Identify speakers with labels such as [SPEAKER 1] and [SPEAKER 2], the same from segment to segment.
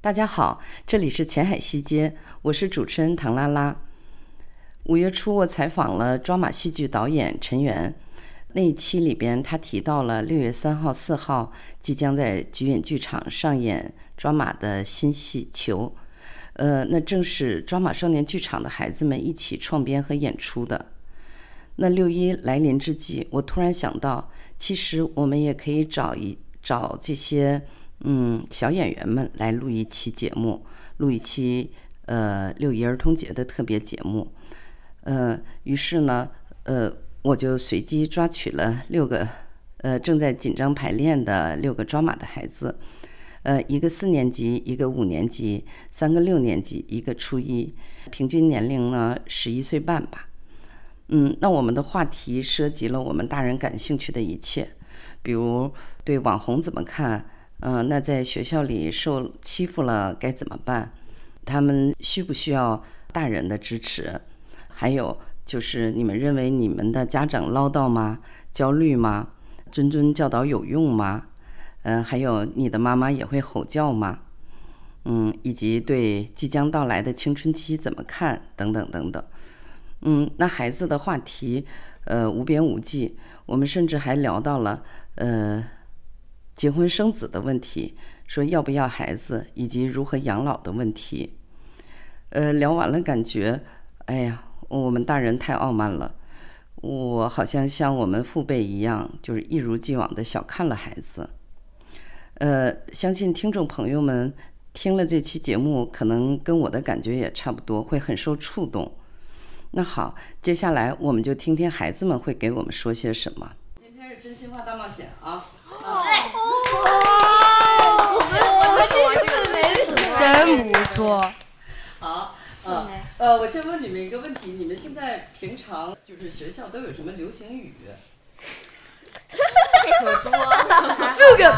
[SPEAKER 1] 大家好，这里是前海西街，我是主持人唐拉拉。五月初，我采访了抓马戏剧导演陈元，那一期里边他提到了六月三号、四号即将在菊影剧场上演抓马的新戏《球》，呃，那正是抓马少年剧场的孩子们一起创编和演出的。那六一来临之际，我突然想到，其实我们也可以找一找这些嗯小演员们来录一期节目，录一期呃六一儿童节的特别节目。呃，于是呢，呃，我就随机抓取了六个呃正在紧张排练的六个抓马的孩子，呃，一个四年级，一个五年级，三个六年级，一个初一，平均年龄呢十一岁半吧。嗯，那我们的话题涉及了我们大人感兴趣的一切，比如对网红怎么看？呃，那在学校里受欺负了该怎么办？他们需不需要大人的支持？还有就是你们认为你们的家长唠叨吗？焦虑吗？谆谆教导有用吗？嗯、还有你的妈妈也会吼叫吗？嗯，以及对即将到来的青春期怎么看？等等等等。嗯，那孩子的话题，呃，无边无际。我们甚至还聊到了，呃，结婚生子的问题，说要不要孩子，以及如何养老的问题。呃，聊完了，感觉，哎呀，我们大人太傲慢了。我好像像我们父辈一样，就是一如既往的小看了孩子。呃，相信听众朋友们听了这期节目，可能跟我的感觉也差不多，会很受触动。那好，接下来我们就听听孩子们会给我们说些什么。今天是真心话大冒险啊！
[SPEAKER 2] 真不错，
[SPEAKER 1] 好，
[SPEAKER 3] 嗯
[SPEAKER 1] 呃呃，我先问你们一个问题：你们现在平常就是学校都有什么流行语？
[SPEAKER 2] 这个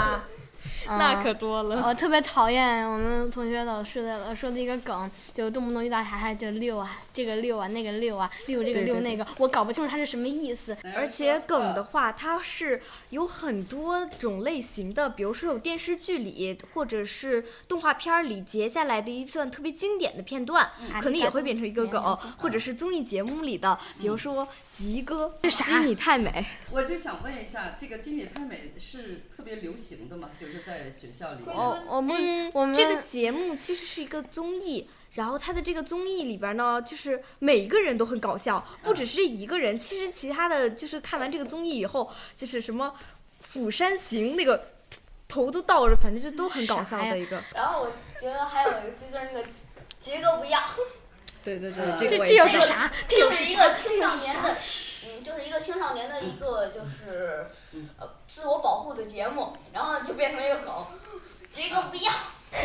[SPEAKER 4] 那可多了。
[SPEAKER 3] 我哦特别讨厌我们同学老师的老说的一个梗，就动不动一到啥啥就六啊，这个六啊，那个六啊，六这个
[SPEAKER 2] 对对
[SPEAKER 3] 六那个，我搞不清楚它是什么意思。
[SPEAKER 2] 而且梗的话，它是有很多种类型的，比如说有电视剧里或者是动画片儿里截下来的一段特别经典的片段，可能也会变成一个梗，或者是综艺节目里的，比如说吉哥，这嗯啥？你太美，
[SPEAKER 1] 我就想问一下，这个“经典太美”是特别流行的吗？就是在学校里？
[SPEAKER 2] 哦
[SPEAKER 3] 我哦我们、我们
[SPEAKER 2] 这个节目其实是一个综艺。然后它的这个综艺里边儿呢，就是每一个人都很搞笑，不
[SPEAKER 3] 嗯
[SPEAKER 2] 只是这一个人。其实其他的就是看完这个综艺以后，就是什么《釜山行》那个头都倒着，反正就都很搞笑的一个。
[SPEAKER 5] 然后我觉得还有一个就是那个杰哥不要，
[SPEAKER 2] 对对
[SPEAKER 1] 对这
[SPEAKER 2] 这个
[SPEAKER 1] 个
[SPEAKER 2] 我
[SPEAKER 3] 这
[SPEAKER 2] 也
[SPEAKER 3] 又
[SPEAKER 2] 知
[SPEAKER 3] 是
[SPEAKER 2] 道
[SPEAKER 3] 啥？这又
[SPEAKER 5] 就是是一
[SPEAKER 3] 啥？
[SPEAKER 5] 个青少年的，嗯，就是一个青少年的一个就是呃自我保护的节目，然后就变成一个梗，杰哥不要，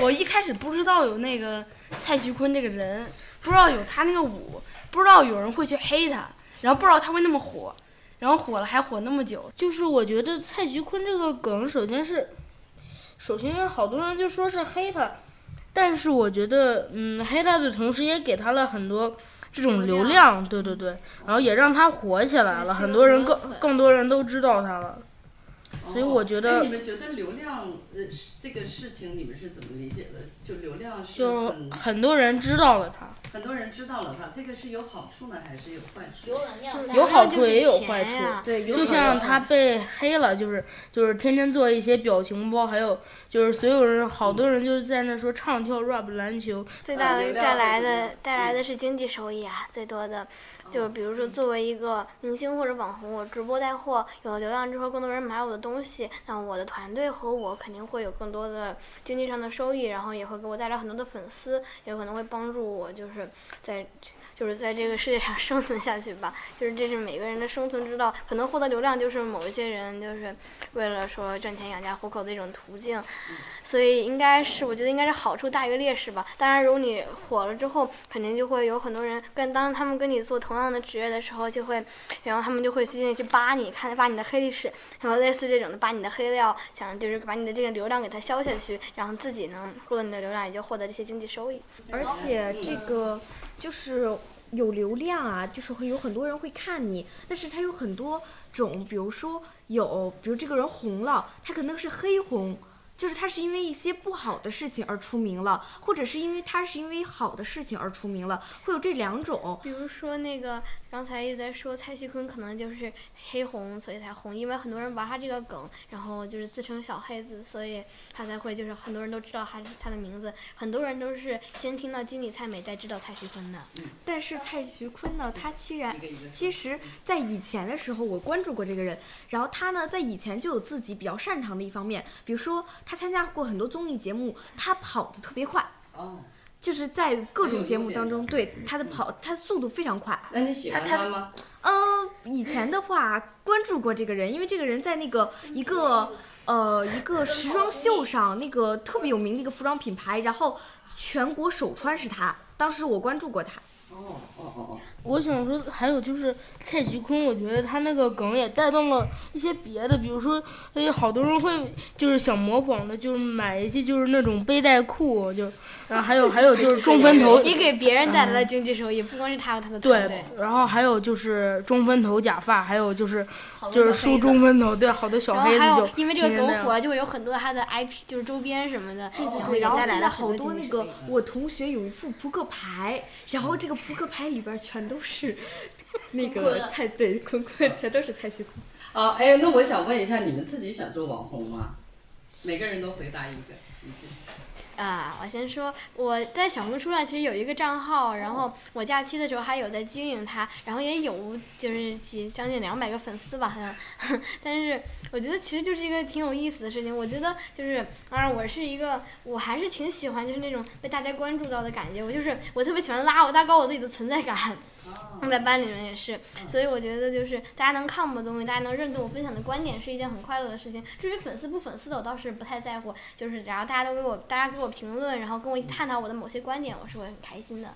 [SPEAKER 4] 我一开始不知道有那个蔡徐坤这个人，不知道有他那个舞，不知道有人会去黑他，然后不知道他会那么火，然后火了还火那么久。
[SPEAKER 6] 就是我觉得蔡徐坤这个梗，首先是，首先是好多人就说是黑他，但是我觉得，嗯，黑他的同时也给他了很多这种流量，对对对，然后也让他火起来了，很多人更更多人都知道他了，所以我觉
[SPEAKER 1] 哎
[SPEAKER 6] 得
[SPEAKER 1] 你们觉得流量呃是这个事情，你们是怎么理解的？就流量是
[SPEAKER 6] 就
[SPEAKER 1] 很
[SPEAKER 6] 很多人知道了他，
[SPEAKER 1] 很多人知道了它，这个是有好处呢，还是有坏处？
[SPEAKER 5] 浏览量大
[SPEAKER 6] 有好
[SPEAKER 3] 就
[SPEAKER 6] 处
[SPEAKER 3] 是
[SPEAKER 6] 也有
[SPEAKER 3] 钱
[SPEAKER 6] 坏处。
[SPEAKER 3] 呀
[SPEAKER 2] 对，有
[SPEAKER 6] 啊就
[SPEAKER 2] 可
[SPEAKER 6] 像
[SPEAKER 2] 能
[SPEAKER 6] 他被黑了，就是就是天天做一些表情包，还有就是所有人好多人就是在那说唱跳 rap 篮球，
[SPEAKER 3] 最大
[SPEAKER 1] 流
[SPEAKER 3] 的
[SPEAKER 1] 量
[SPEAKER 3] 带
[SPEAKER 1] 会
[SPEAKER 3] 来
[SPEAKER 1] 怎么样
[SPEAKER 3] 的带来
[SPEAKER 5] 嗯
[SPEAKER 3] 的是经济收益啊，最多的，就比如说作为一个明星或者网红，我直播带货，有流量之后，更多人买我的东西，那我的团队和我肯定会有更多的经济上的收益，然后也会给我带来很多的粉丝，也可能会帮助我，就是在。就是在这个世界上 生存下去吧，就是这是每个人的生存之道。可能获得流量就是某一些人就是为了说赚钱养家糊口的一种途径，所以应该是，我觉得应该是好处大于劣势吧。当然，如果你火了之后，肯定就会有很多人跟当他们跟你做同样的职业的时候，就会，然后他们就会进行去扒你，看扒你的黑历史，然后类似这种的扒你的黑料，想就是把你的这个流量给它消下去，然后自己能获得你的流量，也就获得这些经济收益。
[SPEAKER 2] 而且这个就是有流量啊，就是会有很多人会看你，但是它有很多种，比如说有，比如这个人红了，他可能是黑红。就是他是因为一些不好的事情而出名了，或者是因为他是因为好的事情而出名了，会有这两种。
[SPEAKER 3] 比如说那个刚才一直在说蔡徐坤可能就是黑红，所以才红，因为很多人玩他这个梗，然后就是自称小黑子，所以他才会就是很多人都知道他他的名字，很多人都是先听到金李蔡美再知道蔡徐坤的。
[SPEAKER 2] 但是蔡徐坤呢，他其然
[SPEAKER 1] 一个一嗯个
[SPEAKER 2] 其实，在以前的时候，我关注过这个人，然后他呢，在以前就有自己比较擅长的一方面，比如说他参加过很多综艺节目，他跑得特别快，
[SPEAKER 1] 哦，
[SPEAKER 2] 就是在各
[SPEAKER 1] 哎很有
[SPEAKER 2] 种节
[SPEAKER 1] 优
[SPEAKER 2] 目
[SPEAKER 1] 点嗯
[SPEAKER 2] 当
[SPEAKER 1] 的
[SPEAKER 2] 中，对他的跑，他速度非常快。
[SPEAKER 1] 那你喜欢他吗？
[SPEAKER 2] 嗯，以前的话关注过这个人，因为这个人在那个一个呃一个时装秀上，那个特别有名的一个服装品牌，然后全国首穿是他。当时我关注过他，
[SPEAKER 1] 哦哦哦
[SPEAKER 7] 我想说，还有就是蔡徐坤，我觉得他那个梗也带动了一些别的，比如说，哎，好多人会就是想模仿的，就是买一些就是那种背带裤，就，然后还有还有就是中分头，
[SPEAKER 3] 也给别人带来了经济收益，不光是他和他的团
[SPEAKER 7] 对
[SPEAKER 3] 队。，
[SPEAKER 7] 然后还有就是中分头假发，还有就是
[SPEAKER 5] 好多
[SPEAKER 7] 就
[SPEAKER 5] 小
[SPEAKER 7] 是
[SPEAKER 5] 黑
[SPEAKER 7] 梳
[SPEAKER 5] 子
[SPEAKER 7] 中分头，对，好多
[SPEAKER 3] 然
[SPEAKER 7] 小
[SPEAKER 3] 后
[SPEAKER 7] 黑子
[SPEAKER 3] 还有
[SPEAKER 7] 就，
[SPEAKER 3] 因为这个
[SPEAKER 7] 天天那
[SPEAKER 3] 梗
[SPEAKER 7] 样
[SPEAKER 3] 火啊了，就会有很多他的 IP，就是周边什么的，对
[SPEAKER 2] 对对，然
[SPEAKER 3] 然
[SPEAKER 2] 后
[SPEAKER 3] 后也带
[SPEAKER 2] 现
[SPEAKER 3] 来
[SPEAKER 2] 在
[SPEAKER 3] 了
[SPEAKER 2] 好
[SPEAKER 3] 很
[SPEAKER 2] 多
[SPEAKER 3] 经
[SPEAKER 2] 那
[SPEAKER 3] 济
[SPEAKER 2] 个
[SPEAKER 3] 收益
[SPEAKER 2] 我同学有一副扑克牌，然后这个扑克牌里边全都是 那个
[SPEAKER 3] 啊
[SPEAKER 2] 蔡对坤坤，全都是蔡徐坤。
[SPEAKER 1] 哦，哎，那我想问一下，你们自己想做网红吗？每个人都回答一个。你先
[SPEAKER 3] 啊，我先说，我在小红书上其实有一个账号，然后我假期的时候还有在经营它，然后也有就是几将近两百个粉丝吧，好像。 但是我觉得其实就是一个挺有意思的事情。我觉得就是，当然我是一个，我还是挺喜欢就是那种被大家关注到的感觉。我就是我特别喜欢拉我拉高我自己的存在感。 在班里面也是，所以我觉得就是大家能看我的东西，大家能认同我分享的观点，是一件很快乐的事情。至于粉丝不粉丝的，我倒是不太在乎，就是然后大家都给我，大家给我评论，然后跟我一起探讨我的某些观点，我是会很开心的。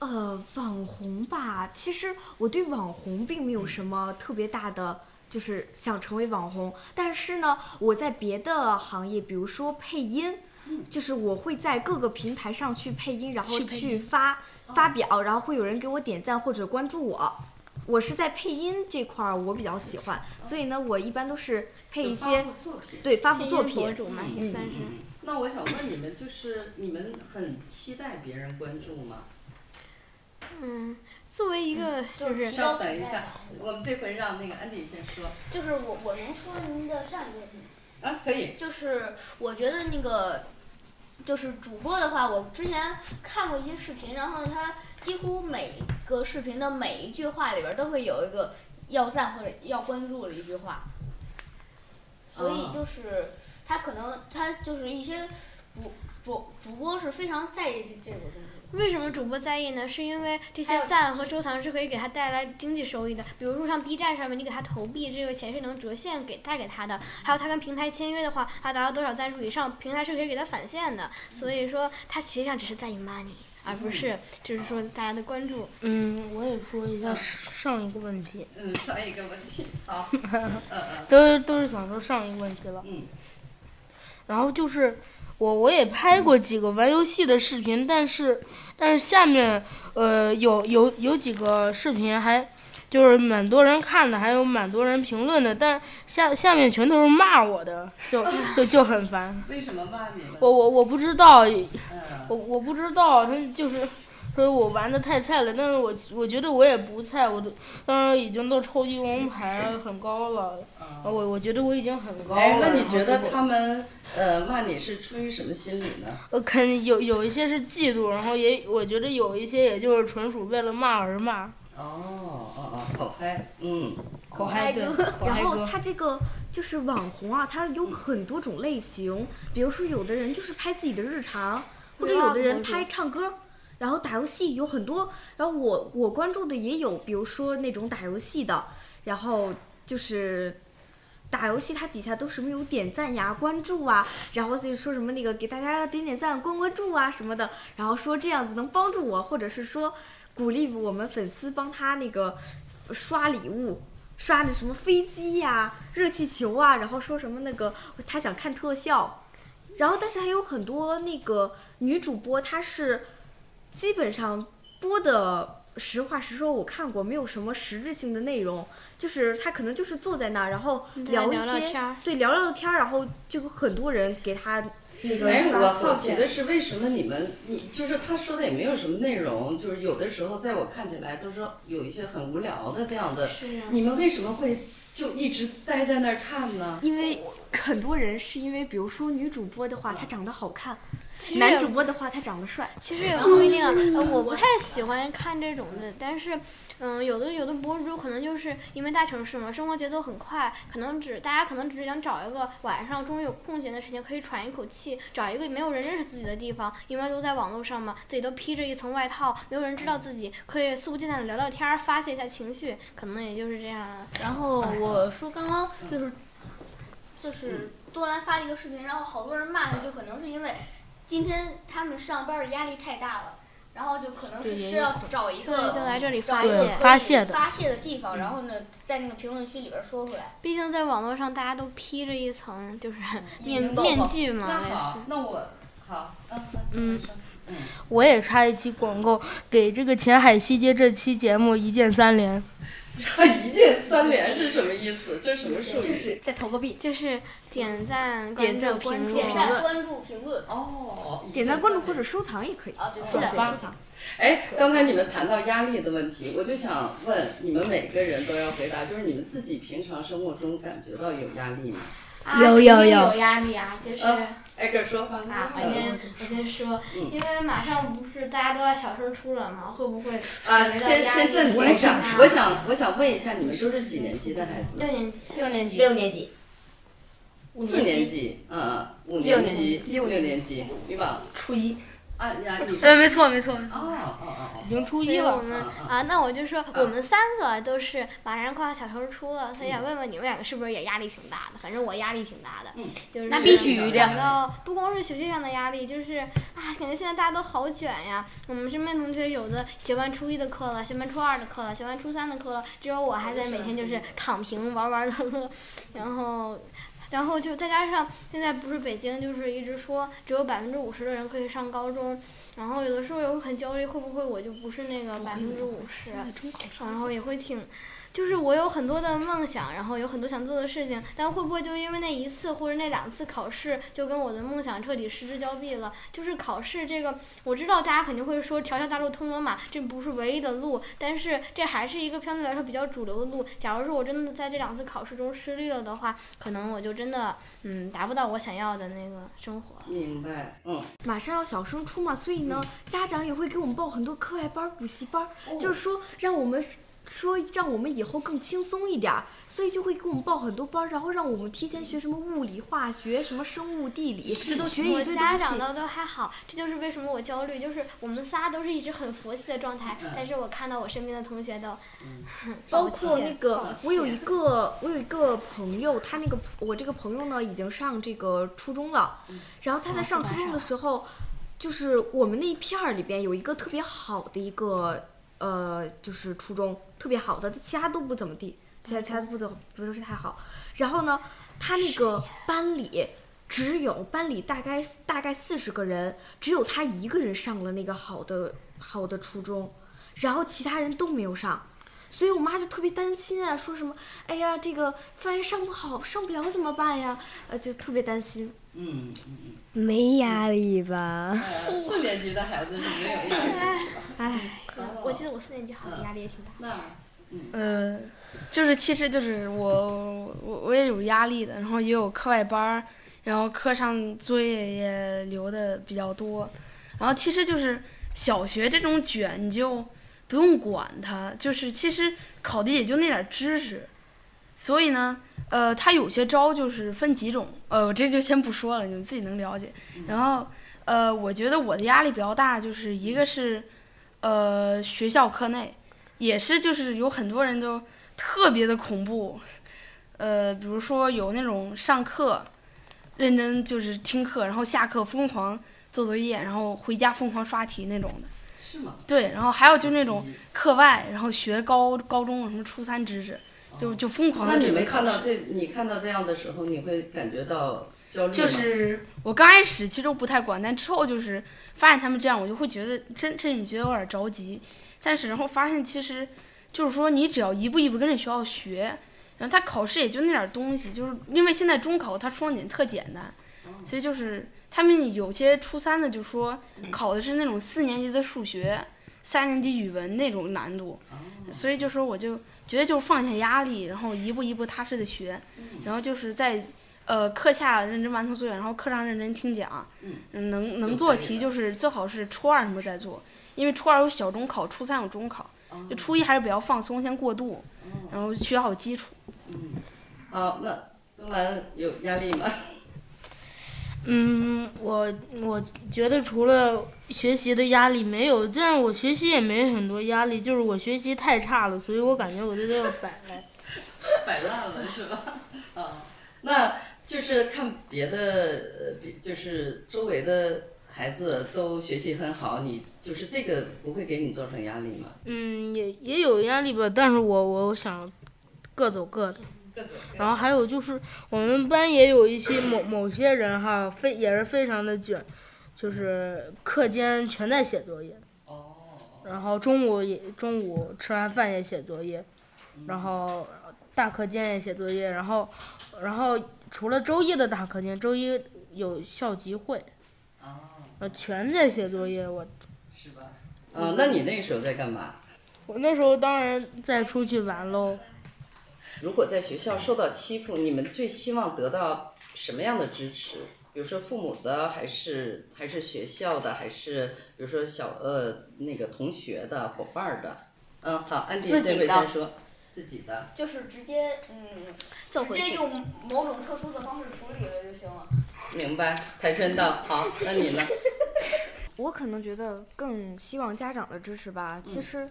[SPEAKER 2] 呃，网红吧，其实我对网红并没有什么特别大的，就是想成为网红。但是呢，我在别的行业，比如说配音，就是我会在各个平台上去配音，然后去发发表，然后会有人给我点赞或者关注我。我是在配音这块儿，我比较喜欢，所以呢，我一般都是配一
[SPEAKER 1] 发
[SPEAKER 2] 些
[SPEAKER 1] 布作品。
[SPEAKER 2] 对发布
[SPEAKER 3] 配
[SPEAKER 2] 作
[SPEAKER 3] 音博
[SPEAKER 2] 品，
[SPEAKER 3] 主嘛，
[SPEAKER 1] 嗯
[SPEAKER 3] 也算是。
[SPEAKER 1] 嗯那我想问你们，就是你们很期待别人关注吗？
[SPEAKER 3] 嗯，作为一个
[SPEAKER 5] 嗯
[SPEAKER 3] 就是
[SPEAKER 5] 是
[SPEAKER 1] 稍等一下，我们这回让那个安迪先说。
[SPEAKER 5] 就是我我能说您的上一个问题吗。
[SPEAKER 1] 啊，可以。
[SPEAKER 5] 就是我觉得那个，就是主播的话，我之前看过一些视频，然后他几乎每个视频的每一句话里边儿都会有一个要赞或者要关注的一句话，所以
[SPEAKER 1] 哦
[SPEAKER 5] 就是他可能他就是一些主主主播是非常在意这这个东西的。
[SPEAKER 3] 为什么主播在意呢？是因为这
[SPEAKER 5] 还
[SPEAKER 3] 些
[SPEAKER 5] 有
[SPEAKER 3] 赞和收藏是可以给他带来经济收益的，比如说像 B 站上面，你给他投币，这个钱是能折现给带给他的。还有他跟平台签约的话，他达到多少赞数以上，平台是可以给他返现的。所以说，他实际上只是在意 money，而不是就是说大家的关注。
[SPEAKER 7] 嗯，我也说一下上一个问题，
[SPEAKER 1] 嗯，上一个问题。 好。嗯嗯
[SPEAKER 7] 都是都是想说上一个问题了。
[SPEAKER 1] 嗯。
[SPEAKER 7] 然后就是我我也拍过几个玩游戏的视频，但是但是下面呃有有有几个视频还就是蛮多人看的，还有蛮多人评论的，但下下面全都是骂我的，就就就很烦。
[SPEAKER 1] 为什么骂你们？
[SPEAKER 7] 我我我不知道，
[SPEAKER 1] 嗯
[SPEAKER 7] 我我不知道，他就是说我玩的太菜了，但是我我觉得我也不菜，我都当时已经到超级王牌很高了，啊我
[SPEAKER 1] 嗯。
[SPEAKER 7] 我觉得我已经很高了。
[SPEAKER 1] 哎，那你觉
[SPEAKER 7] 然后
[SPEAKER 1] 得
[SPEAKER 7] 我
[SPEAKER 1] 他们呃骂你是出于什么心理呢？
[SPEAKER 7] 呃，肯有有一些是嫉妒，然后也我觉得有一些也就是纯属为了骂而骂，
[SPEAKER 1] 哦哦哦，口嗨，嗯，
[SPEAKER 7] 口嗨对，口
[SPEAKER 2] 然
[SPEAKER 7] 嗨
[SPEAKER 2] 后
[SPEAKER 7] 哥。
[SPEAKER 2] 他这个就是网红啊，他有很多种类型，比如说有的人就是拍自己的日常，或者有的人拍唱歌，然后打游戏有很多。然后我我关注的也有，比如说那种打游戏的，然后就是。打游戏，它底下都什么有点赞呀、关注啊，然后就说什么那个给大家点点赞、关关注啊什么的，然后说这样子能帮助我，或者是说鼓励我们粉丝帮他那个刷礼物，刷那什么飞机呀、热气球啊，然后说什么那个他想看特效，然后但是还有很多那个女主播，她是基本上播的实话实说，我看过没有什么实质性的内容，就是他可能就是坐在那儿，然后
[SPEAKER 3] 跟他
[SPEAKER 2] 聊一
[SPEAKER 3] 聊聊
[SPEAKER 2] 些
[SPEAKER 3] 天儿
[SPEAKER 2] 对聊聊天儿，然后就有很多人给他那个
[SPEAKER 1] 哎，我
[SPEAKER 2] 刷火
[SPEAKER 1] 好奇
[SPEAKER 2] 箭
[SPEAKER 1] 的是，为什么你们，你就是他说的也没有什么内容，就是有的时候在我看起来都是有一些很无聊的这样的，
[SPEAKER 5] 啊
[SPEAKER 1] 你们为什么会就一直待在那儿看呢？
[SPEAKER 2] 因为很多人是因为，比如说女主播的话，她长得好看；
[SPEAKER 1] 啊
[SPEAKER 3] 其实
[SPEAKER 2] 男
[SPEAKER 3] 也
[SPEAKER 2] 主播的话，他长得帅。
[SPEAKER 3] 其实也不一定，呃我不太喜欢看这种的，但是。嗯，有的有的博主可能就是因为大城市嘛，生活节奏很快，可能只大家可能只是想找一个晚上终于有空闲的时间可以喘一口气，找一个没有人认识自己的地方，因为都在网络上嘛，自己都披着一层外套，没有人知道自己，可以肆无忌惮的聊聊天儿，发泄一下情绪，可能也就是这样了。
[SPEAKER 5] 然后我说刚刚就是就是多兰发了一个视频，然后好多人骂他，就可能是因为今天他们上班的压力太大了，然后就可能是是要找一
[SPEAKER 3] 所以
[SPEAKER 5] 个
[SPEAKER 3] 就来这里
[SPEAKER 5] 找
[SPEAKER 3] 发
[SPEAKER 5] 一个
[SPEAKER 3] 泄
[SPEAKER 5] 可以。
[SPEAKER 7] 发泄的
[SPEAKER 5] 发泄的地方，然后呢在那个评论区里边说出来。
[SPEAKER 3] 毕竟在网络上，大家都披着一层就是面
[SPEAKER 5] 能懂
[SPEAKER 3] 面
[SPEAKER 5] 吗
[SPEAKER 3] 具嘛，
[SPEAKER 1] 那
[SPEAKER 3] 类似
[SPEAKER 1] 好。，那我好，嗯
[SPEAKER 7] 嗯
[SPEAKER 1] 嗯，
[SPEAKER 7] 我也插一期广告，给这个前海西街这期节目一键三连。
[SPEAKER 1] 一键三连是什么意思？这什么术语？
[SPEAKER 5] 再投个币，
[SPEAKER 3] 就是点赞、
[SPEAKER 2] 点赞
[SPEAKER 3] 关注、评
[SPEAKER 2] 关注
[SPEAKER 5] 点
[SPEAKER 2] 评
[SPEAKER 3] 论。
[SPEAKER 5] 赞、关注、啊评论。
[SPEAKER 1] 哦，一键
[SPEAKER 2] 点赞、关注或
[SPEAKER 1] 三连
[SPEAKER 2] 者收藏也可以。
[SPEAKER 5] 啊，对，
[SPEAKER 2] 对
[SPEAKER 5] 说的
[SPEAKER 2] 对，
[SPEAKER 5] 对
[SPEAKER 2] 收藏。
[SPEAKER 1] 哎，刚才你们谈到压力的问题，我就想问你们每个人都要回答，就是你们自己平常生活中感觉到有压力吗？
[SPEAKER 3] 啊
[SPEAKER 8] 有有有
[SPEAKER 3] 有压力啊，就是。
[SPEAKER 1] 嗯挨个说吧。
[SPEAKER 3] 啊，我
[SPEAKER 1] 嗯
[SPEAKER 3] 先我先说，
[SPEAKER 1] 嗯
[SPEAKER 3] 因为马上不是大家都要小升初了嘛，会不会
[SPEAKER 1] 啊，先先暂停一下，我想我想问一下，你们都是几年级的孩子
[SPEAKER 3] 六？年级？
[SPEAKER 5] 六年级，
[SPEAKER 8] 六年级，
[SPEAKER 1] 四年级，嗯，五
[SPEAKER 5] 六
[SPEAKER 1] 年级，六年级，你吧？
[SPEAKER 8] 初一，
[SPEAKER 1] 啊，压力。
[SPEAKER 9] 呃，没错没错，
[SPEAKER 1] 哦哦
[SPEAKER 7] 已经初
[SPEAKER 3] 所以
[SPEAKER 7] 一
[SPEAKER 3] 我
[SPEAKER 7] 了，
[SPEAKER 3] 们
[SPEAKER 1] 嗯嗯
[SPEAKER 3] 啊，那我就说我们三个都是马上快要小升初了，所以想问问你们两个是不是也压力挺大的？反正我压力挺大的
[SPEAKER 1] 嗯，
[SPEAKER 3] 就是
[SPEAKER 5] 那必须的
[SPEAKER 3] 想到不光是学习上的压力，就是啊，感觉现在大家都好卷呀。我们身边同学有的学完初一的课了，学完初二的课了，学完初三的课了，只有我还在每天就是躺平玩玩乐乐，然后。然后就再加上现在不是北京，就是一直说只有百分之五十的人可以上高中，然后有的时候也会很焦虑，会不会我就不是那个百分之五十？然后也会挺，就是我有很多的梦想，然后有很多想做的事情，但会不会就因为那一次或者那两次考试，就跟我的梦想彻底失之交臂了？就是考试这个，我知道大家肯定会说条条大路通罗马，这不是唯一的路，但是这还是一个相对来说比较主流的路。假如说我真的在这两次考试中失利了的话，可能我就真的嗯达不到我想要的那个生活。
[SPEAKER 1] 嗯，明白，嗯，
[SPEAKER 2] 马上要小升初嘛，所以呢，家长也会给我们报很多课外班儿、补习班儿，就是说让我们。说让我们以后更轻松一点儿，所以就会给我们报很多班儿，然后让我们提前学什么物理、化学、什么生物、地理，这都学一
[SPEAKER 3] 我
[SPEAKER 2] 堆
[SPEAKER 3] 家
[SPEAKER 2] 东西
[SPEAKER 3] 长。倒都还好，这就是为什么我焦虑，就是我们仨都是一直很佛系的状态，但是我看到我身边的同学都，
[SPEAKER 2] 包
[SPEAKER 3] 抱
[SPEAKER 2] 括那
[SPEAKER 3] 歉
[SPEAKER 2] 个，我有一个，我有一个朋友，他那个我这个朋友呢，已经上这个初中了，然后他在上初中的时候，就是我们那一片儿里边有一个特别好的一个，呃，就是初中特别好的，其他都不怎么地，其他其他都不怎么不是太好。然后呢，他那个班里只有班里大概大概四十个人，只有他一个人上了那个好的好的初中，然后其他人都没有上。所以我妈就特别担心啊，说什么，哎呀，这个万一上不好，上不了怎么办呀？呃，就特别担心。
[SPEAKER 1] 嗯嗯嗯。
[SPEAKER 8] 没压力吧？
[SPEAKER 1] 呃，四年级的孩子是没有压力的，是吧？
[SPEAKER 8] 唉，
[SPEAKER 3] 我记得我四年级好像压力也挺大。
[SPEAKER 1] 那嗯
[SPEAKER 9] 呃，就是其实就是我我我也有压力的，然后也有课外班儿，然后课上作业也留的比较多，然后其实就是小学这种卷你就不用管它，就是其实考的也就那点儿知识，所以呢，呃，它有些招就是分几种，呃，我这就先不说了，你们自己能了解。然后呃，我觉得我的压力比较大，就是一个是呃学校课内。也是就是有很多人都特别的恐怖，呃，比如说有那种上课认真就是听课，然后下课疯狂做作业，然后回家疯狂刷题那种的。
[SPEAKER 1] 是吗？嗯
[SPEAKER 9] 对，然后还有就那种课外，然后学高高中什么初三知识，就就疯狂
[SPEAKER 1] 哦那
[SPEAKER 9] 的
[SPEAKER 1] 你
[SPEAKER 9] 准备
[SPEAKER 1] 们
[SPEAKER 9] 考
[SPEAKER 1] 看
[SPEAKER 9] 试。
[SPEAKER 1] 到这，你看到这样的时候，你会感觉到焦虑吗
[SPEAKER 4] 就是我刚开始其实都不太管，但之后就是发现他们这样，我就会觉得真真觉得有点着急。但是然后发现其实就是说，你只要一步一步跟着学校学，然后他考试也就那点儿东西，就是因为现在中考它出重点特简单，
[SPEAKER 1] 哦
[SPEAKER 4] 所以就是他们有些初三的就说考的是那种四年级的数学、三年级语文那种难度，
[SPEAKER 1] 哦
[SPEAKER 4] 所以就说我就觉得就是放下压力，然后一步一步踏实的学，
[SPEAKER 1] 嗯
[SPEAKER 4] 然后就是在。呃，课下认真完成作业，然后课上认真听讲，嗯，能能
[SPEAKER 1] 就
[SPEAKER 4] 做
[SPEAKER 1] 可以
[SPEAKER 4] 题
[SPEAKER 1] 了
[SPEAKER 4] 就是最好是初二什么再做，因为初二有小中考，初三有中考，
[SPEAKER 1] 哦
[SPEAKER 4] 就初一还是比较放松，先过渡，然后学好基础。
[SPEAKER 1] 嗯好，那东兰有压力吗？
[SPEAKER 7] 嗯，我我觉得除了学习的压力没有，这样我学习也没很多压力，就是我学习太差了，所以我感觉我这都要摆烂。
[SPEAKER 1] 摆烂了是吧？啊，那就是看别的，呃，别就是周围的孩子都学习很好，你就是这个不会给你造成压力吗？
[SPEAKER 7] 嗯，也也有压力吧，但是我我想各走各的。
[SPEAKER 1] 各种各
[SPEAKER 7] 然后还有就是我们班也有一些某某些人哈，非也是非常的卷，就是课间全在写作业，
[SPEAKER 1] 哦，
[SPEAKER 7] 然后中午也中午吃完饭也写作业，然后大课间也写作业，然后然后除了周一的大课间，周一有校集会，
[SPEAKER 1] 啊，
[SPEAKER 7] 呃，全在写作业。我
[SPEAKER 1] 是吧？啊，那你那个时候在干嘛？
[SPEAKER 7] 我那时候当然再出去玩喽。
[SPEAKER 1] 如果在学校受到欺负，你们最希望得到什么样的支持？比如说父母的，还是还是学校的，还是比如说小呃那个同学的伙伴儿的？嗯，好，安迪
[SPEAKER 5] 自己
[SPEAKER 1] 这
[SPEAKER 5] 的
[SPEAKER 1] 位先说自己的。
[SPEAKER 5] 就是直接嗯，
[SPEAKER 10] 走
[SPEAKER 5] 直
[SPEAKER 10] 回
[SPEAKER 5] 接
[SPEAKER 10] 去。
[SPEAKER 5] 用某种特殊的方式处理了就行了。
[SPEAKER 1] 明白，跆拳道。好，那你呢？
[SPEAKER 10] 我可能觉得更希望家长的支持
[SPEAKER 8] 嗯
[SPEAKER 10] 吧。其实，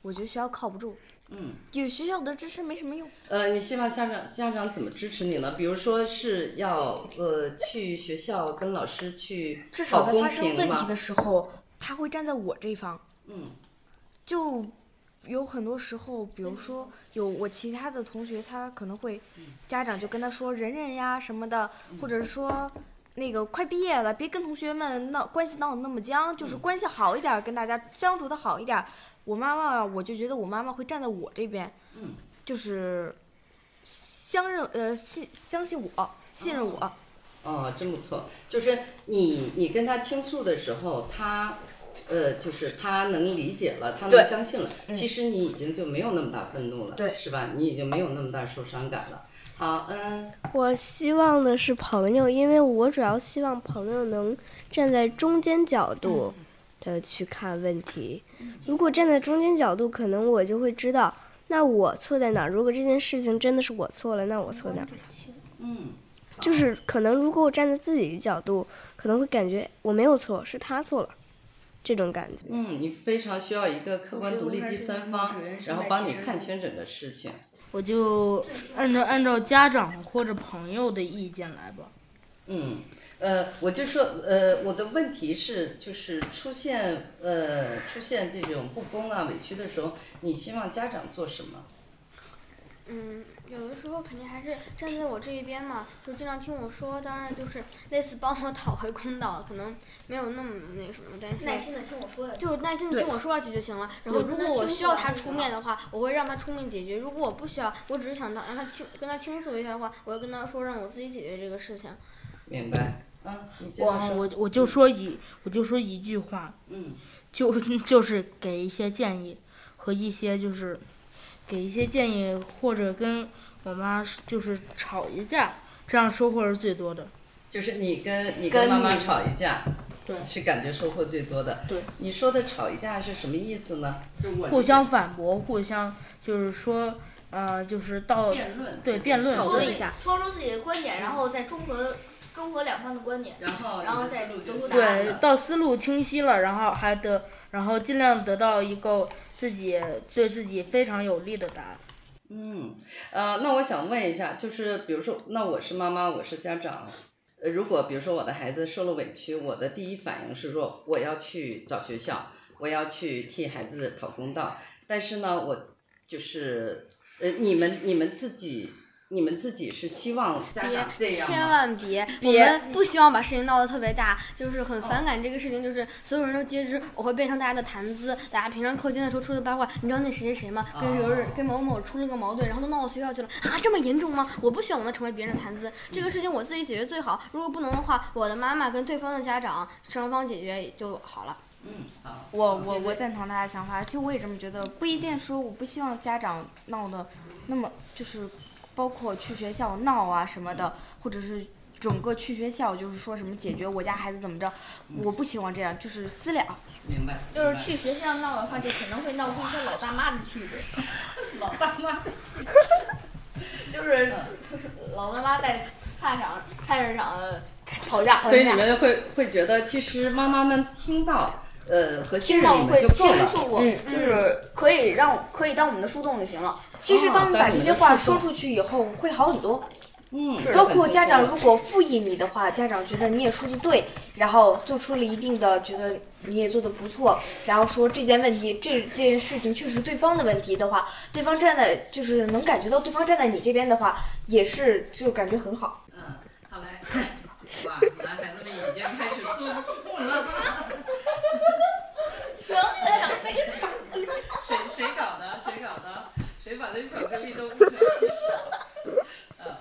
[SPEAKER 10] 我觉得学校靠不住，
[SPEAKER 1] 嗯，
[SPEAKER 10] 有学校的支持没什么用。
[SPEAKER 1] 呃，你希望家长家长怎么支持你呢？比如说是要呃去学校跟老师去
[SPEAKER 10] 至少
[SPEAKER 1] 讨
[SPEAKER 10] 在
[SPEAKER 1] 公
[SPEAKER 10] 发生
[SPEAKER 1] 平
[SPEAKER 10] 问题
[SPEAKER 1] 吗？
[SPEAKER 10] 的时候，他会站在我这一方。
[SPEAKER 1] 嗯，
[SPEAKER 10] 就有很多时候，比如说有我其他的同学，他可能会家长就跟他说忍忍呀什么的，或者是说。那个快毕业了，别跟同学们闹关系闹得那么僵，就是关系好一点儿，跟大家相处的好一点儿。我妈妈，我就觉得我妈妈会站在我这边，
[SPEAKER 1] 嗯
[SPEAKER 10] 就是相认呃信相信我，信任我。
[SPEAKER 1] 哦，真不错。就是你你跟他倾诉的时候，他呃，就是他能理解了，他能
[SPEAKER 10] 对
[SPEAKER 1] 相信了。其实你已经就没有那么大愤怒了，
[SPEAKER 10] 对
[SPEAKER 1] 是吧？你已经没有那么大受伤感了。好，嗯，
[SPEAKER 11] 我希望的是朋友，因为我主要希望朋友能站在中间角度
[SPEAKER 4] 嗯
[SPEAKER 11] 的去看问题。如果站在中间角度，可能我就会知道，那我错在哪儿。如果这件事情真的是我错了，那我错哪儿？
[SPEAKER 1] 嗯，
[SPEAKER 11] 就是可能如果我站在自己的角度，可能会感觉我没有错，是他错了，这种感觉。
[SPEAKER 1] 嗯，你非常需要一个客观独立第三方，然后帮你看清整个事情。
[SPEAKER 7] 我就按照按照家长或者朋友的意见来吧。
[SPEAKER 1] 嗯，呃，我就说，呃，我的问题是，就是出现呃出现这种不公啊、委屈的时候，你希望家长做什么？
[SPEAKER 3] 嗯，有的时候肯定还是站在我这一边嘛，就经常听我说，当然就是类似帮我讨回公道，可能没有那么那个什么，但是
[SPEAKER 5] 耐心的听我说呀。
[SPEAKER 3] 就耐心的听我说下去就行了。然后，
[SPEAKER 5] 有
[SPEAKER 3] 如
[SPEAKER 5] 跟他
[SPEAKER 3] 果我
[SPEAKER 5] 倾
[SPEAKER 3] 需
[SPEAKER 5] 诉
[SPEAKER 3] 要
[SPEAKER 5] 完
[SPEAKER 3] 他
[SPEAKER 5] 就
[SPEAKER 3] 出
[SPEAKER 5] 好
[SPEAKER 3] 面的话，我会让他出面解决；如果我不需要，我只是想到让他倾跟他倾诉一下的话，我会跟他说让我自己解决这个事情。
[SPEAKER 1] 明白？啊，你接着
[SPEAKER 7] 我
[SPEAKER 1] 说。
[SPEAKER 7] 我我就说一我就说一句话，
[SPEAKER 1] 嗯
[SPEAKER 7] 就就是给一些建议和一些就是给一些建议或者跟我妈就是吵一架，这样收获是最多的。，
[SPEAKER 1] 就是你跟你跟妈妈吵一架，
[SPEAKER 7] 对
[SPEAKER 1] 是感觉收获最多的。
[SPEAKER 7] 对，
[SPEAKER 1] 你说的吵一架是什么意思呢？
[SPEAKER 7] 互相反驳，互相就是说，呃，就是到
[SPEAKER 1] 辩论，
[SPEAKER 7] 对辩论
[SPEAKER 1] 讨
[SPEAKER 5] 说
[SPEAKER 1] 论
[SPEAKER 5] 自
[SPEAKER 1] 一
[SPEAKER 5] 己，说出自己的观点，然后再综合综合两方的观点。
[SPEAKER 1] 然后
[SPEAKER 5] 然后
[SPEAKER 1] 你的
[SPEAKER 5] 再
[SPEAKER 1] 思路
[SPEAKER 5] 得
[SPEAKER 1] 就
[SPEAKER 5] 出
[SPEAKER 1] 是
[SPEAKER 5] 答案
[SPEAKER 1] 这
[SPEAKER 7] 对
[SPEAKER 1] 样的
[SPEAKER 7] 到思路清晰了，然后还得然后尽量得到一个自己对自己非常有利的答案。
[SPEAKER 1] 嗯，呃，那我想问一下，就是比如说，那我是妈妈，我是家长，呃，如果比如说我的孩子受了委屈，我的第一反应是说我要去找学校，我要去替孩子讨公道。但是呢，我就是呃，你们你们自己你们自己是希望家长这
[SPEAKER 3] 别，
[SPEAKER 1] 样
[SPEAKER 3] 千
[SPEAKER 1] 吗？
[SPEAKER 3] 万别！我
[SPEAKER 1] 别
[SPEAKER 3] 们不希望把事情闹得特别大，就是很反感这个事情，就是所有人都皆知，我会变成大家的谈资。大家平常课间的时候出的八卦，你知道那谁谁谁吗？跟有人跟某某出了个矛盾，然后都闹到学校去了啊！这么严重吗？我不希望我们成为别人的谈资。这个事情我自己解决最好，如果不能的话，我的妈妈跟对方的家长双方解决也就好了。
[SPEAKER 1] 嗯，好，
[SPEAKER 10] 我我我赞同他的想法，其实我也这么觉得，不一定说我不希望家长闹的那么就是，包括去学校闹啊什么的，或者是整个去学校就是说什么解决我家孩子怎么着，我不希望这样，就是私了。
[SPEAKER 1] 明白。
[SPEAKER 5] 就是去学校闹的话，就可能会闹出一些老大妈的气质。
[SPEAKER 1] 老大妈，
[SPEAKER 5] 就是老大妈在菜市场菜市场吵架，
[SPEAKER 1] 所以你们会会觉得，其实妈妈们听到呃和
[SPEAKER 4] 嗯
[SPEAKER 1] 信
[SPEAKER 5] 听
[SPEAKER 1] 任
[SPEAKER 5] 到
[SPEAKER 1] 你
[SPEAKER 5] 会
[SPEAKER 1] 们就够
[SPEAKER 5] 倾
[SPEAKER 1] 了。
[SPEAKER 5] 诉我，就是可以让我可以当我们的树洞就行了。
[SPEAKER 12] 其实，
[SPEAKER 1] 哦
[SPEAKER 12] 当你
[SPEAKER 1] 当
[SPEAKER 12] 把
[SPEAKER 1] 你
[SPEAKER 12] 这
[SPEAKER 1] 的
[SPEAKER 12] 些话
[SPEAKER 1] 树
[SPEAKER 12] 说
[SPEAKER 1] 洞
[SPEAKER 12] 出去以后，会好很多。
[SPEAKER 1] 嗯，
[SPEAKER 12] 包
[SPEAKER 1] 很
[SPEAKER 12] 括
[SPEAKER 1] 轻
[SPEAKER 12] 家
[SPEAKER 1] 松
[SPEAKER 12] 长
[SPEAKER 1] 了
[SPEAKER 12] 如果复议你的话，家长觉得你也说的对，然后做出了一定的觉得你也做的不错，然后说这件问题这件事情确实对方的问题的话，对方站在就是能感觉到对方站在你这边的话，也是就感觉很好。
[SPEAKER 1] 嗯，好来，哇，男孩子们已经开始坐不住了。谁谁搞的？谁搞的？谁把那巧克力都捂成一手？嗯，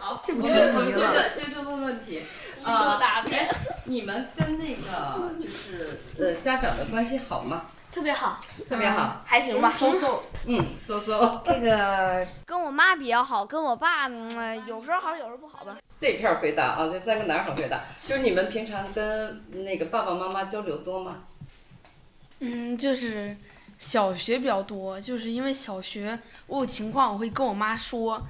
[SPEAKER 1] 好，我们我们接着接着嗯问问题。啊，哎，你们跟那个就是呃家长的关系好吗？
[SPEAKER 3] 特别好，
[SPEAKER 1] 特别好，
[SPEAKER 5] 还行吧。
[SPEAKER 12] 松松，
[SPEAKER 1] 嗯，搜搜
[SPEAKER 12] 这 个
[SPEAKER 3] 跟我妈比较好，跟我爸嗯有时候好，有时候不好吧。
[SPEAKER 1] 这片儿回答啊，这三个哪儿好回答？就是你们平常跟那个爸爸妈妈交流多吗？
[SPEAKER 4] 嗯，就是小学比较多，就是因为小学我有情况我会跟我妈说，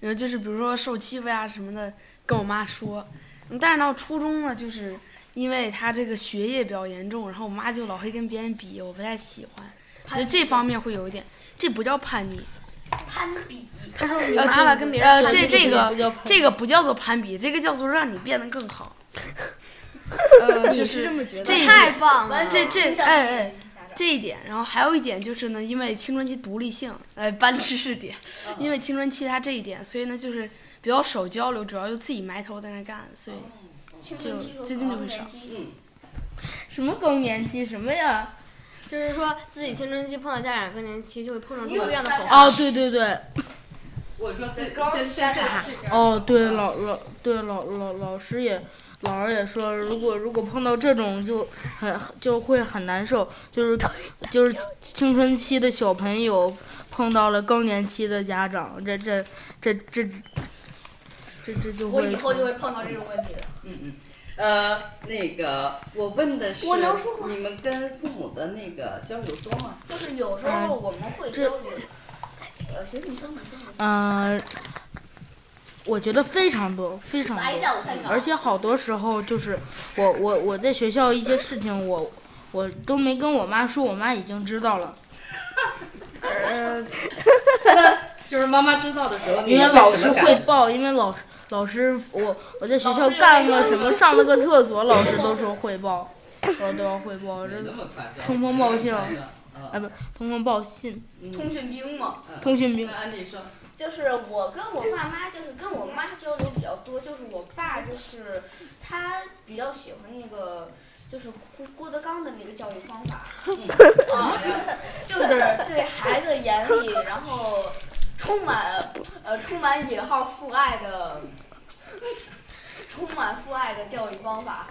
[SPEAKER 4] 然后就是比如说受欺负呀、什么的，跟我妈说。嗯但是到初中呢，就是因为他这个学业比较严重，然后我妈就老会跟别人比，我不太喜欢，所以这方面会有一点，这不叫叛逆，
[SPEAKER 5] 攀比，
[SPEAKER 10] 他说你
[SPEAKER 4] 呃
[SPEAKER 10] 妈妈
[SPEAKER 4] 对
[SPEAKER 10] 跟别
[SPEAKER 4] 呃
[SPEAKER 10] 人谈
[SPEAKER 4] 这
[SPEAKER 10] 就是
[SPEAKER 4] 这个
[SPEAKER 10] 不叫朋友
[SPEAKER 4] 这个不叫做攀比，这个叫做让你变得更好。呃，就
[SPEAKER 10] 你是这么觉得？
[SPEAKER 4] 这一
[SPEAKER 3] 太棒了！
[SPEAKER 5] 完
[SPEAKER 4] 这
[SPEAKER 5] 全
[SPEAKER 4] 这
[SPEAKER 5] 倾向
[SPEAKER 4] 哎
[SPEAKER 5] 于
[SPEAKER 4] 哎
[SPEAKER 5] 家长
[SPEAKER 4] 这一点，然后还有一点就是呢，因为青春期独立性，呃，搬知识点，因为青春期它这一点，所以呢就是比较少交流，主要就自己埋头在那干，所以
[SPEAKER 5] 青
[SPEAKER 4] 就
[SPEAKER 5] 春期和
[SPEAKER 4] 最近就
[SPEAKER 5] 更
[SPEAKER 4] 会
[SPEAKER 5] 年
[SPEAKER 4] 少
[SPEAKER 5] 期
[SPEAKER 1] 嗯，
[SPEAKER 7] 什么更年期什么呀？
[SPEAKER 3] 就是说自己青春期碰到家长更年期，就会碰上不一
[SPEAKER 4] 嗯
[SPEAKER 5] 又
[SPEAKER 3] 样的口
[SPEAKER 5] 发
[SPEAKER 4] 啊
[SPEAKER 3] 号。
[SPEAKER 7] 哦，对对对，
[SPEAKER 1] 我说最
[SPEAKER 5] 高
[SPEAKER 1] 先先这这边儿
[SPEAKER 7] 哦，对，老老对老老老师也，老师也说，如果如果碰到这种就很就会很难受，就是就是青春期的小朋友碰到了更年期的家长，这这这这这这就
[SPEAKER 5] 我
[SPEAKER 7] 会
[SPEAKER 5] 以后就会碰到这种问题的。
[SPEAKER 1] 嗯嗯，呃，那个我问的是，
[SPEAKER 5] 我能说话
[SPEAKER 1] 你们跟父母的那个交流多吗？
[SPEAKER 5] 就是有时候我们会交流，呃，行，你说你说你
[SPEAKER 7] 嗯、我觉得非常多，非常
[SPEAKER 5] 说，来
[SPEAKER 7] 多。
[SPEAKER 5] 让我看看。
[SPEAKER 7] 啊而且好多时候就是我我我在学校一些事情我我都没跟我妈说，我妈已经知道了。
[SPEAKER 1] 就是妈妈知道的时候，
[SPEAKER 7] 因
[SPEAKER 1] 你
[SPEAKER 7] 为
[SPEAKER 1] 们
[SPEAKER 7] 老
[SPEAKER 1] 什
[SPEAKER 7] 师
[SPEAKER 1] 么感
[SPEAKER 7] 汇报，因为老老师我我在学校干了什么，上了个厕所，老师都说汇报，我都要汇报，这
[SPEAKER 1] 没那么夸张，
[SPEAKER 7] 通风报信
[SPEAKER 1] 啊，
[SPEAKER 7] 哎不通风报信，
[SPEAKER 5] 通
[SPEAKER 1] 嗯
[SPEAKER 5] 讯兵嘛，
[SPEAKER 7] 通讯兵
[SPEAKER 1] 那。安迪说，
[SPEAKER 5] 就是我跟我爸妈，就是跟我妈交流比较多，就是我爸就是他比较喜欢那个。就是郭郭德纲的那个教育方法，啊，就是对孩子严厉，然后充满呃充满引号父爱的，充满父爱的教育方法，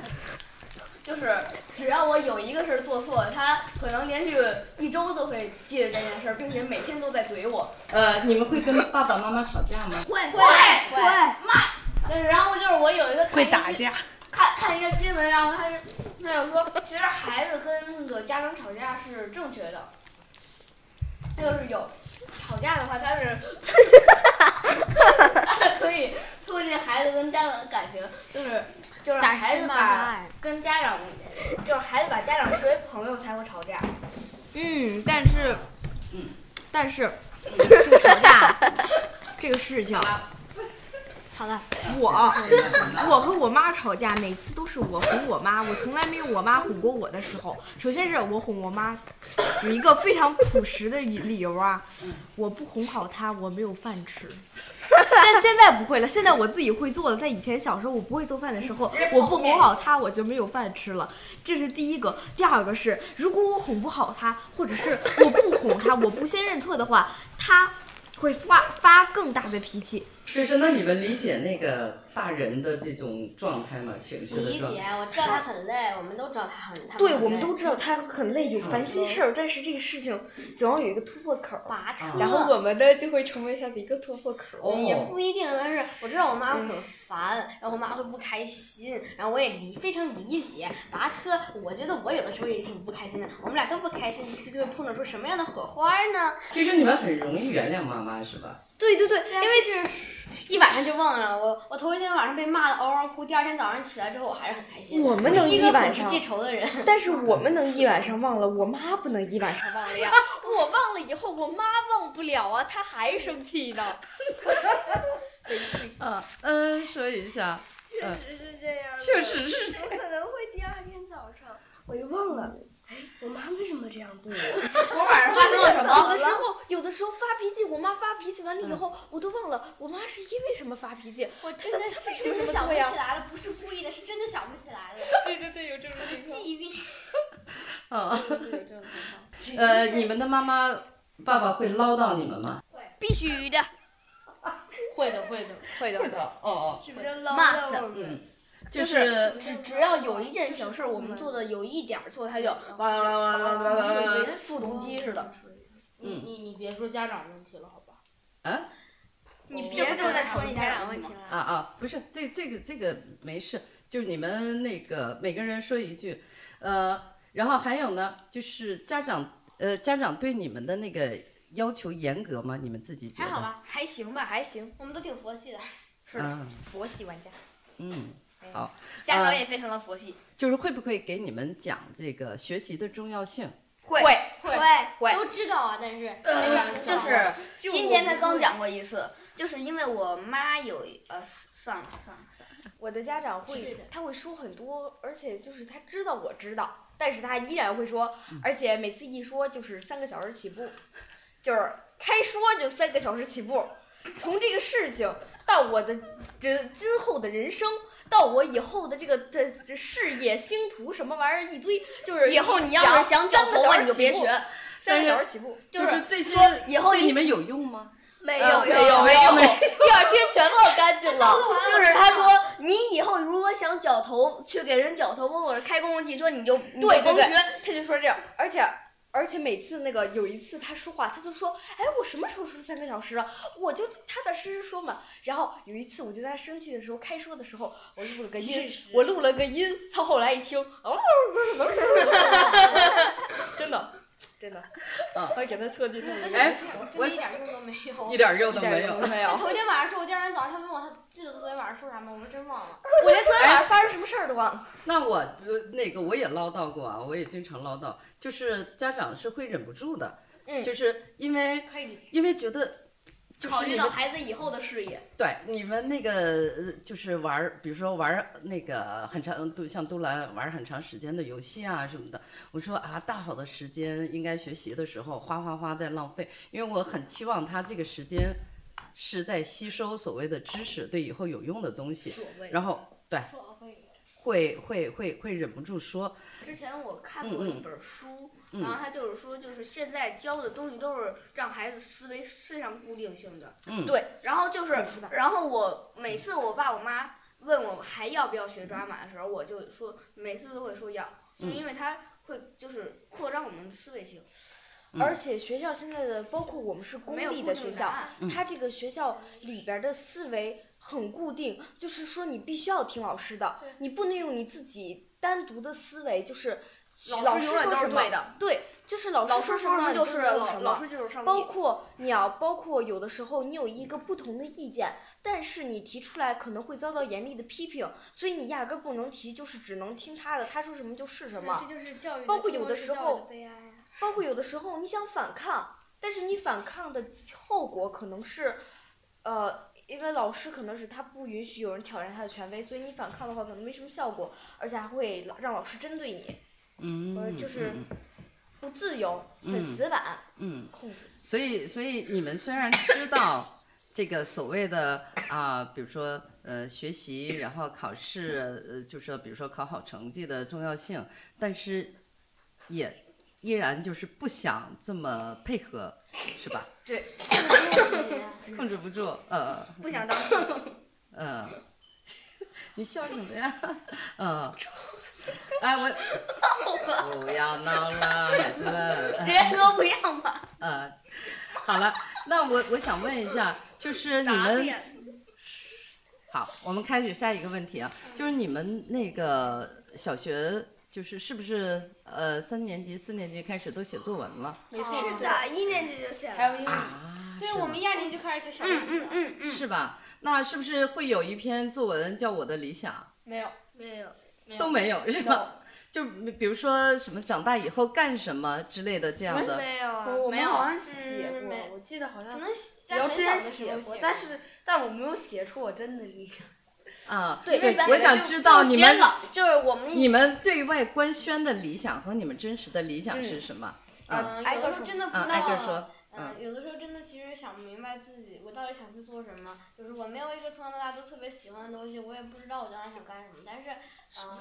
[SPEAKER 5] 就是只要我有一个事儿做错，他可能连续一周都会记着这件事儿，并且每天都在怼我，
[SPEAKER 1] 呃，你们会跟爸爸妈妈吵架吗？
[SPEAKER 5] 会会会骂。但是然后就是我有一个看
[SPEAKER 4] 会
[SPEAKER 5] 一
[SPEAKER 4] 打
[SPEAKER 5] 新
[SPEAKER 4] 架。
[SPEAKER 5] 看看一个新闻，然后他就他就说，其实孩子跟那个家长吵架是正确的，就是有吵架的话，他是 他是可以促进孩子跟家长的感情，就是就是
[SPEAKER 3] 打
[SPEAKER 5] 孩
[SPEAKER 3] 心
[SPEAKER 5] 子
[SPEAKER 3] 骂
[SPEAKER 5] 把
[SPEAKER 3] 爱。
[SPEAKER 5] 跟家长就是孩子把家长视为朋友才会吵架。
[SPEAKER 10] 嗯，但是，
[SPEAKER 1] 嗯，
[SPEAKER 10] 嗯但是这个吵架这个事情
[SPEAKER 1] 好，了，
[SPEAKER 3] 好的，
[SPEAKER 2] 我，
[SPEAKER 7] 哦
[SPEAKER 1] 嗯
[SPEAKER 2] 我和我妈吵架，每次都是我哄我妈，我从来没有我妈哄过我的时候。首先是我哄我妈，有一个非常朴实的理理由啊，我不哄好她，我没有饭吃。但现在不会了，现在我自己会做了。在以前小时候我不会做饭的时候，我不哄好她，我就没有饭吃了。这是第一个，第二个是，如果我哄不好她，或者是我不哄她，我不先认错的话，她会发发更大的脾气。
[SPEAKER 1] 就是那你们理解那个大人的这种状态吗？情绪的
[SPEAKER 3] 理解，
[SPEAKER 1] 状态？
[SPEAKER 3] 我知道他很累，我们都知道他很，他
[SPEAKER 13] 对，
[SPEAKER 3] 很
[SPEAKER 13] 我们
[SPEAKER 3] 累
[SPEAKER 13] 都知道他很累，有烦心事儿，但是这个事情总要有一个突破口儿，
[SPEAKER 3] 拔他。
[SPEAKER 13] 嗯然后我们的就会成为他的一个突破口儿。
[SPEAKER 3] 也
[SPEAKER 1] 哦
[SPEAKER 3] 不一定，但是我知道我妈会很烦，然后我妈会不开心，然后我也理非常理解。达特，我觉得我有的时候也挺不开心的，我们俩都不开心，这就会碰撞出什么样的火花呢？
[SPEAKER 1] 其实你们很容易原谅妈妈是吧？
[SPEAKER 3] 对对对，因为是一 晚上就忘了。我我头一天晚上被骂的嗷嗷哭，第二天早上起来之后我还是很开心的。
[SPEAKER 13] 我们能
[SPEAKER 3] 是一
[SPEAKER 13] 一
[SPEAKER 3] 个
[SPEAKER 13] 晚
[SPEAKER 3] 很不
[SPEAKER 13] 上
[SPEAKER 3] 记仇的 人，
[SPEAKER 13] 但是我们能一晚上忘了，我妈不能一晚上忘了呀。
[SPEAKER 3] 我忘了以后我妈忘不了啊，她还生气呢。
[SPEAKER 1] 啊，嗯，说一下，嗯
[SPEAKER 5] 确实是这样的，
[SPEAKER 1] 确实是
[SPEAKER 5] 我可能会第二天早上我就忘了，哎，我妈为什么这样对我？
[SPEAKER 3] 昨晚上发生了什么？嗯
[SPEAKER 5] 有的时候，有的时候发脾气，我妈发脾气完了以后，我都忘了我妈是因为什么发脾气。
[SPEAKER 3] 我真的
[SPEAKER 5] 他为
[SPEAKER 3] 是
[SPEAKER 5] 什么
[SPEAKER 3] 真
[SPEAKER 5] 这么
[SPEAKER 3] 的想不
[SPEAKER 5] 做
[SPEAKER 3] 起
[SPEAKER 5] 呀
[SPEAKER 3] 来了，不是故意的，是真的想不起来了。
[SPEAKER 5] 对对对，有这种情况。
[SPEAKER 3] 记忆力
[SPEAKER 1] 啊，
[SPEAKER 5] 对对对，有这种情况。
[SPEAKER 1] 呃，你们的妈妈、爸爸会唠叨你们吗？
[SPEAKER 3] 必须的，
[SPEAKER 5] 会的，会的，会的。
[SPEAKER 1] 的，哦哦，
[SPEAKER 5] 是不是
[SPEAKER 3] 了
[SPEAKER 5] 骂死
[SPEAKER 3] 我
[SPEAKER 5] 了？
[SPEAKER 1] 嗯，
[SPEAKER 5] 就是只只要有一件小事儿我们
[SPEAKER 3] 嗯
[SPEAKER 5] 做的有一点儿错，他就哇啦啦啦啦啦啦啦，跟复读机似的。
[SPEAKER 7] 你
[SPEAKER 1] 嗯
[SPEAKER 7] 你你别说家长问题了，好吧？
[SPEAKER 3] 你
[SPEAKER 5] 这
[SPEAKER 3] 别
[SPEAKER 5] 不
[SPEAKER 3] 跟我
[SPEAKER 5] 就
[SPEAKER 3] 再
[SPEAKER 5] 是
[SPEAKER 3] 说你
[SPEAKER 5] 我们
[SPEAKER 3] 家
[SPEAKER 5] 家
[SPEAKER 3] 长
[SPEAKER 5] 长问
[SPEAKER 3] 问题
[SPEAKER 5] 题
[SPEAKER 1] 啊
[SPEAKER 3] 了。
[SPEAKER 1] 啊，不是，这这个这个没事，就是你们那个每个人说一句，呃，然后还有呢，就是家长，呃，家长对你们的那个要求严格吗？你们自己觉得？
[SPEAKER 5] 还好吧，还行吧，还行。
[SPEAKER 3] 我们都挺佛系的，
[SPEAKER 5] 是的
[SPEAKER 1] 嗯
[SPEAKER 5] 佛系玩家，
[SPEAKER 1] 嗯，
[SPEAKER 5] 家长
[SPEAKER 1] 呃
[SPEAKER 3] 嗯
[SPEAKER 5] 也非常的佛系。
[SPEAKER 1] 就是会不会给你们讲这个学习的重要性？
[SPEAKER 5] 会
[SPEAKER 3] 会
[SPEAKER 5] 会
[SPEAKER 3] 都知道啊，但是没办法
[SPEAKER 5] 呃，
[SPEAKER 3] 教
[SPEAKER 5] 就是
[SPEAKER 3] 嗯就
[SPEAKER 5] 今
[SPEAKER 3] 我
[SPEAKER 5] 天
[SPEAKER 3] 不
[SPEAKER 5] 他刚
[SPEAKER 3] 会
[SPEAKER 5] 讲过一次，就是因为我妈有一呃，算了算了，
[SPEAKER 2] 我的家长会，他会说很多，而且就是他知道我知道，但是他依然会说，而且每次一说就是三个小时起步，就是开说就三个小时起步，从这个事情到我的人今后的人生，到我以后的这个的这事业星途什么玩意儿一堆，就是
[SPEAKER 5] 以后你要
[SPEAKER 2] 讲
[SPEAKER 5] 是想
[SPEAKER 2] 三
[SPEAKER 5] 绞
[SPEAKER 2] 个
[SPEAKER 5] 头
[SPEAKER 2] 小
[SPEAKER 5] 发
[SPEAKER 2] 时
[SPEAKER 5] 你就别
[SPEAKER 2] 起步
[SPEAKER 5] 学，
[SPEAKER 2] 三
[SPEAKER 1] 但
[SPEAKER 2] 个
[SPEAKER 1] 是
[SPEAKER 2] 小时起步，
[SPEAKER 5] 就是
[SPEAKER 1] 这些
[SPEAKER 5] 以后
[SPEAKER 1] 对
[SPEAKER 5] 你
[SPEAKER 1] 你们有用吗？
[SPEAKER 5] 没
[SPEAKER 2] 呃没有没有，第二天全忘干净了。
[SPEAKER 5] 就是他说你以后如果想绞头去给人绞头发或者开公共汽车，你就你就
[SPEAKER 2] 对对
[SPEAKER 5] 甭
[SPEAKER 2] 对
[SPEAKER 5] 学，
[SPEAKER 2] 他就说这样，而且而且每次那个有一次他说话，他就说，哎，我什么时候说三个小时啊？我就踏踏实实说嘛。然后有一次我就在他生气的时候，开说的时候，我录了个音，我录了个音，他后来一听，哦，真的真的，
[SPEAKER 1] 嗯
[SPEAKER 2] 我还给他特地弄 了一个
[SPEAKER 1] 哎
[SPEAKER 3] 我真的一点用都没有。
[SPEAKER 1] 点用
[SPEAKER 2] 一点用都没有。
[SPEAKER 3] 头一天晚上说，我第二天早上他问我，他记得昨天晚上说啥吗？我说真忘了。
[SPEAKER 2] 我连昨天晚上发生什么事儿都忘了。
[SPEAKER 1] 那我呃那个我也唠叨过啊，我也经常唠叨，就是家长是会忍不住的，
[SPEAKER 2] 嗯
[SPEAKER 1] 就是因为
[SPEAKER 3] 可以理解。
[SPEAKER 1] 因为觉得。就
[SPEAKER 5] 考
[SPEAKER 1] 是
[SPEAKER 5] 虑
[SPEAKER 1] 你
[SPEAKER 5] 到
[SPEAKER 1] 们
[SPEAKER 5] 孩子以后的事业。
[SPEAKER 1] 对你们那个呃就是玩儿，比如说玩儿那个很长，都像都兰玩儿很长时间的游戏啊什么的。我说啊，大好的时间应该学习的时候，哗哗哗在浪费，因为我很期望他这个时间是在吸收所谓的知识，对以后有用的东西。然后对，会会会会忍不住说，
[SPEAKER 5] 之前我看
[SPEAKER 1] 嗯
[SPEAKER 5] 过一
[SPEAKER 1] 嗯
[SPEAKER 5] 本书，
[SPEAKER 1] 嗯
[SPEAKER 5] 然后他就是说，就是现在教的东西都是让孩子思维非常固定性的。
[SPEAKER 1] 嗯
[SPEAKER 5] 对。然后就是，然后我每次我爸我妈问我还要不要学抓马的时候，我就说每次都会说要，就
[SPEAKER 1] 嗯
[SPEAKER 5] 因为他会就是扩张我们的思维性，
[SPEAKER 1] 嗯
[SPEAKER 2] 而且学校现在的，包括我们是公
[SPEAKER 5] 没有
[SPEAKER 2] 立
[SPEAKER 5] 固
[SPEAKER 2] 的
[SPEAKER 5] 定
[SPEAKER 2] 学
[SPEAKER 5] 答
[SPEAKER 2] 校，
[SPEAKER 5] 案
[SPEAKER 1] 嗯
[SPEAKER 2] 他这个学校里边儿的思维很固定，就是说你必须要听老师的，你不能用你自己单独的思维，就是
[SPEAKER 5] 老
[SPEAKER 2] 师
[SPEAKER 5] 永远
[SPEAKER 2] 说
[SPEAKER 5] 都是
[SPEAKER 2] 什么
[SPEAKER 5] 对，的，
[SPEAKER 2] 对，就是老
[SPEAKER 5] 老
[SPEAKER 2] 师
[SPEAKER 5] 师说
[SPEAKER 2] 什
[SPEAKER 5] 什
[SPEAKER 2] 么
[SPEAKER 5] 么
[SPEAKER 2] 你
[SPEAKER 5] 就
[SPEAKER 2] 就是跟着
[SPEAKER 5] 老
[SPEAKER 2] 什
[SPEAKER 5] 老
[SPEAKER 2] 么。
[SPEAKER 5] 师就是上
[SPEAKER 2] 包
[SPEAKER 5] 帝。
[SPEAKER 2] 括你要，包括有的时候你有一个不同的意见，但是你提出来可能会遭到严厉的批评，所以你压根儿不能提，就是只能听他的，他说什么就是什么。
[SPEAKER 3] 哎就是教育
[SPEAKER 2] 包括有的时候
[SPEAKER 3] 悲哀啊。
[SPEAKER 2] 包括有的时候你想反抗，但是你反抗的后果可能是，呃，因为老师可能是他不允许有人挑战他的权威，所以你反抗的话可能没什么效果，而且还会老让老师针对你，呃，
[SPEAKER 1] 嗯，
[SPEAKER 2] 就是不自由，
[SPEAKER 1] 嗯
[SPEAKER 2] 很死板，
[SPEAKER 1] 嗯，
[SPEAKER 2] 控制。
[SPEAKER 1] 所以，所以你们虽然知道这个所谓的啊、比如说呃学习，然后考试，呃，就是说比如说考好成绩的重要性，但是也依然就是不想这么配合，是吧？
[SPEAKER 2] 对，
[SPEAKER 3] 啊
[SPEAKER 1] 控制不住，呃
[SPEAKER 14] 不想当。
[SPEAKER 1] 呃， 你笑什么呀？ 嗯，哎我不要闹了，孩子们。 哎
[SPEAKER 14] 人哥不要嘛。
[SPEAKER 1] 呃，好了，那我我想问一下，就是你们好，我们开始下一个问题啊，就是你们那个小学就是是不是呃三年级、四年级开始都写作文了？
[SPEAKER 2] 没错，是
[SPEAKER 15] 咋一年级就写
[SPEAKER 14] 还
[SPEAKER 15] 了？
[SPEAKER 14] 有英语。
[SPEAKER 1] 啊，
[SPEAKER 3] 对
[SPEAKER 1] 是
[SPEAKER 3] 我
[SPEAKER 1] 吗
[SPEAKER 3] 们一二年级就开始写小
[SPEAKER 14] 嗯
[SPEAKER 3] 作文
[SPEAKER 14] 嗯
[SPEAKER 3] 了，
[SPEAKER 14] 嗯嗯。
[SPEAKER 1] 是吧？那是不是会有一篇作文叫《我的理想
[SPEAKER 3] 没有。
[SPEAKER 15] 没有，》
[SPEAKER 1] 都没有是吧？就比如说什么长大以后干什么之类的这样的，
[SPEAKER 15] 没有啊。
[SPEAKER 14] 我我
[SPEAKER 3] 没
[SPEAKER 14] 们
[SPEAKER 3] 有
[SPEAKER 14] 好像写
[SPEAKER 15] 嗯
[SPEAKER 14] 过，
[SPEAKER 15] 没
[SPEAKER 14] 我记得好像
[SPEAKER 3] 可能在
[SPEAKER 14] 聊
[SPEAKER 3] 很
[SPEAKER 14] 之
[SPEAKER 3] 小的
[SPEAKER 14] 前
[SPEAKER 3] 时
[SPEAKER 14] 写
[SPEAKER 3] 候
[SPEAKER 14] 过
[SPEAKER 3] 写，
[SPEAKER 14] 但是但我没有写出我真的理想。
[SPEAKER 1] 啊，
[SPEAKER 2] 对
[SPEAKER 1] 对
[SPEAKER 2] 一般
[SPEAKER 1] 我
[SPEAKER 2] 人
[SPEAKER 1] 想知道你们
[SPEAKER 3] 就是我们
[SPEAKER 1] 你们对外官宣的理想和你们真实的理想是什么？啊
[SPEAKER 3] 嗯，
[SPEAKER 5] 哎
[SPEAKER 2] 挨
[SPEAKER 3] 有
[SPEAKER 2] 个
[SPEAKER 3] 的时
[SPEAKER 2] 说
[SPEAKER 3] 候真的不
[SPEAKER 1] 啊，
[SPEAKER 3] 知
[SPEAKER 1] 挨个
[SPEAKER 3] 道。
[SPEAKER 1] 说，嗯
[SPEAKER 3] 嗯，有的时候真的其实想不明白自己我到底想去做什么，就是我没有一个从小到大都特别喜欢的东西，我也不知道我当时想干什么。但是，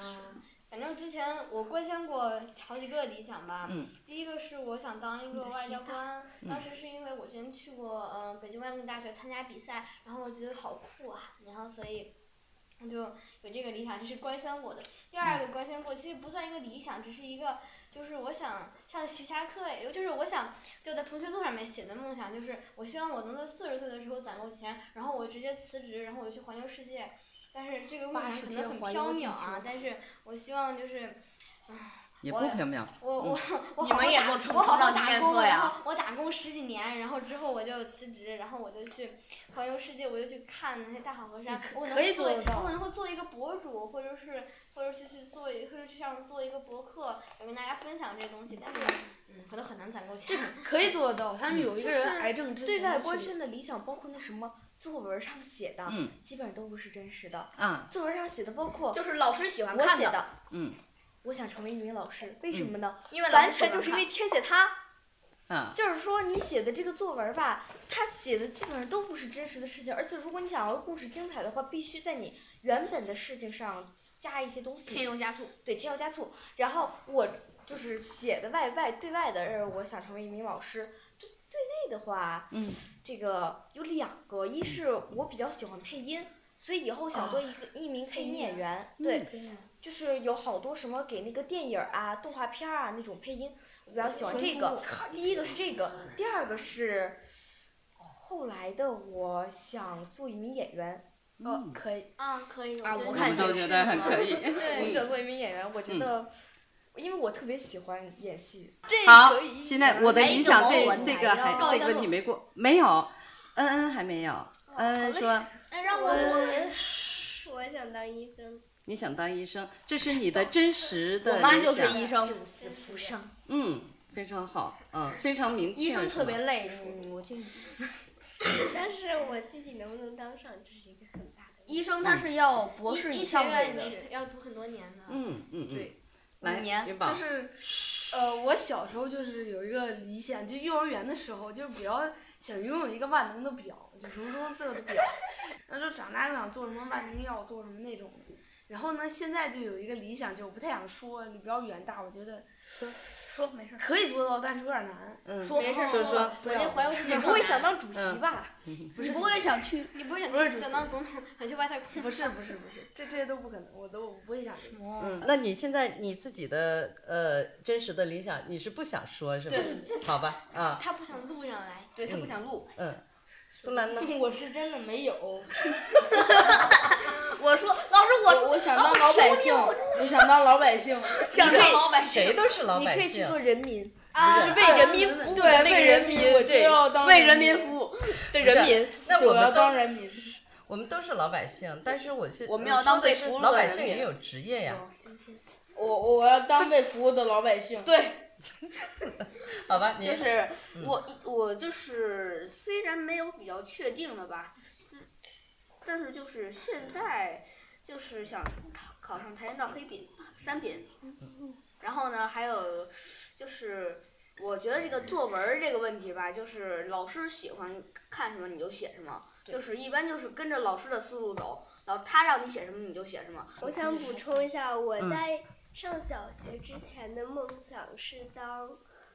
[SPEAKER 3] 嗯、反正之前我官宣过好几个理想吧。
[SPEAKER 1] 嗯
[SPEAKER 3] 第一个是我想当一个外交官，
[SPEAKER 1] 嗯
[SPEAKER 3] 当时是因为我之前去过呃北京外贸大学参加比赛，然后我觉得好酷啊，然后所以。我就有这个理想，这是官宣过的。第
[SPEAKER 14] 嗯
[SPEAKER 3] 二个官宣过，其实不算一个理想，只是一个，就是我想像徐霞客，就是我想就在同学录上面写的梦想，就是我希望我能在四十岁的时候攒够钱，然后我直接辞职，然后我就去环游世界。但是这个梦想
[SPEAKER 14] 80
[SPEAKER 3] 可能很
[SPEAKER 14] 天环
[SPEAKER 3] 缥
[SPEAKER 14] 游地
[SPEAKER 3] 缈
[SPEAKER 14] 球
[SPEAKER 3] 啊，但是我希望就是
[SPEAKER 1] 也啊不
[SPEAKER 3] 我
[SPEAKER 1] 缥缈。
[SPEAKER 3] 我我我
[SPEAKER 5] 嗯你
[SPEAKER 3] 好好
[SPEAKER 5] 们也
[SPEAKER 3] 打
[SPEAKER 5] 做成
[SPEAKER 3] 我好
[SPEAKER 5] 成
[SPEAKER 3] 好
[SPEAKER 5] 长
[SPEAKER 3] 打
[SPEAKER 5] 检
[SPEAKER 3] 工，
[SPEAKER 5] 测
[SPEAKER 3] 然
[SPEAKER 5] 呀
[SPEAKER 3] 后我打工十几年，然后之后我就辞职，然后我就去环游世界，我就去看那些大好
[SPEAKER 5] 嗯
[SPEAKER 3] 河山。我可能
[SPEAKER 14] 可以
[SPEAKER 3] 会做
[SPEAKER 14] 做
[SPEAKER 3] 一，
[SPEAKER 14] 得到
[SPEAKER 3] 我可能会做一个博主，或者是或者是去做一，或者去上做一个博客，我跟大家分享这些东西。但是，嗯，可能很难攒够钱。
[SPEAKER 14] 可以做得到。他们有一个
[SPEAKER 2] 就是
[SPEAKER 14] 人癌症之前
[SPEAKER 2] 对外
[SPEAKER 14] 他去
[SPEAKER 2] 官宣的理想，包括那什么作文上写的，
[SPEAKER 1] 嗯
[SPEAKER 2] 基本上都不是真实的。
[SPEAKER 1] 啊，
[SPEAKER 2] 作文上写的包括
[SPEAKER 5] 就是老师喜欢
[SPEAKER 2] 我
[SPEAKER 5] 看
[SPEAKER 2] 写
[SPEAKER 5] 的，
[SPEAKER 2] 的，
[SPEAKER 1] 嗯，
[SPEAKER 2] 我想成为一名老师，为什么呢？
[SPEAKER 5] 因为老师
[SPEAKER 2] 完全
[SPEAKER 5] 喜欢
[SPEAKER 2] 就是因
[SPEAKER 5] 看
[SPEAKER 2] 为天写他，
[SPEAKER 1] 啊，
[SPEAKER 2] 就是说你写的这个作文吧，他写的基本上都不是真实的事情，而且如果你想要故事精彩的话，必须在你原本的事情上加一些东西，
[SPEAKER 5] 添油加醋。
[SPEAKER 2] 对，添油加醋。然后我就是写的外外对外的，呃，我想成为一名老师。对对内的话，
[SPEAKER 1] 嗯，
[SPEAKER 2] 这个有两个，一是我比较喜欢配音，所以以后想做一个、一名配音演员，对，
[SPEAKER 1] 嗯
[SPEAKER 2] 就是有好多什么给那个电影儿啊、动画片儿啊那种配音，我比较喜欢这个。第一个是这个，第二个是后来的，我想做一名演员。
[SPEAKER 5] 嗯
[SPEAKER 2] 嗯
[SPEAKER 14] 哦，可以。
[SPEAKER 3] 啊，可以，
[SPEAKER 5] 啊
[SPEAKER 3] 觉得
[SPEAKER 5] 我
[SPEAKER 3] 你
[SPEAKER 5] 看
[SPEAKER 3] 是
[SPEAKER 5] 就
[SPEAKER 3] 有
[SPEAKER 5] 觉
[SPEAKER 3] 适
[SPEAKER 5] 得
[SPEAKER 3] 合
[SPEAKER 5] 很
[SPEAKER 3] 的
[SPEAKER 5] 可 以嗯
[SPEAKER 2] 我
[SPEAKER 3] 对，
[SPEAKER 2] 想做一名演员，我觉得，因为我特别喜欢演戏。这
[SPEAKER 1] 好
[SPEAKER 2] 可以
[SPEAKER 1] 现在我的
[SPEAKER 5] 哎
[SPEAKER 1] 理
[SPEAKER 5] 怎
[SPEAKER 1] 想
[SPEAKER 5] 么
[SPEAKER 1] 这
[SPEAKER 5] 我来
[SPEAKER 1] 这个还
[SPEAKER 5] 了
[SPEAKER 1] 这个问题没过，没有，恩恩还没有，恩恩说
[SPEAKER 3] 哎
[SPEAKER 15] 那让我我想当医生。
[SPEAKER 1] 你想当医生，这是你的真实的
[SPEAKER 5] 我妈
[SPEAKER 1] 理
[SPEAKER 5] 就是
[SPEAKER 1] 想，
[SPEAKER 5] 医生，
[SPEAKER 2] 救死扶伤。
[SPEAKER 1] 嗯，非常好，嗯，非常明确，
[SPEAKER 5] 医生
[SPEAKER 1] 是
[SPEAKER 5] 特别
[SPEAKER 1] 吧
[SPEAKER 5] 累，嗯我这
[SPEAKER 15] 但是我具体能不能当上，这是一个很大的问题。
[SPEAKER 5] 医生他是要博士
[SPEAKER 3] 医
[SPEAKER 5] 以
[SPEAKER 3] 医学
[SPEAKER 5] 上
[SPEAKER 3] 院
[SPEAKER 5] 的人，
[SPEAKER 3] 你要读很多年的。
[SPEAKER 1] 嗯嗯嗯
[SPEAKER 14] 对，
[SPEAKER 1] 来
[SPEAKER 5] 五年
[SPEAKER 1] 云
[SPEAKER 14] 就
[SPEAKER 1] 宝，
[SPEAKER 14] 是，呃，我小时候就是有一个理想，就幼儿园的时候，就是比较想拥有一个万能的表，就什么东西都有 个表。然后就长大又想做什么万能药，做什么那种的。然后呢，现在就有一个理想，就我不太想说，你不要远大，我觉得
[SPEAKER 5] 说没事儿，
[SPEAKER 14] 可以做到，但是有点难。
[SPEAKER 1] 嗯，
[SPEAKER 5] 说
[SPEAKER 3] 没事儿，
[SPEAKER 1] 说说
[SPEAKER 3] 我那环游 世界
[SPEAKER 2] 你
[SPEAKER 3] 更
[SPEAKER 2] 不会
[SPEAKER 3] 难
[SPEAKER 2] 想当主席
[SPEAKER 14] 嗯
[SPEAKER 2] 吧？
[SPEAKER 5] 你不会想去
[SPEAKER 3] 你不是想
[SPEAKER 14] 不是
[SPEAKER 3] 去
[SPEAKER 14] 主
[SPEAKER 3] 想
[SPEAKER 14] 席
[SPEAKER 3] 当总统，想去外太空？
[SPEAKER 14] 不是不是不是， 这这些都不可能，我都我不会想这个。
[SPEAKER 1] 嗯，那你现在你自己的呃真实的理想，你是不想说是吧？好吧，啊，
[SPEAKER 3] 他不想录上来。
[SPEAKER 5] 对他不想录。
[SPEAKER 1] 嗯，杜兰呢？
[SPEAKER 16] 我是真的 没有，
[SPEAKER 5] 我说老师，我
[SPEAKER 16] 我我想当老百姓，我想当老百姓，
[SPEAKER 5] 想当老板，
[SPEAKER 1] 谁都是老
[SPEAKER 2] 你
[SPEAKER 1] 百
[SPEAKER 2] 可以去
[SPEAKER 1] 姓
[SPEAKER 2] 做，人民，
[SPEAKER 15] 啊
[SPEAKER 1] 不
[SPEAKER 2] 就是是为人民服务的
[SPEAKER 16] 对，
[SPEAKER 2] 那
[SPEAKER 16] 为
[SPEAKER 2] 个
[SPEAKER 16] 人
[SPEAKER 2] 民
[SPEAKER 16] 民，我就
[SPEAKER 2] 对
[SPEAKER 16] 要当
[SPEAKER 5] 啊嗯为人民服务，
[SPEAKER 2] 对
[SPEAKER 1] 是
[SPEAKER 2] 人民。
[SPEAKER 1] 那我
[SPEAKER 16] 我要
[SPEAKER 1] 们
[SPEAKER 16] 当
[SPEAKER 1] 都
[SPEAKER 16] 人民。
[SPEAKER 1] 我们都是老百姓，但是我是
[SPEAKER 5] 我们要
[SPEAKER 1] 说
[SPEAKER 5] 当
[SPEAKER 1] 的
[SPEAKER 5] 被
[SPEAKER 1] 是
[SPEAKER 5] 俘虏
[SPEAKER 1] 老
[SPEAKER 5] 的
[SPEAKER 1] 百
[SPEAKER 5] 人
[SPEAKER 1] 姓
[SPEAKER 5] 民
[SPEAKER 1] 也有职业呀。
[SPEAKER 16] 我我要当被服务的老百姓。
[SPEAKER 5] 对，
[SPEAKER 1] 好吧，你
[SPEAKER 5] 就是我我就是虽然没有比较确定的吧，
[SPEAKER 3] 但是就是现在就是想考考上跆拳道黑品三品，然后呢还有就是我觉得这个作文儿这个问题吧，就是老师喜欢看什么你就写什么，就是一般就是跟着老师的思路走，然后他让你写什么你就写什么。
[SPEAKER 17] 我想补充一下，我
[SPEAKER 1] 嗯
[SPEAKER 17] 在上小学之前的梦想是当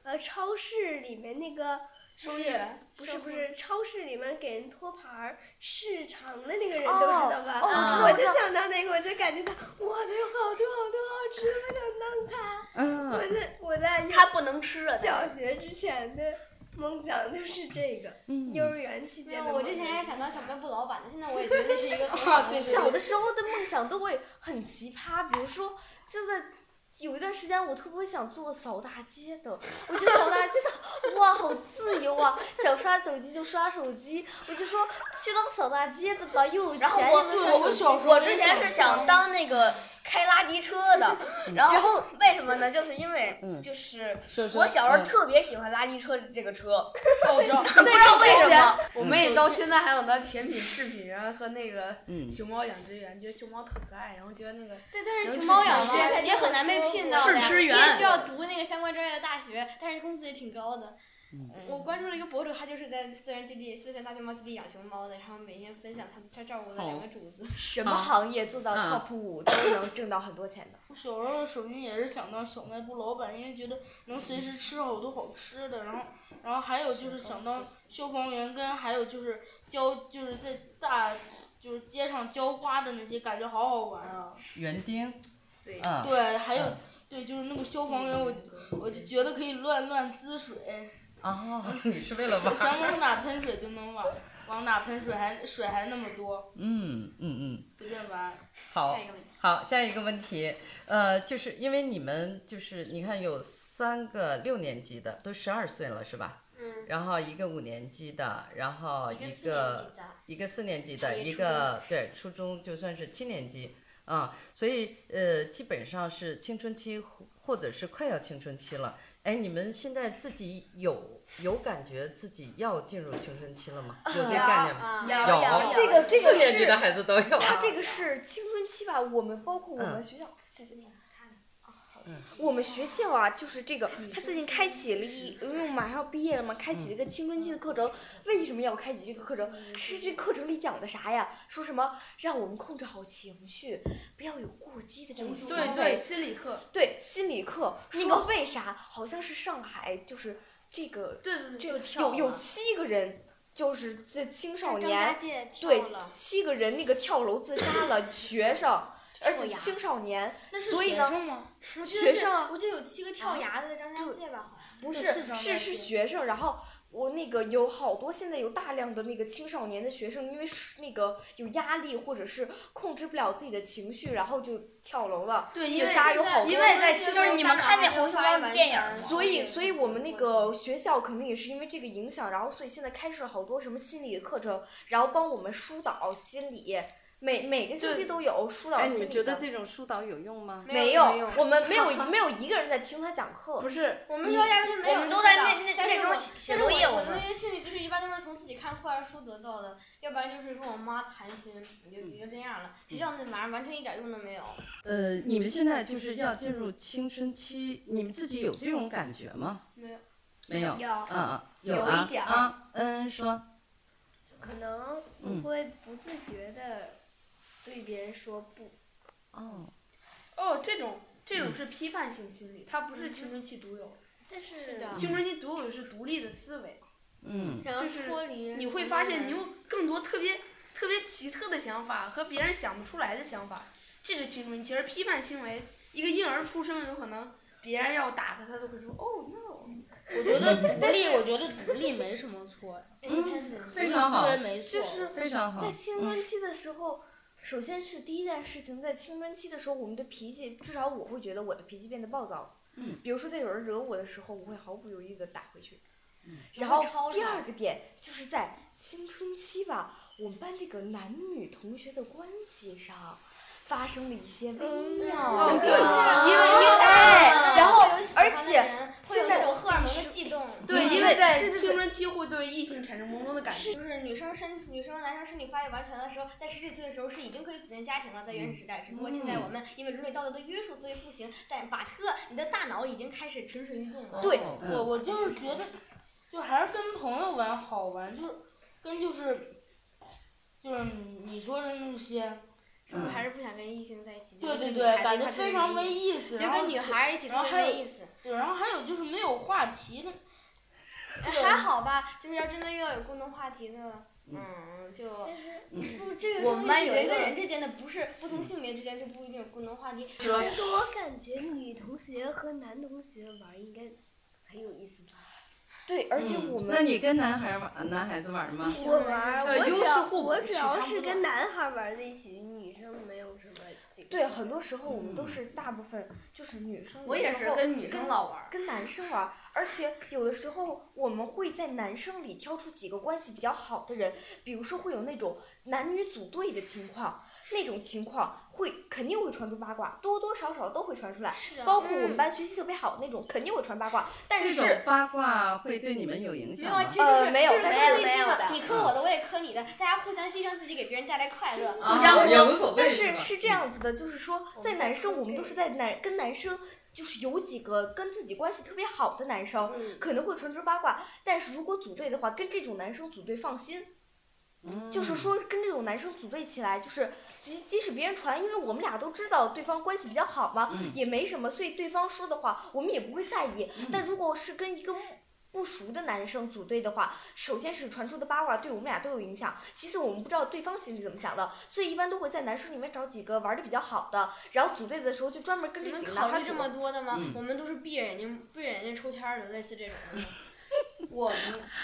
[SPEAKER 17] 呃超市里面那个收银员，不是不是超市里面给人托盘儿市场的那个人都知道吧？
[SPEAKER 3] 哦我知道
[SPEAKER 17] 我
[SPEAKER 3] 我知
[SPEAKER 17] 就
[SPEAKER 3] 道
[SPEAKER 17] 想当那个，我就感觉到哇，他有好多好多好吃的，我想当他。
[SPEAKER 1] 嗯
[SPEAKER 17] 我在我在
[SPEAKER 3] 他不能吃啊！
[SPEAKER 17] 小学之前的梦想就是这个，
[SPEAKER 2] 嗯
[SPEAKER 17] 幼儿园期
[SPEAKER 3] 没
[SPEAKER 17] 间
[SPEAKER 3] 有，
[SPEAKER 17] 的
[SPEAKER 3] 我
[SPEAKER 17] 梦
[SPEAKER 3] 之前
[SPEAKER 17] 想。
[SPEAKER 3] 还想当小卖部老板呢，现在我也觉得那是一个很好 的
[SPEAKER 2] 小的时候的梦想都会很奇葩，比如说就在。有一段时间，我特别想做扫大街的，我觉得扫大街的，哇，好自由啊！想刷手机就刷手机， 我就说去当扫大街的吧，又有钱
[SPEAKER 3] 然后
[SPEAKER 2] 又
[SPEAKER 3] 我
[SPEAKER 2] 能刷手机。
[SPEAKER 3] 我我之前是想当那个开拉迪车的，然后为什么呢？就是因为
[SPEAKER 1] 嗯
[SPEAKER 3] 就是
[SPEAKER 1] 就是
[SPEAKER 3] 我小时
[SPEAKER 1] 嗯
[SPEAKER 3] 候特别喜欢拉迪车这个车，
[SPEAKER 5] 我知道，
[SPEAKER 3] 不知道为什么。
[SPEAKER 5] 我们也到现在还想当甜品制品员和那个
[SPEAKER 1] 嗯
[SPEAKER 5] 熊猫养殖员，觉得熊猫特可爱，然后觉得那个
[SPEAKER 3] 对，但
[SPEAKER 5] 是
[SPEAKER 3] 是
[SPEAKER 5] 熊
[SPEAKER 3] 熊
[SPEAKER 5] 猫
[SPEAKER 3] 猫
[SPEAKER 5] 养
[SPEAKER 3] 养
[SPEAKER 5] 殖
[SPEAKER 3] 殖
[SPEAKER 5] 也
[SPEAKER 3] 也
[SPEAKER 5] 很
[SPEAKER 3] 很
[SPEAKER 5] 难
[SPEAKER 3] 难
[SPEAKER 5] 被
[SPEAKER 3] 被
[SPEAKER 5] 聘
[SPEAKER 3] 聘
[SPEAKER 5] 到
[SPEAKER 3] 到
[SPEAKER 5] 的呀
[SPEAKER 3] 的，
[SPEAKER 5] 试吃员
[SPEAKER 3] 也需要读那个相关专业的大学，但是工资也挺高的。我关注了一个博主，他就是在自然基地、四川大熊猫基地养熊猫的，然后每天分享他他照顾的两个主子。
[SPEAKER 2] 什么行业做到
[SPEAKER 1] 嗯
[SPEAKER 2] top 五都能挣到很多钱的？
[SPEAKER 7] 小时候首先也是想当小卖部老板，因为觉得能随时吃好多好吃的，然后，然后还有就是想当消防员，跟还有就是浇，就是在大，就是街上浇花的那些，感觉好好玩啊。
[SPEAKER 1] 园丁，
[SPEAKER 2] 对
[SPEAKER 1] 嗯，
[SPEAKER 7] 对，还有
[SPEAKER 1] 嗯
[SPEAKER 7] 对，就是那个消防
[SPEAKER 3] 嗯
[SPEAKER 7] 员，我就我就觉得可以乱乱滋水，
[SPEAKER 1] 哦， 你是为了玩
[SPEAKER 7] 想
[SPEAKER 1] 儿，
[SPEAKER 7] 往哪喷水就能往往哪喷水还，水还那么多，
[SPEAKER 1] 嗯嗯嗯，
[SPEAKER 7] 随便玩。
[SPEAKER 1] 好
[SPEAKER 3] 下一个问题，
[SPEAKER 1] 好，下一个问题，呃，就是因为你们就是你看有三个六年级的都十二岁了是吧？
[SPEAKER 18] 嗯，
[SPEAKER 1] 然后一个五年级的，然后
[SPEAKER 3] 一
[SPEAKER 1] 一
[SPEAKER 3] 个四年级
[SPEAKER 1] 个
[SPEAKER 3] 的，
[SPEAKER 1] 一个四年级的，
[SPEAKER 3] 一个
[SPEAKER 1] 一
[SPEAKER 3] 初
[SPEAKER 1] 个对初中就算是七年级啊、所以呃，基本上是青春期或或者是快要青春期了。哎，你们现在自己有有感觉自己要进入青春期了吗？有这概念
[SPEAKER 3] 嗯
[SPEAKER 1] 吗？
[SPEAKER 18] 啊，
[SPEAKER 1] 有
[SPEAKER 2] 这个这个
[SPEAKER 1] 四年级的
[SPEAKER 2] 是，
[SPEAKER 1] 孩子都有。啊
[SPEAKER 2] 他这个是青春期吧？我们包括我
[SPEAKER 1] 嗯
[SPEAKER 2] 们学校，谢谢你。我们学校啊，就是这个，他最近开启了一，因为我们马上要毕业了嘛，开启了一个青春期的课程。为什么要开启这个课程？是这课程里讲的啥呀？说什么让我们控制好情绪，不要有过激的这
[SPEAKER 3] 嗯
[SPEAKER 2] 种行为。
[SPEAKER 5] 对对心理课，
[SPEAKER 2] 对心理课
[SPEAKER 3] 那
[SPEAKER 2] 说为啥？好像是上海就是这个
[SPEAKER 5] 对对
[SPEAKER 2] 这
[SPEAKER 3] 又
[SPEAKER 2] 个
[SPEAKER 3] 跳
[SPEAKER 2] 有有
[SPEAKER 3] 了
[SPEAKER 2] 七个人，就是这青少
[SPEAKER 3] 张家
[SPEAKER 2] 年
[SPEAKER 3] 界跳
[SPEAKER 2] 对
[SPEAKER 3] 了，
[SPEAKER 2] 七个人那个跳楼自杀了学生，而且
[SPEAKER 3] 崖
[SPEAKER 2] 青少年
[SPEAKER 3] 那
[SPEAKER 2] 所以呢
[SPEAKER 5] 学生吗？
[SPEAKER 3] 我记
[SPEAKER 2] 学
[SPEAKER 3] 得是
[SPEAKER 2] 生啊
[SPEAKER 3] 我记得有七个跳崖的在张家
[SPEAKER 2] 就
[SPEAKER 3] 界吧，好像。
[SPEAKER 2] 不
[SPEAKER 7] 是
[SPEAKER 2] 是
[SPEAKER 7] 张
[SPEAKER 2] 是
[SPEAKER 7] 家
[SPEAKER 2] 是
[SPEAKER 7] 界
[SPEAKER 2] 学生，然后。我那个有好多，现在有大量的那个青少年的学生，因为是那个有压力，或者是控制不了自己的情绪，然后就跳楼了。
[SPEAKER 5] 对，因
[SPEAKER 2] 自
[SPEAKER 5] 为
[SPEAKER 2] 杀有好多
[SPEAKER 5] 因为在
[SPEAKER 3] 就是你们看那红
[SPEAKER 5] 书
[SPEAKER 3] 书包的电影吗
[SPEAKER 2] 所以，所以我们那个学校可能也是因为这个影响，然后所以现在开设了好多什么心理课程，然后帮我们疏导心理，每每个星期都有疏导
[SPEAKER 1] 哎，你
[SPEAKER 2] 心理
[SPEAKER 1] 们
[SPEAKER 2] 的。
[SPEAKER 1] 觉得这种疏导有用吗？
[SPEAKER 2] 没有？我们 没有没有一个人在听他讲课。
[SPEAKER 5] 不是
[SPEAKER 3] 我们学校压根就没有
[SPEAKER 18] 我们
[SPEAKER 3] 人
[SPEAKER 18] 都
[SPEAKER 3] 知
[SPEAKER 18] 在
[SPEAKER 3] 道
[SPEAKER 18] 那那
[SPEAKER 3] 但是
[SPEAKER 18] 那时候
[SPEAKER 3] 我
[SPEAKER 18] 写写
[SPEAKER 3] 但是
[SPEAKER 18] 作业我
[SPEAKER 3] 我的
[SPEAKER 18] 们
[SPEAKER 3] 那些心理知识一般都是从自己看课外啊书得到的，要不然就是跟我妈谈心，也就也就这样了。学校那玩意儿完全一点用都没有。
[SPEAKER 1] 呃，你们现在就是要进入青春期，你们自己有这种感觉吗？
[SPEAKER 3] 没有，
[SPEAKER 1] 没有。
[SPEAKER 3] 有
[SPEAKER 1] 嗯嗯，有
[SPEAKER 3] 有
[SPEAKER 1] 啊
[SPEAKER 3] 一点儿
[SPEAKER 1] 啊，嗯，说，
[SPEAKER 17] 可能
[SPEAKER 1] 嗯
[SPEAKER 17] 我会不自觉的对别人说不。
[SPEAKER 1] 哦，
[SPEAKER 5] 哦，这种这种是批判性心理，它不是青春期独有。
[SPEAKER 17] 但是
[SPEAKER 3] 的
[SPEAKER 5] 青春期独有的是独立的思维，
[SPEAKER 1] 嗯，
[SPEAKER 3] 然后
[SPEAKER 5] 就是
[SPEAKER 3] 脱离
[SPEAKER 5] 你会
[SPEAKER 3] 同
[SPEAKER 5] 发
[SPEAKER 3] 龄
[SPEAKER 5] 现
[SPEAKER 3] 人
[SPEAKER 5] 你有更多特别特别奇特的想法和别人想不出来的想法，这是青春期。而批判行为，一个婴儿出生有可能别人要打他，他都会说哦 no。
[SPEAKER 7] 我觉得独立，我觉得独立没什么错呀，独
[SPEAKER 3] 嗯
[SPEAKER 1] 非
[SPEAKER 7] 立
[SPEAKER 1] 常
[SPEAKER 7] 思
[SPEAKER 1] 好
[SPEAKER 7] 维，没错。
[SPEAKER 2] 就是
[SPEAKER 1] 非常好
[SPEAKER 2] 在。青春期的时候，首先是第一件事情，在青春期的时候，我们的脾气，至少我会觉得我的脾气变得暴躁。
[SPEAKER 1] 嗯。
[SPEAKER 2] 比如说，在有人惹我的时候，我会毫不犹豫的打回去。
[SPEAKER 1] 嗯
[SPEAKER 3] 然
[SPEAKER 2] 然
[SPEAKER 3] 后
[SPEAKER 2] 后
[SPEAKER 3] 抄
[SPEAKER 2] 第
[SPEAKER 3] 上
[SPEAKER 2] 二个点就是在青春期吧，我们班这个男女同学的关系上发生了一些
[SPEAKER 3] 嗯
[SPEAKER 2] 微妙
[SPEAKER 5] 哦
[SPEAKER 2] 的。
[SPEAKER 5] 对，因为因为
[SPEAKER 2] 哎，然后
[SPEAKER 3] 会有啊喜
[SPEAKER 2] 而
[SPEAKER 3] 欢的
[SPEAKER 2] 且
[SPEAKER 3] 人会有
[SPEAKER 2] 现在
[SPEAKER 3] 那种荷尔蒙的悸动，嗯
[SPEAKER 5] 对，因
[SPEAKER 2] 对
[SPEAKER 5] 为在
[SPEAKER 2] 对对
[SPEAKER 5] 青春期会对异性产生萌萌的感觉。
[SPEAKER 3] 就是女生
[SPEAKER 19] 生身女生和男生身体发育完全的时候，在十几岁的时候是已经可以组建家庭了，在原始时代，只不过
[SPEAKER 7] 嗯
[SPEAKER 19] 现在我们因为伦理道德的约束，所以不行。但马特，你的大脑已经开始蠢蠢欲动
[SPEAKER 3] 哦
[SPEAKER 19] 了。
[SPEAKER 7] 对我我就是觉得，就还是跟朋友玩好玩，就是跟就是就是你说的那些，
[SPEAKER 19] 是不是还是不想跟异性在一起？就
[SPEAKER 7] 嗯对对
[SPEAKER 19] 跟女
[SPEAKER 7] 对，
[SPEAKER 19] 孩子
[SPEAKER 7] 感
[SPEAKER 19] 一块
[SPEAKER 7] 觉
[SPEAKER 19] 儿
[SPEAKER 7] 非
[SPEAKER 19] 就
[SPEAKER 7] 常
[SPEAKER 19] 是
[SPEAKER 7] 没
[SPEAKER 19] 一
[SPEAKER 7] 意思。
[SPEAKER 19] 就
[SPEAKER 7] 然后
[SPEAKER 19] 跟女孩儿一起
[SPEAKER 7] 然
[SPEAKER 19] 特
[SPEAKER 7] 后
[SPEAKER 19] 别
[SPEAKER 7] 还
[SPEAKER 19] 没
[SPEAKER 7] 有
[SPEAKER 19] 意思。
[SPEAKER 7] 对，然后还有就是没有话题的，
[SPEAKER 19] 哎还好吧，就是要真的遇到有共同话题的，嗯，就不这个
[SPEAKER 5] 我
[SPEAKER 19] 东
[SPEAKER 5] 们
[SPEAKER 19] 西
[SPEAKER 5] 班
[SPEAKER 19] 是
[SPEAKER 5] 有
[SPEAKER 19] 人
[SPEAKER 5] 一
[SPEAKER 19] 跟
[SPEAKER 5] 个
[SPEAKER 19] 人之间的，不是不同性别之间就不一定有共同话题。
[SPEAKER 1] 嗯
[SPEAKER 11] 但是我感觉女同学和男同学玩应该很有意思吧？
[SPEAKER 2] 对，而且我们
[SPEAKER 1] 那你跟男孩玩，呃男孩子玩吗？
[SPEAKER 11] 我玩，
[SPEAKER 2] 呃
[SPEAKER 11] 我
[SPEAKER 2] 优
[SPEAKER 11] 只
[SPEAKER 2] 势
[SPEAKER 11] 要
[SPEAKER 2] 互补
[SPEAKER 11] 我只
[SPEAKER 2] 取
[SPEAKER 11] 要
[SPEAKER 2] 长
[SPEAKER 11] 是
[SPEAKER 2] 补
[SPEAKER 11] 跟男孩玩在一起，女生没有什么劲。
[SPEAKER 2] 对很多时候我们都是大部分就是女生，
[SPEAKER 3] 我也是跟女生老玩儿，
[SPEAKER 2] 跟男生玩儿，而且有的时候我们会在男生里挑出几个关系比较好的人，比如说会有那种男女组队的情况，那种情况会肯定会传出八卦，多多少少都会传出来，包括我们班学习特别好的那种肯定会传八卦，但
[SPEAKER 1] 这种
[SPEAKER 2] 是
[SPEAKER 1] 八卦会对你们有影响
[SPEAKER 19] 没有啊，
[SPEAKER 1] 吗
[SPEAKER 19] 其？实就
[SPEAKER 2] 呃
[SPEAKER 19] 是
[SPEAKER 2] 没有
[SPEAKER 19] 就是
[SPEAKER 2] 但是
[SPEAKER 19] 撕一
[SPEAKER 2] 没
[SPEAKER 19] 批
[SPEAKER 2] 有的
[SPEAKER 19] 嘛，你磕我的，我也磕你的，大家互相牺牲自己，给别人带来快乐。
[SPEAKER 1] 啊
[SPEAKER 2] 相
[SPEAKER 1] 也无所谓
[SPEAKER 2] 但
[SPEAKER 1] 是
[SPEAKER 2] 是
[SPEAKER 1] 吧
[SPEAKER 2] 是这样子的，就是说在男生，我们都是在男跟男生。就是有几个跟自己关系特别好的男生，
[SPEAKER 11] 嗯
[SPEAKER 2] 可能会传出八卦，但是如果组队的话，跟这种男生组队放心，
[SPEAKER 1] 嗯
[SPEAKER 2] 就是说跟这种男生组队起来，就是即即使别人传，因为我们俩都知道对方关系比较好嘛，
[SPEAKER 1] 嗯
[SPEAKER 2] 也没什么，所以对方说的话我们也不会在意。但如果是跟一个不不熟的男生组队的话，首先是传出的八卦对我们俩都有影响，其次我们不知道对方心里怎么想的，所以一般都会在男生里面找几个玩的比较好的，然后组队的时候就专门跟
[SPEAKER 19] 你
[SPEAKER 2] 这
[SPEAKER 19] 们
[SPEAKER 2] 几个
[SPEAKER 19] 考
[SPEAKER 2] 男孩
[SPEAKER 19] 虑
[SPEAKER 2] 组
[SPEAKER 19] 这。么多的吗？我们都是闭着眼睛闭着眼睛抽签儿的，类似这种 的。
[SPEAKER 5] 我们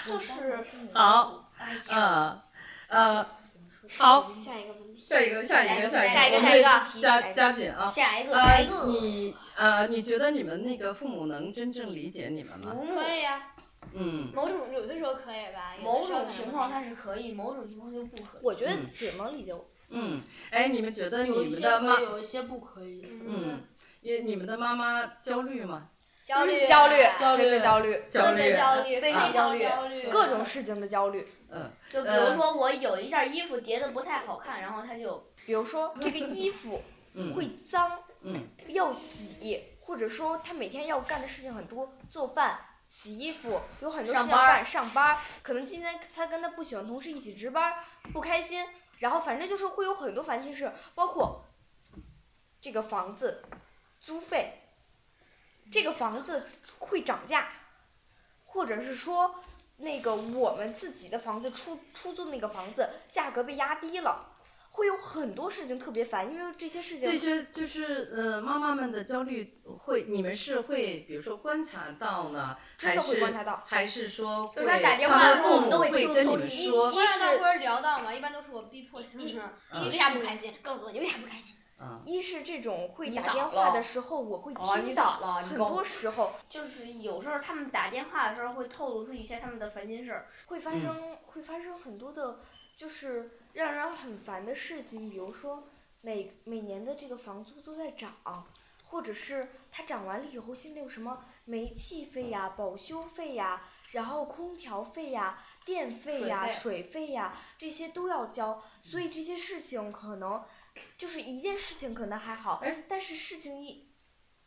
[SPEAKER 5] 就是
[SPEAKER 1] 好，
[SPEAKER 19] 哎
[SPEAKER 1] 呃，呃，好，
[SPEAKER 19] 下一个问题，
[SPEAKER 1] 下一个，下一个，下
[SPEAKER 19] 下一
[SPEAKER 1] 一
[SPEAKER 19] 个
[SPEAKER 1] 个，
[SPEAKER 19] 下一个
[SPEAKER 1] 我们加加紧啊。
[SPEAKER 5] 下一个，下
[SPEAKER 1] 呃
[SPEAKER 5] 一， 个，
[SPEAKER 1] 你呃，你觉得你们那个父母能真正理解你们吗？
[SPEAKER 19] 可以呀、
[SPEAKER 1] 嗯，
[SPEAKER 19] 某种有的时候可以吧，有的
[SPEAKER 5] 某
[SPEAKER 19] 时候
[SPEAKER 5] 种
[SPEAKER 19] 可能
[SPEAKER 5] 情
[SPEAKER 19] 不
[SPEAKER 5] 况
[SPEAKER 19] 行
[SPEAKER 5] 它是可以，某种情况就不可以。
[SPEAKER 2] 我觉得
[SPEAKER 1] 嗯
[SPEAKER 2] 只能理解我。
[SPEAKER 1] 嗯，哎，你们觉得
[SPEAKER 7] 有
[SPEAKER 1] 你
[SPEAKER 7] 一
[SPEAKER 1] 们
[SPEAKER 7] 些
[SPEAKER 1] 的妈
[SPEAKER 7] 可以，，有一些不可以。
[SPEAKER 1] 嗯，你你们的妈妈焦虑吗？
[SPEAKER 19] 焦虑
[SPEAKER 2] 焦虑，
[SPEAKER 7] 焦虑
[SPEAKER 2] 真的焦虑，
[SPEAKER 1] 焦
[SPEAKER 19] 非
[SPEAKER 1] 虑，
[SPEAKER 19] 焦虑，非
[SPEAKER 1] 啊
[SPEAKER 19] 常
[SPEAKER 2] 焦虑
[SPEAKER 19] 焦虑，
[SPEAKER 2] 各种事情的焦虑。
[SPEAKER 1] 嗯，
[SPEAKER 5] 就比如说我有一件衣服叠的不太好看，然后他就
[SPEAKER 2] 比如说这个衣服
[SPEAKER 1] 嗯
[SPEAKER 2] 会脏，
[SPEAKER 1] 嗯
[SPEAKER 2] 要洗，或者说他每天要干的事情很多，做饭、洗衣服，有很多事情要干，上班儿，可能今天他跟他不喜欢同事一起值班儿，不开心，然后反正就是会有很多烦心事，包括这个房子租费，这个房子会涨价，或者是说那个我们自己的房子出出租那个房子价格被压低了，会有很多事情特别烦，因为这些事
[SPEAKER 1] 这
[SPEAKER 2] 情
[SPEAKER 1] 些就是呃，妈妈们的焦虑会，你们是会比如说观察到呢，
[SPEAKER 2] 真的
[SPEAKER 1] 还
[SPEAKER 2] 会
[SPEAKER 1] 是
[SPEAKER 2] 观察到。
[SPEAKER 1] 还是说会，
[SPEAKER 5] 是他打电话
[SPEAKER 1] 们
[SPEAKER 5] 我
[SPEAKER 1] 父
[SPEAKER 5] 们
[SPEAKER 1] 母
[SPEAKER 5] 都会
[SPEAKER 1] 会
[SPEAKER 5] 听
[SPEAKER 1] 跟
[SPEAKER 5] 偷
[SPEAKER 1] 你们
[SPEAKER 5] 听
[SPEAKER 1] 说，
[SPEAKER 19] 观察到或者聊到嘛，一般都是我逼迫心的。
[SPEAKER 1] 嗯
[SPEAKER 19] 你为啥不开心？告诉我你为啥不开心？
[SPEAKER 1] 嗯
[SPEAKER 2] 一是这种会
[SPEAKER 5] 你
[SPEAKER 2] 打
[SPEAKER 5] 咋
[SPEAKER 2] 电话的
[SPEAKER 5] 了
[SPEAKER 2] 时候，我会
[SPEAKER 5] 哦你
[SPEAKER 2] 听
[SPEAKER 5] 咋
[SPEAKER 2] 到，
[SPEAKER 5] 了你
[SPEAKER 2] 很
[SPEAKER 5] 告诉我嗯
[SPEAKER 2] 多时候
[SPEAKER 5] 就是有时候他们打电话的时候会透露出一些他们的烦心事儿。
[SPEAKER 2] 会发生、会发生很多的，就是让人很烦的事情，比如说每每年的这个房租都在涨，或者是它涨完了以后，现在有什么煤气费呀、保修费呀、然后空调费呀、电费呀、水费呀，这些都要交，所以这些事情可能就是一件事情可能还好，
[SPEAKER 5] 哎
[SPEAKER 2] 但是事情一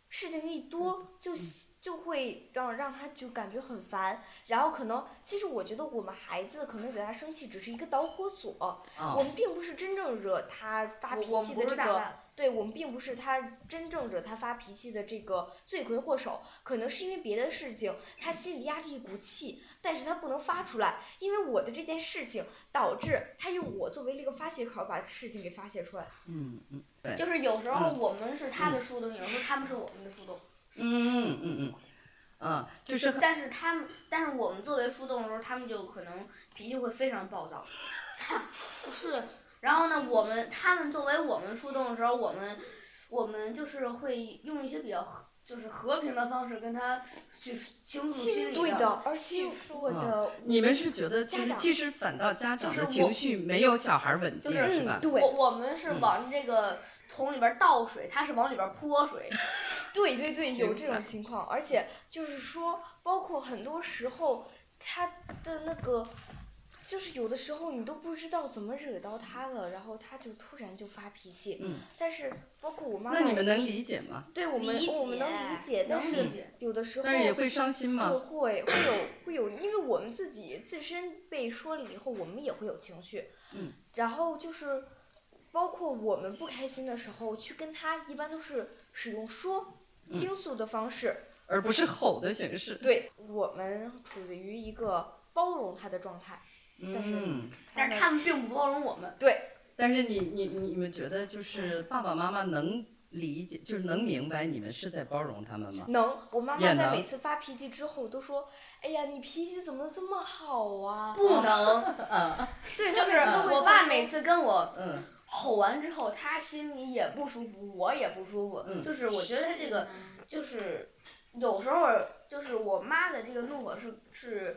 [SPEAKER 2] 事情一
[SPEAKER 5] 嗯
[SPEAKER 2] 多就就会让让他就感觉很烦，然后可能其实我觉得我们孩子可能惹他生气只是一个导火索，
[SPEAKER 1] 啊
[SPEAKER 2] 我们并不是真正惹他发脾
[SPEAKER 5] 哦我们
[SPEAKER 2] 气
[SPEAKER 5] 不
[SPEAKER 2] 的
[SPEAKER 5] 是
[SPEAKER 2] 这
[SPEAKER 5] 大
[SPEAKER 2] 个，
[SPEAKER 5] 大
[SPEAKER 2] 对我们并不是他真正惹他发脾气的这个罪魁祸首，可能是因为别的事情，他心里压着一股气，但是他不能发出来，因为我的这件事情导致他用我作为这个发泄口把事情给发泄出来，
[SPEAKER 1] 嗯嗯
[SPEAKER 5] 就是有时候我们是他的树洞，有时候他们是我们的树洞。
[SPEAKER 1] 嗯嗯嗯嗯，啊，就是很
[SPEAKER 5] 但是他们，但是我们作为树洞的时候，他们就可能脾气会非常暴躁。
[SPEAKER 7] 不是，
[SPEAKER 5] 然后呢，我们他们作为我们树洞的时候，我们我们就是会用一些比较和就是和平的方式跟他去倾诉心里
[SPEAKER 2] 对嗯的，而且我的
[SPEAKER 1] 你们是觉得，就
[SPEAKER 2] 家
[SPEAKER 1] 是
[SPEAKER 2] 长
[SPEAKER 1] 其实反倒家长
[SPEAKER 5] 就是
[SPEAKER 1] 的
[SPEAKER 5] 我
[SPEAKER 1] 情绪没有小孩稳定，
[SPEAKER 5] 嗯就是
[SPEAKER 1] 吧？
[SPEAKER 2] 嗯对
[SPEAKER 5] 我我们是往这个桶里边儿倒水，他是往里边儿泼水。
[SPEAKER 2] 对对对，有
[SPEAKER 1] 零
[SPEAKER 2] 这
[SPEAKER 1] 散
[SPEAKER 2] 种情况，而且就是说，包括很多时候他的那个就是有的时候你都不知道怎么惹到他了，然后他就突然就发脾气。
[SPEAKER 1] 嗯
[SPEAKER 2] 但是包括我妈妈
[SPEAKER 1] 那
[SPEAKER 2] 也，
[SPEAKER 1] 你们能理解吗？
[SPEAKER 2] 对我们哦
[SPEAKER 19] 理
[SPEAKER 2] 我们能理解，但是有的时候
[SPEAKER 1] 但是也会伤心吗
[SPEAKER 2] 对会会有会有，因为我们自己自身被说了以后，我们也会有情绪。
[SPEAKER 1] 嗯。
[SPEAKER 2] 然后就是，包括我们不开心的时候，去跟他一般都是使用说
[SPEAKER 1] 嗯
[SPEAKER 2] 倾诉的方式。
[SPEAKER 1] 而不是吼的形式。
[SPEAKER 2] 对我们处于一个包容他的状态，但是
[SPEAKER 1] 嗯，
[SPEAKER 2] 他
[SPEAKER 5] 但
[SPEAKER 2] 的
[SPEAKER 5] 是他们并不包容我
[SPEAKER 19] 嗯
[SPEAKER 5] 们。
[SPEAKER 1] 但是你你你你们觉得就是爸爸妈妈能理解，就是能明白你们是在包容他们吗？
[SPEAKER 2] 能，我妈
[SPEAKER 1] 也
[SPEAKER 2] 妈在
[SPEAKER 1] 能
[SPEAKER 2] 每次发脾气之后都说：“哎呀，你脾气怎么这么好啊
[SPEAKER 5] 不能，？”
[SPEAKER 2] 对，她
[SPEAKER 5] 就
[SPEAKER 2] 每
[SPEAKER 5] 是
[SPEAKER 2] 次都会
[SPEAKER 5] 我爸每次跟我
[SPEAKER 1] 嗯，
[SPEAKER 5] 吼完之后，他心里也不舒服，我也不舒服。
[SPEAKER 1] 嗯
[SPEAKER 5] 就是我觉得他这个，就是有时候就是我妈的这个怒火是是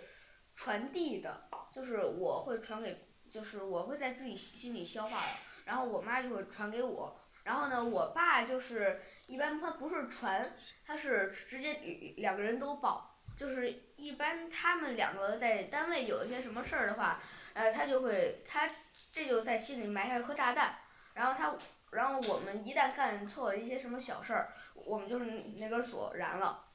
[SPEAKER 5] 传递的，就是我会传给，就是我会在自己心心里消化了，然后我妈就会传给我。然后呢，我爸就是一般他不是传，他是直接两个人都爆。就是一般他们两个在单位有一些什么事儿的话，呃，他就会他这就在心里埋下一颗炸弹。然后他，然后我们一旦干错了一些什么小事儿，我们就是那根锁燃了，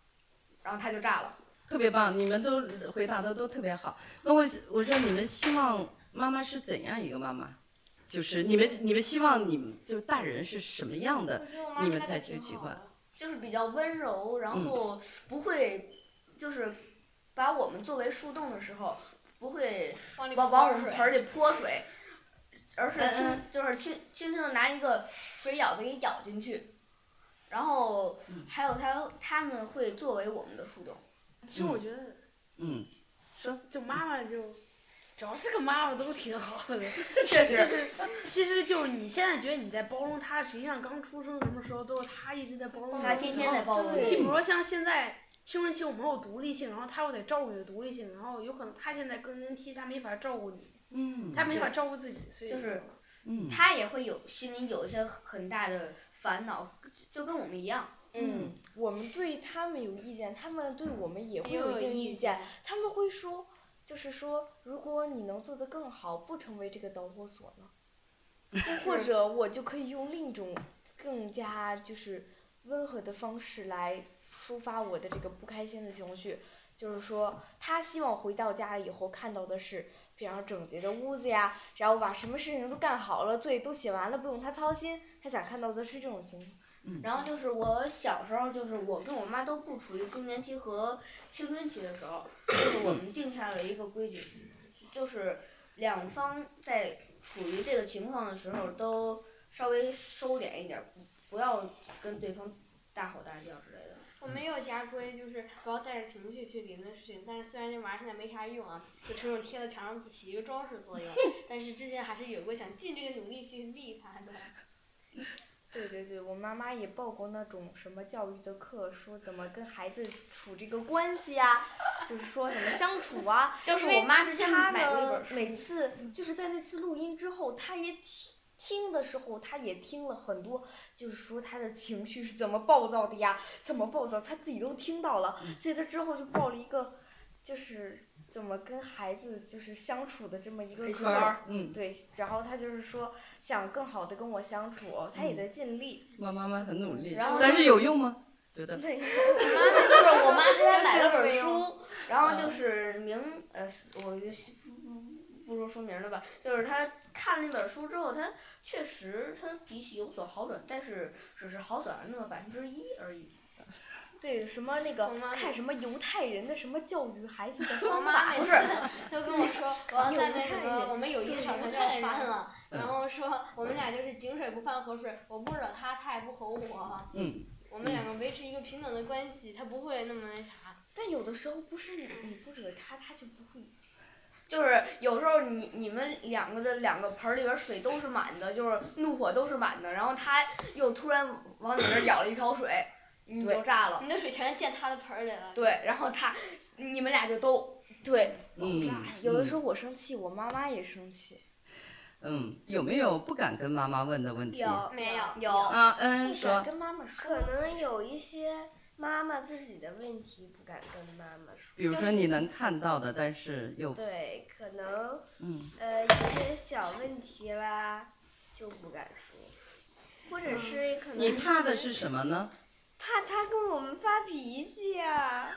[SPEAKER 5] 然后它就炸了。
[SPEAKER 1] 特别棒，你们都回答的都特别好。那我我说你们希望妈妈是怎样一个妈妈？就是你们你们希望你们就是大人是什么样的？你们才去喜欢。
[SPEAKER 5] 就是比较温柔，然后不会，就是把我们作为树洞的时候，不会
[SPEAKER 19] 往里
[SPEAKER 5] 往
[SPEAKER 19] 泼
[SPEAKER 5] 往我们
[SPEAKER 19] 水
[SPEAKER 5] 盆儿里泼水，嗯而是轻就是轻轻轻的拿一个水舀子给舀进去。然后还有他他们会作为我们的树洞，
[SPEAKER 4] 其实我觉得，
[SPEAKER 1] 嗯，
[SPEAKER 4] 就妈妈就，只要是个妈妈都挺好的。
[SPEAKER 5] 确
[SPEAKER 4] 就。是，其实就是你现在觉得你在包容他，实际上刚出生什么时候都是他一直在包容
[SPEAKER 5] 他
[SPEAKER 4] 你
[SPEAKER 5] 天天在包容
[SPEAKER 4] 就
[SPEAKER 5] 你，
[SPEAKER 4] 比如说像现在青春期，我们有独立性，然后他又得照顾你的独立性，然后有可能他现在更年期，他没法照顾你，
[SPEAKER 1] 嗯
[SPEAKER 4] 他没法照顾自己，所以
[SPEAKER 5] 就是
[SPEAKER 1] 嗯，
[SPEAKER 5] 他也会有心里有一些很大的烦恼，就就跟我们一样。
[SPEAKER 2] 嗯，我们对他们有意见，他们对我们也会有一定意
[SPEAKER 19] 见
[SPEAKER 2] 见，他们会说，就是说，如果你能做得更好，不成为这个导火索 呢，就或者我就可以用另一种更加就是温和的方式来抒发我的这个不开心的情绪。就是说，他希望回到家以后看到的是非常整洁的屋子呀，然后把什么事情都干好了，作业都写完了，不用他操心。他想看到的是这种情况。
[SPEAKER 5] 然后就是我小时候，就是我跟我妈都不处于更年期和青春期的时候，就是我们定下了一个规矩，就是两方在处于这个情况的时候都稍微收敛一点儿，不要跟对方大吼大叫之类的。
[SPEAKER 19] 我没有家规，就是不要带着情绪去理论事情。但是虽然这玩意儿现在没啥用啊，就纯属贴在墙上起一个装饰作用，但是之前还是有过想尽这个努力去立它的。
[SPEAKER 2] 对对对，我妈妈也报过那种什么教育的课，说怎么跟孩子处这个关系啊，就是说怎么相处啊。
[SPEAKER 5] 就是
[SPEAKER 2] 因为
[SPEAKER 5] 我妈之前
[SPEAKER 2] 她
[SPEAKER 5] 买过一
[SPEAKER 2] 呢
[SPEAKER 5] 本，书，
[SPEAKER 2] 每次就是在那次录音之后，她也听听的时候，她也听了很多，就是说她的情绪是怎么暴躁的呀，怎么暴躁，她自己都听到了，
[SPEAKER 5] 嗯
[SPEAKER 2] 所以她之后就报了一个，就是怎么跟孩子就是相处的这么一个
[SPEAKER 1] 黑
[SPEAKER 2] 课
[SPEAKER 1] 圈儿，嗯，
[SPEAKER 2] 对，然后他就是说想更好的跟我相处，他
[SPEAKER 5] 嗯
[SPEAKER 2] 也在尽力。
[SPEAKER 1] 妈妈妈很努力，
[SPEAKER 5] 然后
[SPEAKER 1] 但是有用吗？觉得
[SPEAKER 2] 对，
[SPEAKER 5] 就是我妈之前买了本
[SPEAKER 2] 没
[SPEAKER 5] 书，然后就是名呃，我就不说书名了吧，就是她看那本书之后，她确实她脾气有所好转，但是只是好转了那么百分之一而已。
[SPEAKER 2] 对什么那个
[SPEAKER 19] 我妈
[SPEAKER 2] 看什么犹太人的什么教育孩子的
[SPEAKER 19] 我
[SPEAKER 2] 方
[SPEAKER 19] 妈
[SPEAKER 2] 法，
[SPEAKER 19] 每次都跟我说，我要在那什么，我们有一个小朋友翻了，
[SPEAKER 1] 嗯
[SPEAKER 19] 然后说我们俩就是井水不犯河水，我不惹他，他也不吼我，
[SPEAKER 1] 嗯，
[SPEAKER 19] 我们两个维持一个平等的关系，他不会那么那啥。
[SPEAKER 2] 但有的时候不是你你不惹他，他就不会。
[SPEAKER 5] 就是有时候你你们两个的两个盆儿里边水都是满的，就是怒火都是满的，然后她又突然往你这儿舀了一 瓢水，你就炸了。
[SPEAKER 19] 你的水全溅他的盆儿里了。
[SPEAKER 5] 对，然后她你们俩就都
[SPEAKER 2] 对，
[SPEAKER 1] 嗯，
[SPEAKER 2] 有的时候我生气，我妈妈也生气。
[SPEAKER 1] 嗯，有没有不敢跟妈妈问的问题？
[SPEAKER 19] 没有
[SPEAKER 5] 有
[SPEAKER 1] 啊，嗯，
[SPEAKER 2] 不敢
[SPEAKER 1] 说
[SPEAKER 2] 跟妈妈说
[SPEAKER 11] 可，能有一些
[SPEAKER 20] 妈妈自己的问题不敢跟妈妈说。
[SPEAKER 1] 比如
[SPEAKER 20] 就
[SPEAKER 1] 说
[SPEAKER 20] 是
[SPEAKER 1] 你能看到的，但是又
[SPEAKER 20] 对，可能
[SPEAKER 1] 嗯
[SPEAKER 20] 呃有些小问题啦，就不敢说，或
[SPEAKER 2] 嗯
[SPEAKER 20] 者是可能
[SPEAKER 1] 你怕的
[SPEAKER 20] 自己
[SPEAKER 1] 是什么呢？
[SPEAKER 20] 怕他跟我们发脾气呀、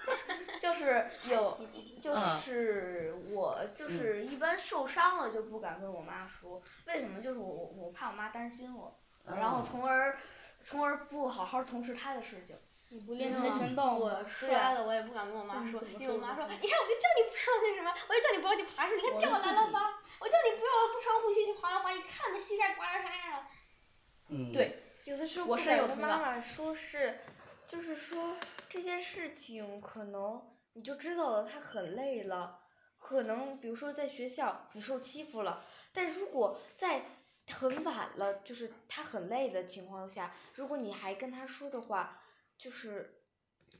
[SPEAKER 21] 就是有，
[SPEAKER 20] 就
[SPEAKER 1] 嗯
[SPEAKER 20] 是我
[SPEAKER 5] 嗯
[SPEAKER 20] 就是一般受伤了就不敢跟我妈说，为什么？就是我我我怕我妈担心我，
[SPEAKER 5] 嗯
[SPEAKER 20] 然后
[SPEAKER 21] 哦
[SPEAKER 20] 从而从而不好好从事她的事情。嗯你不
[SPEAKER 21] 练跆拳
[SPEAKER 5] 嗯
[SPEAKER 21] 道吗
[SPEAKER 20] 我
[SPEAKER 21] 对
[SPEAKER 20] 摔
[SPEAKER 21] 啊
[SPEAKER 20] 了，我也不敢跟我妈说，因为我妈说，
[SPEAKER 21] 你看，我就叫你不要那什么，我就叫你不要去爬树，你看掉下来了吧？我叫你不要不穿护膝去爬了吧？你看那膝盖刮啊成啥样了？
[SPEAKER 1] 嗯，
[SPEAKER 2] 对，有的时候
[SPEAKER 21] 我
[SPEAKER 2] 不
[SPEAKER 21] 深
[SPEAKER 2] 敢
[SPEAKER 21] 有
[SPEAKER 2] 跟
[SPEAKER 21] 同
[SPEAKER 2] 妈
[SPEAKER 21] 感
[SPEAKER 2] 妈说是，就是说这件事情可能你就知道了，他很累了，可能比如说在学校你受欺负了，但如果在很晚了，就是他很累的情况下，如果你还跟他说的话，就是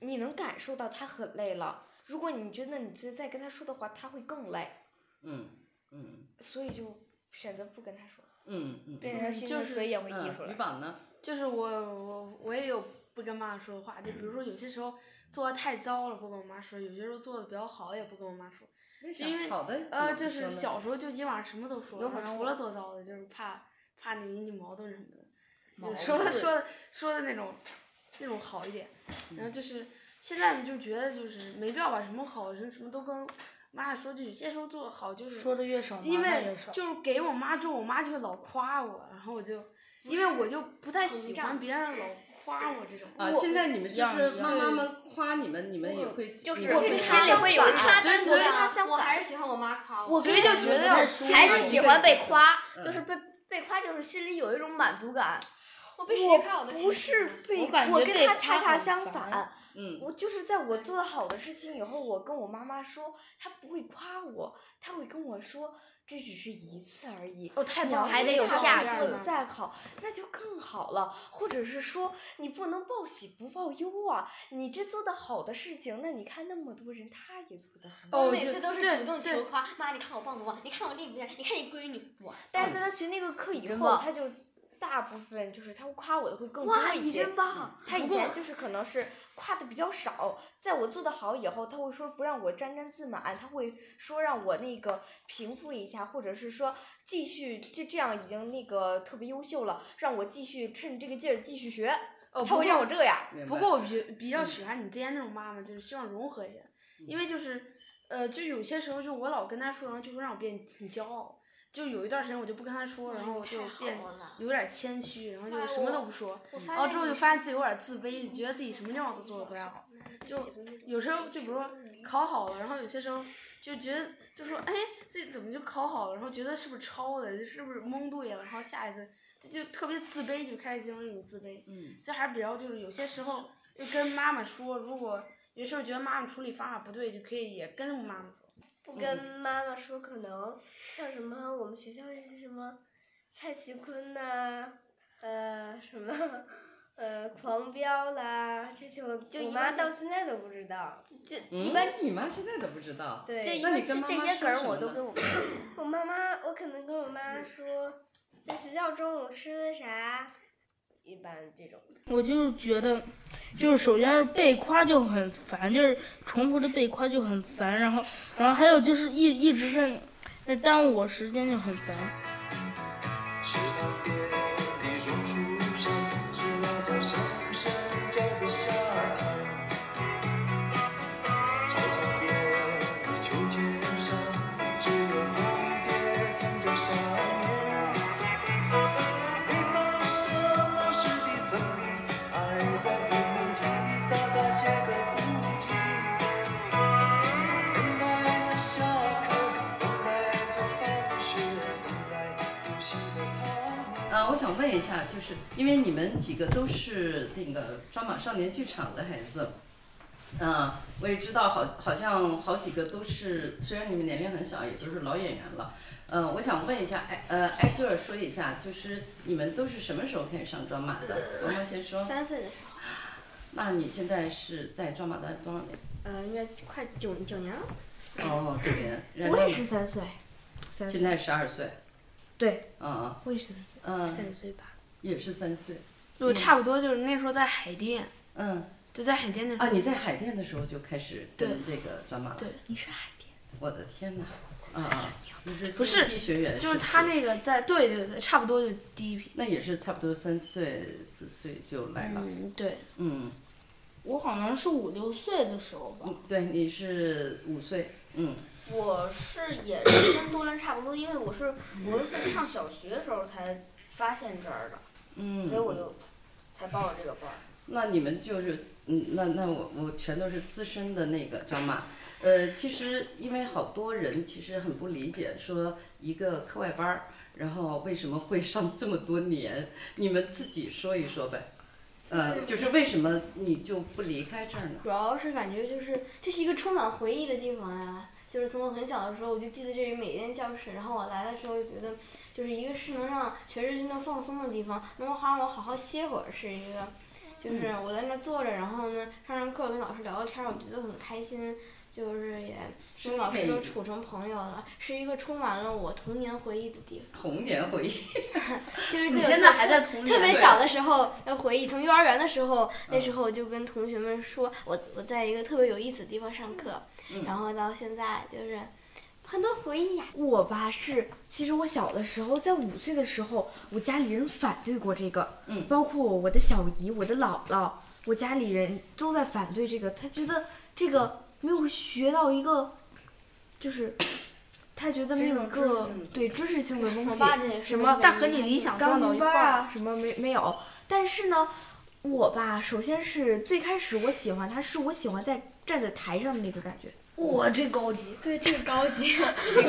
[SPEAKER 2] 你能感受到他很累了。如果你觉得你再再跟他说的话，他会更累，
[SPEAKER 1] 嗯嗯
[SPEAKER 2] 所以就选择不跟他说。
[SPEAKER 1] 嗯嗯，
[SPEAKER 2] 变成新的水也会溢出
[SPEAKER 1] 嗯
[SPEAKER 2] 来
[SPEAKER 1] 鱼榜呢？
[SPEAKER 5] 就是我我我也有不跟妈说话，就比如说有些时候做的太糟了不跟我妈说，有些时候做的比较好也不跟我妈说，
[SPEAKER 1] 为
[SPEAKER 5] 是
[SPEAKER 1] 啥
[SPEAKER 5] 因为
[SPEAKER 1] 好的怎么
[SPEAKER 5] 呃
[SPEAKER 1] 不
[SPEAKER 5] 就是
[SPEAKER 1] 说呢
[SPEAKER 5] 小时候就今晚什么都说，
[SPEAKER 1] 有可能
[SPEAKER 5] 除了做糟的，就是怕怕你引起矛盾什么的，
[SPEAKER 1] 矛
[SPEAKER 5] 有说的
[SPEAKER 1] 盾
[SPEAKER 5] 说的说的那种那种好一点，然后就是现在你就觉得就是没必要把什么好什么什么都跟。妈妈说就有些时候做的好就是
[SPEAKER 7] 说得越少
[SPEAKER 5] 因
[SPEAKER 7] 麻烦
[SPEAKER 5] 为
[SPEAKER 7] 越少
[SPEAKER 5] 就是给我妈之后，我妈就会老夸我，然后我就因为我就不太喜欢别人老夸我这种。
[SPEAKER 1] 啊，现在你们就是妈妈们夸你们，你们也会
[SPEAKER 5] 就是
[SPEAKER 1] 你
[SPEAKER 5] 我
[SPEAKER 1] 们
[SPEAKER 5] 跟
[SPEAKER 1] 会
[SPEAKER 5] 他
[SPEAKER 1] 夸夸
[SPEAKER 5] 相反所以
[SPEAKER 1] 对
[SPEAKER 5] 所以
[SPEAKER 1] 对
[SPEAKER 5] 他
[SPEAKER 1] 对
[SPEAKER 3] 我还是喜欢我妈夸
[SPEAKER 1] 我
[SPEAKER 3] 我，
[SPEAKER 1] 所以就觉得要亲
[SPEAKER 3] 还
[SPEAKER 1] 近
[SPEAKER 3] 是喜
[SPEAKER 1] 一个
[SPEAKER 3] 欢被
[SPEAKER 1] 人
[SPEAKER 3] 夸，
[SPEAKER 1] 嗯
[SPEAKER 3] 就是被被夸，就是心里有一种满足感。
[SPEAKER 2] 我
[SPEAKER 3] 被谁夸我的
[SPEAKER 2] 不是被，
[SPEAKER 3] 我感觉
[SPEAKER 2] 跟
[SPEAKER 3] 被
[SPEAKER 2] 他
[SPEAKER 3] 夸
[SPEAKER 2] 恰恰
[SPEAKER 3] 很
[SPEAKER 2] 相
[SPEAKER 3] 烦
[SPEAKER 2] 反。
[SPEAKER 1] 嗯
[SPEAKER 2] 我就是在我做的好的事情以后，我跟我妈妈说，她不会夸我，她会跟我说这只是一次而已。
[SPEAKER 5] 哦太
[SPEAKER 2] 你
[SPEAKER 5] 棒
[SPEAKER 2] 要
[SPEAKER 5] 了
[SPEAKER 2] 是
[SPEAKER 5] 还得有
[SPEAKER 2] 下
[SPEAKER 5] 下
[SPEAKER 2] 次
[SPEAKER 5] 次呢
[SPEAKER 2] 再好，那就更好了。或者是说，你不能报喜不报忧啊！你这做的好的事情，那你看那么多人，他也做的很好。
[SPEAKER 3] 我每次都是主动求夸，妈，你看我棒不棒？你看我厉不厉害？你看你闺女，我
[SPEAKER 2] 但是在他学那个课以
[SPEAKER 3] 真
[SPEAKER 2] 后，
[SPEAKER 3] 棒
[SPEAKER 2] 他就大部分就是他会夸我的会更
[SPEAKER 3] 哇
[SPEAKER 2] 多
[SPEAKER 3] 你
[SPEAKER 2] 一些
[SPEAKER 3] 真棒。
[SPEAKER 2] 他以
[SPEAKER 3] 不过
[SPEAKER 2] 前就是可能是夸的比较少，在我做的好以后，他会说不让我沾沾自满，他会说让我那个平复一下，或者是说继续就这样已经那个特别优秀了，让我继续趁这个劲儿继续学。
[SPEAKER 5] 哦，
[SPEAKER 2] 他会让我这样。
[SPEAKER 5] 不过我比比较喜欢你之前那种妈妈，就是希望融合一下，因为就是呃，就有些时候就我老跟她说，然后就会让我变很骄傲。就有一段时间我就不跟她说，然后我就
[SPEAKER 3] 太好
[SPEAKER 5] 变
[SPEAKER 3] 了
[SPEAKER 5] 有点谦虚，然后就
[SPEAKER 3] 哎
[SPEAKER 5] 什么
[SPEAKER 3] 我
[SPEAKER 5] 都不说
[SPEAKER 3] 我，发
[SPEAKER 5] 然后
[SPEAKER 3] 现
[SPEAKER 5] 之后
[SPEAKER 3] 你
[SPEAKER 5] 就是发现自己有点自卑，觉得自己什么地方都做的不太好。就有时候就比如说考好了，然后有些时候就觉得就说哎自己怎么就考好了，然后觉得是不是抄的，是不是蒙对了，然后下一次就就特别自卑，就开始进入那种自卑。
[SPEAKER 1] 嗯
[SPEAKER 5] 所以还是比较就是有些时候就跟妈妈说，如果有时候觉得妈妈处理方法不对，就可以也跟妈妈说。
[SPEAKER 20] 不
[SPEAKER 2] 嗯
[SPEAKER 20] 跟妈妈说，可能像什么我们学校这些什么蔡徐坤呐、呃什么呃狂飙啦这些我，
[SPEAKER 3] 就
[SPEAKER 20] 我
[SPEAKER 3] 一
[SPEAKER 20] 妈
[SPEAKER 3] 般
[SPEAKER 20] 到
[SPEAKER 3] 是
[SPEAKER 20] 现在都不知道。
[SPEAKER 3] 这
[SPEAKER 1] 嗯
[SPEAKER 3] 一般，
[SPEAKER 1] 你妈现在都不知道，
[SPEAKER 20] 对
[SPEAKER 3] 这一
[SPEAKER 1] 那
[SPEAKER 3] 般
[SPEAKER 1] 你跟
[SPEAKER 3] 是
[SPEAKER 1] 妈
[SPEAKER 3] 这
[SPEAKER 1] 妈
[SPEAKER 3] 些
[SPEAKER 1] 说
[SPEAKER 3] 梗儿
[SPEAKER 1] 什
[SPEAKER 3] 我
[SPEAKER 1] 么
[SPEAKER 3] 都
[SPEAKER 1] 呢
[SPEAKER 3] 跟我
[SPEAKER 20] 我妈妈，我可能跟我妈说，在学校中午吃的啥，一般这种。
[SPEAKER 7] 我就是觉得，就是首先是被夸就很烦，就是重复的被夸就很烦，然后，然后还有就是一一直在那耽误我时间就很烦。
[SPEAKER 22] 池塘边的榕树上，是那种声声叫着夏天。操场边的秋千上，只有蝴蝶停在上面。黑白是老师的粉笔，爱在笔面叽叽喳喳写个不停。等待着下课，等待着放学，等待游戏的他们。
[SPEAKER 1] 呃，我想问一下，就是因为你们几个都是那个抓马少年剧场的孩子，嗯、我也知道好，好像好几个都是，虽然你们年龄很小，也都是老演员了。呃，我想问一下，挨呃挨个儿说一下，就是你们都是什么时候开始上抓马的？萌萌先说。
[SPEAKER 3] 三岁的时候，
[SPEAKER 1] 那你现在是在抓马待多少年？
[SPEAKER 3] 呃，应该快九九年了。
[SPEAKER 1] 哦，九年。然
[SPEAKER 3] 我
[SPEAKER 1] 后
[SPEAKER 3] 也
[SPEAKER 1] 呢
[SPEAKER 3] 是三岁，三
[SPEAKER 1] 现在十二岁。
[SPEAKER 3] 对。
[SPEAKER 1] 嗯。
[SPEAKER 3] 我也是三岁，
[SPEAKER 1] 嗯
[SPEAKER 3] 三岁吧。
[SPEAKER 1] 也是三岁。
[SPEAKER 5] 我差不多就是那时候在海淀，
[SPEAKER 1] 嗯，
[SPEAKER 23] 就在海淀的时候
[SPEAKER 1] 啊，你在海淀的时候就开始跟
[SPEAKER 23] 对
[SPEAKER 1] 这个抓马了。
[SPEAKER 23] 对，
[SPEAKER 1] 你是海淀。我的天哪！啊啊，你是
[SPEAKER 23] 不是
[SPEAKER 1] 第一批学员，
[SPEAKER 23] 就是他那个在对对对，差不多就第一批。
[SPEAKER 1] 那也是差不多三岁四岁就来了。
[SPEAKER 23] 嗯，对，
[SPEAKER 1] 嗯，
[SPEAKER 7] 我好像是五六岁的时候吧。
[SPEAKER 1] 对，你是五岁，嗯，
[SPEAKER 5] 我是也是跟多伦差不多，因为我是五六岁上小学的时候才发现这儿的，
[SPEAKER 1] 嗯
[SPEAKER 5] 所以我就才报了这个 班儿。
[SPEAKER 1] 那你们就是，嗯，那那我我全都是资深的那个抓马。呃，其实因为好多人其实很不理解，说一个课外班儿，然后为什么会上这么多年？你们自己说一说呗。呃，就是为什么你就不离开这儿呢？
[SPEAKER 3] 主要是感觉就是这是一个充满回忆的地方呀、就是从我很小的时候，我就记得这是每一间教室。然后我来的时候就觉得，就是一个是能让全身心的放松的地方，能够让我好好歇会儿，是一个。就是
[SPEAKER 24] 嗯
[SPEAKER 3] 我在那儿坐着，然后呢上上课，跟老师聊聊天儿，我觉得很开心，就是也
[SPEAKER 1] 是
[SPEAKER 3] 跟老师都
[SPEAKER 1] 每
[SPEAKER 3] 处成朋友了，是一个充满了我童年回忆的地方。
[SPEAKER 1] 童年回忆。
[SPEAKER 3] 就是
[SPEAKER 1] 你
[SPEAKER 3] 特
[SPEAKER 1] 现在
[SPEAKER 3] 特
[SPEAKER 1] 还在
[SPEAKER 5] 嗯
[SPEAKER 1] 童
[SPEAKER 3] 特
[SPEAKER 1] 年
[SPEAKER 3] 别
[SPEAKER 1] 对
[SPEAKER 3] 小的时候要回忆，从幼儿园的时候，那时候我就跟同学们说，我我在一个特别有意思的地方上课，
[SPEAKER 2] 嗯
[SPEAKER 3] 然后到现在就是
[SPEAKER 2] 很多回忆呀、我吧是，其实我小的时候，在五岁的时候，我家里人反对过这个，
[SPEAKER 1] 嗯，
[SPEAKER 2] 包括我的小姨、我的姥姥，我家里人都在反对这个，他觉得这个没有学到一个，就是。 他觉得没有一
[SPEAKER 23] 这种知识
[SPEAKER 2] 个
[SPEAKER 23] 性的
[SPEAKER 2] 对知识性的东西
[SPEAKER 23] 我爸这也，是
[SPEAKER 2] 什么
[SPEAKER 23] 但和你理想
[SPEAKER 2] 钢
[SPEAKER 23] 撞到一
[SPEAKER 2] 琴
[SPEAKER 23] 块
[SPEAKER 2] 班
[SPEAKER 23] 儿
[SPEAKER 2] 啊，什么没没有。但是呢，我吧，首先是最开始我喜欢他，是我喜欢在站在台上的那个感觉。
[SPEAKER 24] 哇这
[SPEAKER 2] 高级，对，这个高级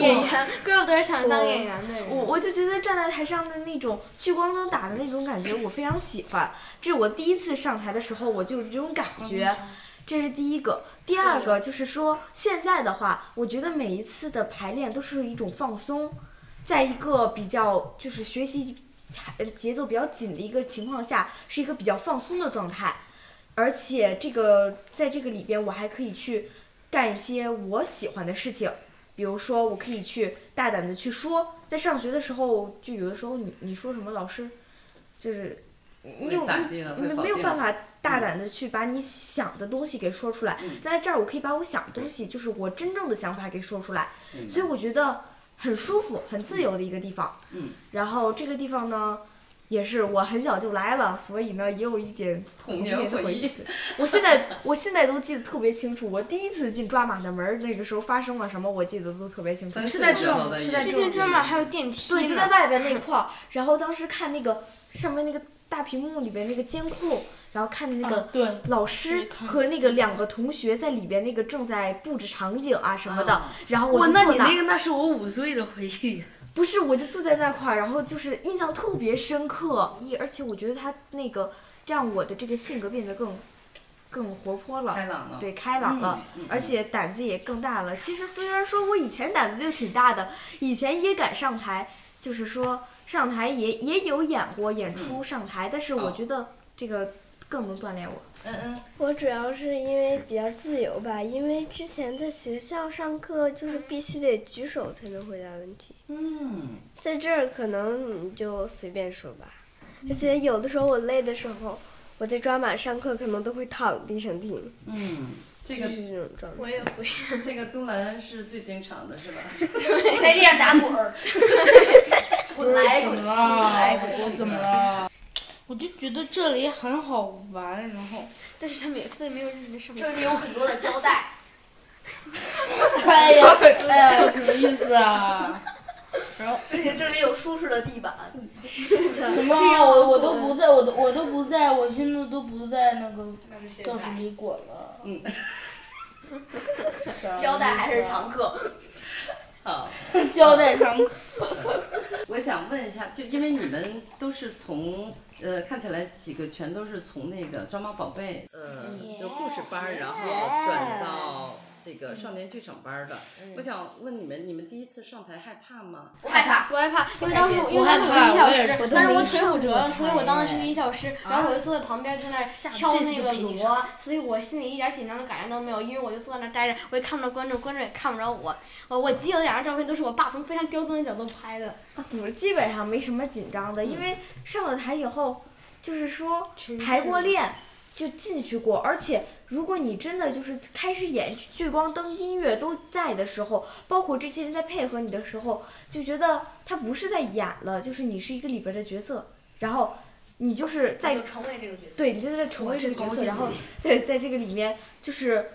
[SPEAKER 24] 演 员怪不得想当演员的人
[SPEAKER 2] 我我就觉得站在台上的那种聚光灯打的那种感觉，我非常喜欢。这是我第一次上台的时候，我就有这种感觉。这是第一个，第二个就是说，现在的话，我觉得每一次的排练都是一种放松，在一个比较就是学习呃节奏比较紧的一个情况下，是一个比较放松的状态，而且这个在这个里边，我还可以去干一些我喜欢的事情，比如说我可以去大胆的去说，在上学的时候，就有的时候你你说什么老师，就是你有
[SPEAKER 1] 会打击的会
[SPEAKER 2] 没
[SPEAKER 1] 否
[SPEAKER 2] 没有
[SPEAKER 1] 定嗯
[SPEAKER 2] 办
[SPEAKER 1] 的
[SPEAKER 2] 法大胆的去把你想的东西给说出来，
[SPEAKER 1] 嗯
[SPEAKER 2] 但在这儿我可以把我想的东西，就是我真正的想法给说出来，
[SPEAKER 1] 明白
[SPEAKER 2] 所以我觉得很舒服、很自由的一个地方。
[SPEAKER 1] 嗯，
[SPEAKER 2] 然后这个地方呢，也是我很小就来了，所以呢也有一点
[SPEAKER 1] 童
[SPEAKER 2] 年
[SPEAKER 1] 年
[SPEAKER 2] 的
[SPEAKER 1] 回
[SPEAKER 2] 回
[SPEAKER 1] 忆
[SPEAKER 2] 忆。对我现在我现在都记得特别清楚，我第一次进抓马的门儿那个时候发生了什么，我记得都特别清楚。
[SPEAKER 1] 三岁的时候的也
[SPEAKER 2] 这
[SPEAKER 1] 是
[SPEAKER 2] 种
[SPEAKER 1] 这样
[SPEAKER 2] 还有
[SPEAKER 3] 电梯
[SPEAKER 2] 对，就
[SPEAKER 3] 呢
[SPEAKER 2] 在外边那块儿。然后当时看那个上面那个大屏幕里边那个监控，然后看那
[SPEAKER 7] 啊
[SPEAKER 2] 个
[SPEAKER 7] 对
[SPEAKER 2] 老师和那个两个同学在里边那个正在布置场景啊什么的
[SPEAKER 23] 啊。
[SPEAKER 2] 然后
[SPEAKER 23] 哇
[SPEAKER 2] 我就
[SPEAKER 23] 那
[SPEAKER 2] 坐
[SPEAKER 23] 你那个那是我五岁的回 忆。
[SPEAKER 2] 不是，我就坐在那块儿，然后就是印象特别深刻，一而且我觉得他那个让我的这个性格变得更更活泼了，
[SPEAKER 1] 开朗了
[SPEAKER 2] 对，开朗了，
[SPEAKER 1] 嗯嗯
[SPEAKER 2] 而且胆子也更大了。其实虽然说我以前胆子就挺大的，以前也敢上台，就是说上台也也有演过演
[SPEAKER 1] 嗯
[SPEAKER 2] 出上台，但是
[SPEAKER 1] 哦
[SPEAKER 2] 我觉得这个更能锻炼我。
[SPEAKER 1] 嗯嗯，
[SPEAKER 25] 我主要是因为比较自由吧，因为之前在学校上课就是必须得举手才能回答问题。
[SPEAKER 1] 嗯，
[SPEAKER 25] 在这儿可能你就随便说吧，
[SPEAKER 2] 嗯
[SPEAKER 25] 而且有的时候我累的时候，我在抓马上课可能都会躺地上听。
[SPEAKER 1] 嗯，这个
[SPEAKER 25] 就是这种状态。
[SPEAKER 1] 我也会。这个东兰是最经常的是吧？
[SPEAKER 25] 在这样打 滚
[SPEAKER 7] 儿。
[SPEAKER 1] 滚来
[SPEAKER 7] 怎
[SPEAKER 1] 滚
[SPEAKER 7] 么
[SPEAKER 1] 去
[SPEAKER 7] 了？
[SPEAKER 1] 滚来滚去
[SPEAKER 7] 我怎么了？我就觉得这里很好玩，然后
[SPEAKER 3] 但是他每次也没有认真上
[SPEAKER 7] 这
[SPEAKER 3] 里
[SPEAKER 7] 里有很多的胶
[SPEAKER 3] 带。
[SPEAKER 7] 哎呀， 哎呀，什么意思啊？然后
[SPEAKER 26] 并且这里有舒适的地板。
[SPEAKER 7] 什么？我我都不在，我都我都不在，我现在都不在那个教室里滚了。，
[SPEAKER 1] 嗯。
[SPEAKER 26] 胶带还是常客。
[SPEAKER 1] 好
[SPEAKER 7] 胶带 上。
[SPEAKER 1] 我想问一下，就因为你们都是从呃，看起来几个全都是从那个《抓猫宝贝》呃，就故事班儿，然后转到这个少年剧场班儿的。我想问你们，你们第一次上台害怕吗？
[SPEAKER 3] 我害怕，我害怕，因为当时我因为当时
[SPEAKER 1] 我
[SPEAKER 3] 一
[SPEAKER 1] 也
[SPEAKER 3] 小时，
[SPEAKER 1] 我都
[SPEAKER 3] 但是我
[SPEAKER 1] 没
[SPEAKER 3] 腿
[SPEAKER 1] 上
[SPEAKER 3] 骨折
[SPEAKER 1] 过啊
[SPEAKER 3] 了，所以我当的是
[SPEAKER 1] 台
[SPEAKER 3] 一小时，然后我就坐在旁边在那儿敲那个锣，所以我心里一点紧张的感觉都没有，因为我就坐在那儿待着，我也看不着观众，观众也看不着我，我我仅有的两张照片都是我爸从非常刁钻的角度拍的，
[SPEAKER 2] 啊不是，基本上没什么紧张的，因为上了台以后，就是说排过练，就进去过，而且如果你真的就是开始演聚光灯、音乐都在的时候，包括这些人在配合你的时候，就觉得他不是在演了，就是你是一个里边的角色，然后你就是在
[SPEAKER 5] 就成为这个角色
[SPEAKER 2] 对，你在这成为这个角
[SPEAKER 5] 哇这
[SPEAKER 2] 色，
[SPEAKER 5] 高
[SPEAKER 2] 然后
[SPEAKER 5] 境界
[SPEAKER 2] 在在这个里面就是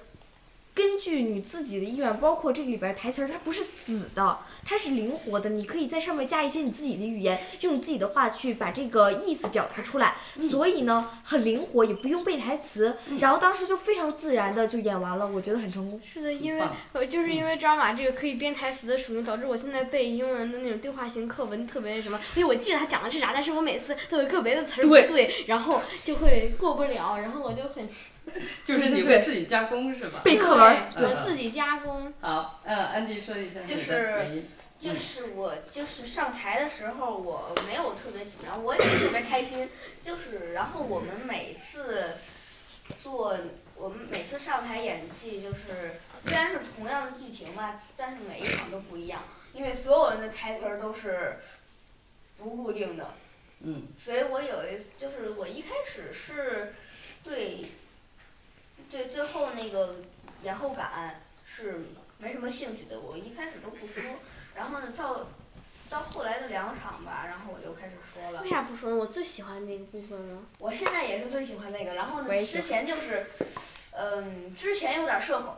[SPEAKER 2] 根据你自己的意愿，包括这里边台词儿，它不是死的，它是灵活的，你可以在上面加一些你自己的语言，用你自己的话去把这个意思表达出来。
[SPEAKER 11] 嗯
[SPEAKER 2] 所以呢，很灵活，也不用背台词，然后当时就非常自然的就演完了，我觉得很成功。
[SPEAKER 19] 是的，因为呃，就是因为 drama 这个可以编台词的属性，导致我现在背英文的那种对话型课文特别什么，因为我记得他讲的是啥，但是我每次都有个别的词儿不
[SPEAKER 1] 对
[SPEAKER 19] 对，然后就会过不了，然后我就很
[SPEAKER 1] 就是你会自己加工是吧？
[SPEAKER 19] 对
[SPEAKER 1] 嗯
[SPEAKER 19] 我自己加工。
[SPEAKER 1] 好，嗯，安迪说一下
[SPEAKER 5] 就
[SPEAKER 1] 你的回
[SPEAKER 5] 是
[SPEAKER 1] 忆
[SPEAKER 5] 就是我就是上台的时候我没有特别紧张，我也特别开心。就是然后我们每次做我们每次上台演戏，就是虽然是同样的剧情吧，但是每一场都不一样，因为所有人的台词儿都是不固定的。
[SPEAKER 1] 嗯
[SPEAKER 5] 所以我有一次就是我一开始是对对最后那个演后感是没什么兴趣的，我一开始都不说，然后呢到到后来的两场吧，然后我就开始说了。
[SPEAKER 19] 为啥不说呢？我最喜欢那个部分了。
[SPEAKER 5] 我现在也是最喜欢那个，然后
[SPEAKER 19] 我也
[SPEAKER 5] 呢
[SPEAKER 19] 喜
[SPEAKER 5] 之
[SPEAKER 19] 欢
[SPEAKER 5] 前就是，嗯，之前有点社恐。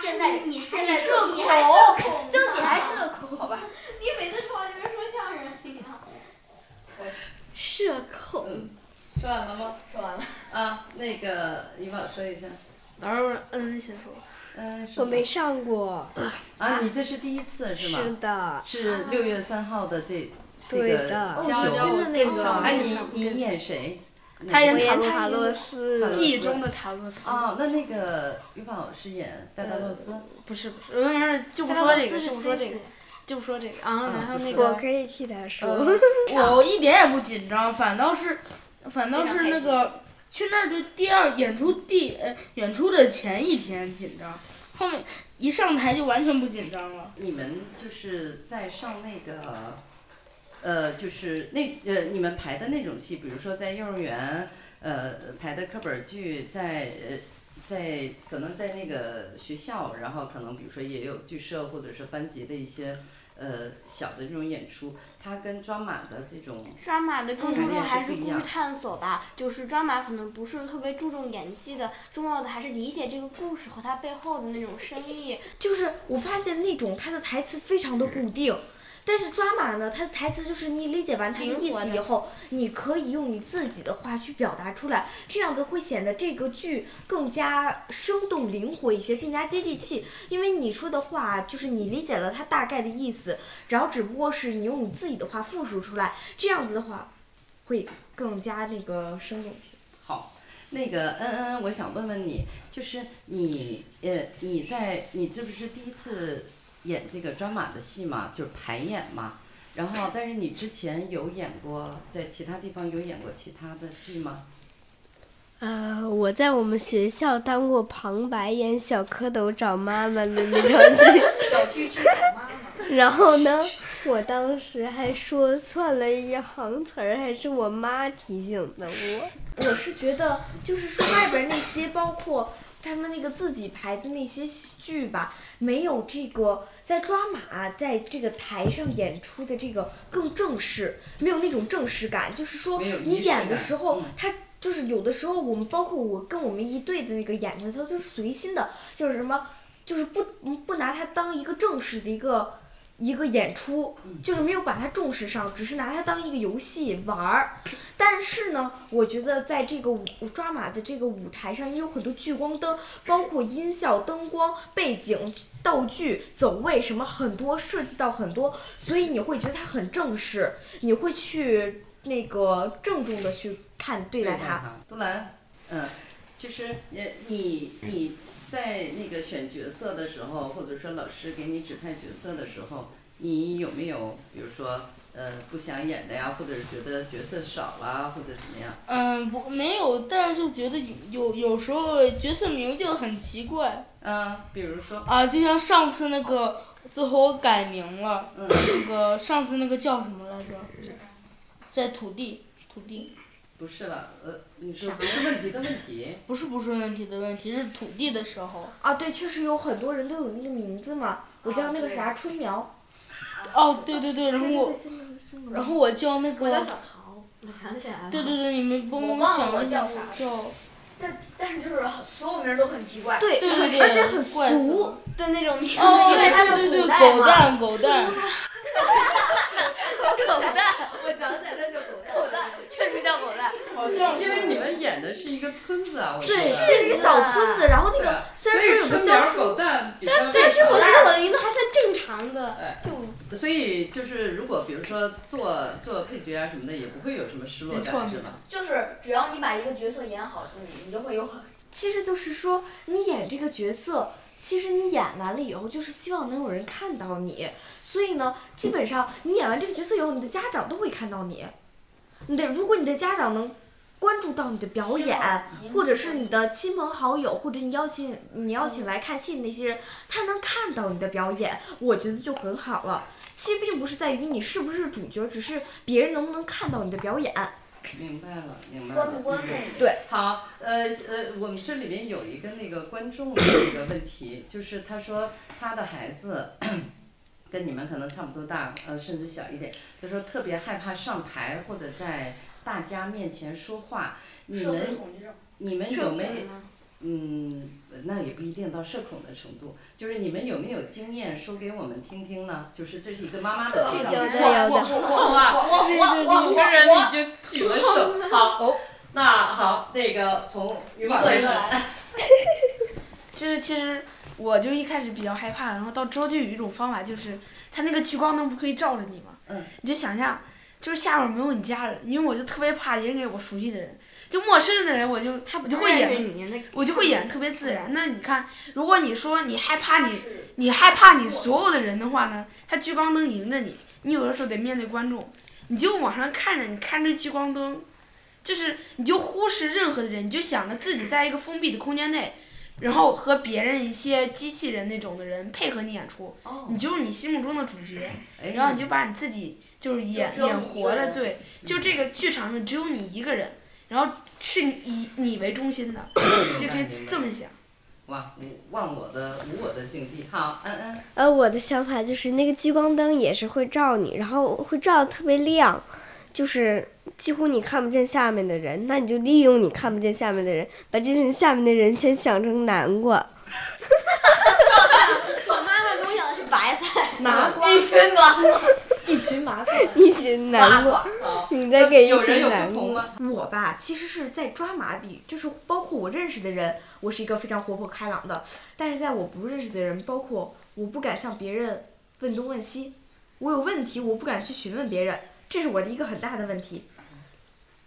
[SPEAKER 5] 现在、
[SPEAKER 19] 你还
[SPEAKER 5] 现在
[SPEAKER 19] 社
[SPEAKER 5] 就
[SPEAKER 19] 恐
[SPEAKER 5] 你还社
[SPEAKER 19] 呢
[SPEAKER 5] 恐，就你还社恐，好吧？
[SPEAKER 19] 你每次说我就跟说相声一样。社恐。
[SPEAKER 1] 说完了吗？
[SPEAKER 5] 说完了。
[SPEAKER 1] 啊，那个以往说一下。
[SPEAKER 4] 老师，嗯，先说。
[SPEAKER 1] 嗯，
[SPEAKER 11] 我没上过。
[SPEAKER 1] 啊，你这是第一次是吗？
[SPEAKER 11] 是的
[SPEAKER 1] 是六月三号的这这
[SPEAKER 11] 对
[SPEAKER 1] 个
[SPEAKER 11] 的
[SPEAKER 1] 交
[SPEAKER 11] 哦新的那个
[SPEAKER 1] 哎，你你演谁？
[SPEAKER 11] 他演
[SPEAKER 1] 哪个
[SPEAKER 11] 塔洛斯
[SPEAKER 1] 塔洛
[SPEAKER 4] 记忆中的塔洛斯
[SPEAKER 1] 哦，那那个于宝是演戴达洛
[SPEAKER 11] 呃
[SPEAKER 1] 斯？
[SPEAKER 4] 不是不是，没事，就不说这个，就不说这个，就不说这个。然后，然后那个，
[SPEAKER 11] 我可以替他说。
[SPEAKER 7] 呃我一点也不紧张，反倒是，反倒是那个去那儿的第二演出第呃演出的前一天紧张，后面一上台就完全不紧张了。
[SPEAKER 1] 你们就是在上那个，呃，就是那呃，你们排的那种戏，比如说在幼儿园，呃，排的课本剧，在呃，在可能在那个学校，然后可能比如说也有剧社或者是班级的一些呃小的这种演出，它跟抓马的这种
[SPEAKER 19] 抓马的更
[SPEAKER 1] 感
[SPEAKER 19] 注重
[SPEAKER 1] 觉
[SPEAKER 19] 还
[SPEAKER 1] 不
[SPEAKER 19] 是
[SPEAKER 1] 一
[SPEAKER 19] 故
[SPEAKER 1] 样
[SPEAKER 19] 事。探索吧，就是抓马可能不是特别注重演技的，重要的还是理解这个故事和它背后的那种深意。
[SPEAKER 2] 就是我发现那种他的台词非常的固定，但是抓马呢，他的台词就是你理解完他的意
[SPEAKER 19] 灵活
[SPEAKER 2] 思
[SPEAKER 19] 的
[SPEAKER 2] 以后，你可以用你自己的话去表达出来，这样子会显得这个剧更加生动灵活一些，更加接地气。因为你说的话啊就是你理解了他大概的意思，然后只不过是你用你自己的话复述出来，这样子的话会更加那个生动一些。
[SPEAKER 1] 好，那个恩恩，我想问问你，就是你呃，你在你这不是第一次演这个专马的戏嘛，就是排演嘛。然后，但是你之前有演过，在其他地方有演过其他的剧吗？
[SPEAKER 11] 呃，我在我们学校当过旁白，演小蝌蚪找妈妈的那种剧。
[SPEAKER 5] 小区区长妈 妈。
[SPEAKER 11] 然后呢，我当时还说错了一行词儿，还是我妈提醒的我。
[SPEAKER 2] 我是觉得，就是说外边儿那些，包括他们那个自己排的那些戏剧吧，没有这个在抓马在这个台上演出的这个更正式，没有那种正式感。就是说，
[SPEAKER 1] 没有仪
[SPEAKER 2] 你
[SPEAKER 1] 式
[SPEAKER 2] 演的
[SPEAKER 1] 感嗯
[SPEAKER 2] 时候，他就是有的时候我们包括我跟我们一队的那个演的时候，就是随心的，就是什么，就是不嗯不拿它当一个正式的一个。一个演出，就是没有把它重视上，只是拿它当一个游戏玩儿。但是呢，我觉得在这个舞抓马的这个舞台上，因为有很多聚光灯，包括音效、灯光、背景、道具、走位什么，很多涉及到很多，所以你会觉得它很正式，你会去那个郑重的去看对待它。
[SPEAKER 1] 杜兰，嗯，就是呃，你你在那个选角色的时候，或者说老师给你指派角色的时候，你有没有比如说呃不想演的呀，或者是觉得角色少啦，或者怎么样？
[SPEAKER 7] 嗯，不没有，但是觉得有有有时候角色名就很奇怪。
[SPEAKER 1] 嗯，比如说
[SPEAKER 7] 啊，就像上次那个，最后我改名了，
[SPEAKER 26] 嗯
[SPEAKER 7] 那个上次那个叫什么来着？在土地，土地。
[SPEAKER 1] 不是了，呃，你说
[SPEAKER 7] 啥
[SPEAKER 1] 不是问题的问题。
[SPEAKER 7] 不是不是问题的问题，是土地的时候。
[SPEAKER 2] 啊，对，确实有很多人都有那个名字嘛，我叫那个啥春苗。
[SPEAKER 7] 哦，对对对，然后我
[SPEAKER 2] 对对对
[SPEAKER 7] 然后我叫那个
[SPEAKER 2] 我叫小桃，我想起来了。
[SPEAKER 7] 对对对，你们帮
[SPEAKER 2] 我忘了
[SPEAKER 7] 想
[SPEAKER 2] 我
[SPEAKER 7] 一下
[SPEAKER 2] 叫啥
[SPEAKER 7] 叫。
[SPEAKER 2] 但但是就是所有名儿都很奇怪，
[SPEAKER 7] 对对对对
[SPEAKER 2] 而且很
[SPEAKER 7] 怪死
[SPEAKER 2] 俗的那种名字，
[SPEAKER 7] 哦
[SPEAKER 2] 因为它是
[SPEAKER 7] 对对对
[SPEAKER 2] 古代
[SPEAKER 7] 狗
[SPEAKER 2] 嘛
[SPEAKER 7] 蛋 狗蛋
[SPEAKER 2] 狗蛋，我想起来它叫狗蛋，狗蛋确实叫狗蛋，
[SPEAKER 1] 好像 因为你们演的是一个村子啊，我觉
[SPEAKER 2] 对，
[SPEAKER 1] 得
[SPEAKER 2] 这是一个小村子，然后那
[SPEAKER 1] 对
[SPEAKER 2] 个
[SPEAKER 1] 啊
[SPEAKER 2] 虽然说有
[SPEAKER 1] 所以春
[SPEAKER 2] 个
[SPEAKER 1] 苗
[SPEAKER 2] 叫树
[SPEAKER 1] 狗，蛋比较
[SPEAKER 2] 但
[SPEAKER 1] 正
[SPEAKER 2] 但是我觉
[SPEAKER 1] 常
[SPEAKER 2] 得我的名字还算正常的，就
[SPEAKER 1] 所以就是，如果比如说做做配角啊什么的，也不会有什么失落
[SPEAKER 2] 没错
[SPEAKER 1] 感，
[SPEAKER 2] 没
[SPEAKER 1] 是
[SPEAKER 2] 错
[SPEAKER 1] 吧？
[SPEAKER 5] 就是只要你把一个角色演好，你你就会有很
[SPEAKER 2] 其实就是说你演这个角色。其实你演完了以后，就是希望能有人看到你，所以呢，基本上你演完这个角色以后，你的家长都会看到你。你的如果你的家长能关注到你的表演
[SPEAKER 5] 引，起
[SPEAKER 2] 或者是你的亲朋好友，或者你邀请你邀请来看戏的那些人，他能看到你的表演，我觉得就很好了。其实并不是在于你是不是主角，只是别人能不能看到你的表演。
[SPEAKER 1] 明白了，明白了。
[SPEAKER 2] 关不关注
[SPEAKER 1] 嗯
[SPEAKER 2] 对
[SPEAKER 1] 好，呃呃，我们这里面有一个那个观众的一个问题，就是他说他的孩子 跟你们可能差不多大，呃，甚至小一点。他说特别害怕上台或者在大家面前说话，你
[SPEAKER 5] 社
[SPEAKER 1] 们
[SPEAKER 5] 会恐惧症。
[SPEAKER 1] 你们
[SPEAKER 5] 社
[SPEAKER 1] 有
[SPEAKER 5] 恐
[SPEAKER 1] 没有
[SPEAKER 5] 吗？
[SPEAKER 1] 嗯，那也不一定到社恐的程度，就是你们有没有经验说给我们听听呢？就是这是一个妈妈的经验，
[SPEAKER 27] 有的
[SPEAKER 1] 哇
[SPEAKER 27] 有的
[SPEAKER 1] 哇哇哇
[SPEAKER 27] 我我我
[SPEAKER 1] 五个人
[SPEAKER 27] 我
[SPEAKER 1] 已经举了手，
[SPEAKER 4] 哦
[SPEAKER 1] 好，那好，那个从于广开始，
[SPEAKER 4] 就是其实我就一开始比较害怕，然后到之后就有一种方法，就是它那个聚光灯不可以照着你嘛，
[SPEAKER 1] 嗯，
[SPEAKER 4] 你就想象就是下边没有你家人，因为我就特别怕演给我熟悉的人，就陌生的人我就他我就会
[SPEAKER 10] 认识
[SPEAKER 4] 演
[SPEAKER 10] 你那个，
[SPEAKER 4] 我就会演得特别自然。那你看，如果你说你害怕你你害怕你所有的人的话呢，他聚光灯迎着你，你有的时候得面对观众，你就往上看着，你看着聚光灯。就是你就忽视任何的人，你就想着自己在一个封闭的空间内，然后和别人一些机器人那种的人配合你演出，
[SPEAKER 10] 哦
[SPEAKER 4] 你就是你心目中的主角，哎然后你就把你自己就是演
[SPEAKER 10] 哎只有嗯
[SPEAKER 4] 演
[SPEAKER 10] 你一
[SPEAKER 4] 活
[SPEAKER 10] 个
[SPEAKER 4] 了，
[SPEAKER 10] 人
[SPEAKER 4] 对，就这个剧场上只有你一个人，然后是你以你为中心的，就可以这么想。
[SPEAKER 1] 嗯哇，无忘我的无我的境地，好，嗯嗯，
[SPEAKER 11] 呃，我的想法就是那个聚光灯也是会照你，然后会照的特别亮，就是几乎你看不见下面的人，那你就利用你看不见下面的人，把这群下面的人全想成南瓜。
[SPEAKER 3] 我妈妈给我养的是白菜，
[SPEAKER 11] 麻瓜
[SPEAKER 3] 一群麻瓜，
[SPEAKER 2] 一群麻瓜，
[SPEAKER 11] 一群南瓜，你再给一群南瓜。
[SPEAKER 2] 我吧，其实是在抓马里，就是包括我认识的人，我是一个非常活泼开朗的，但是在我不认识的人，包括我不敢向别人问东问西，我有问题我不敢去询问别人，这是我的一个很大的问题。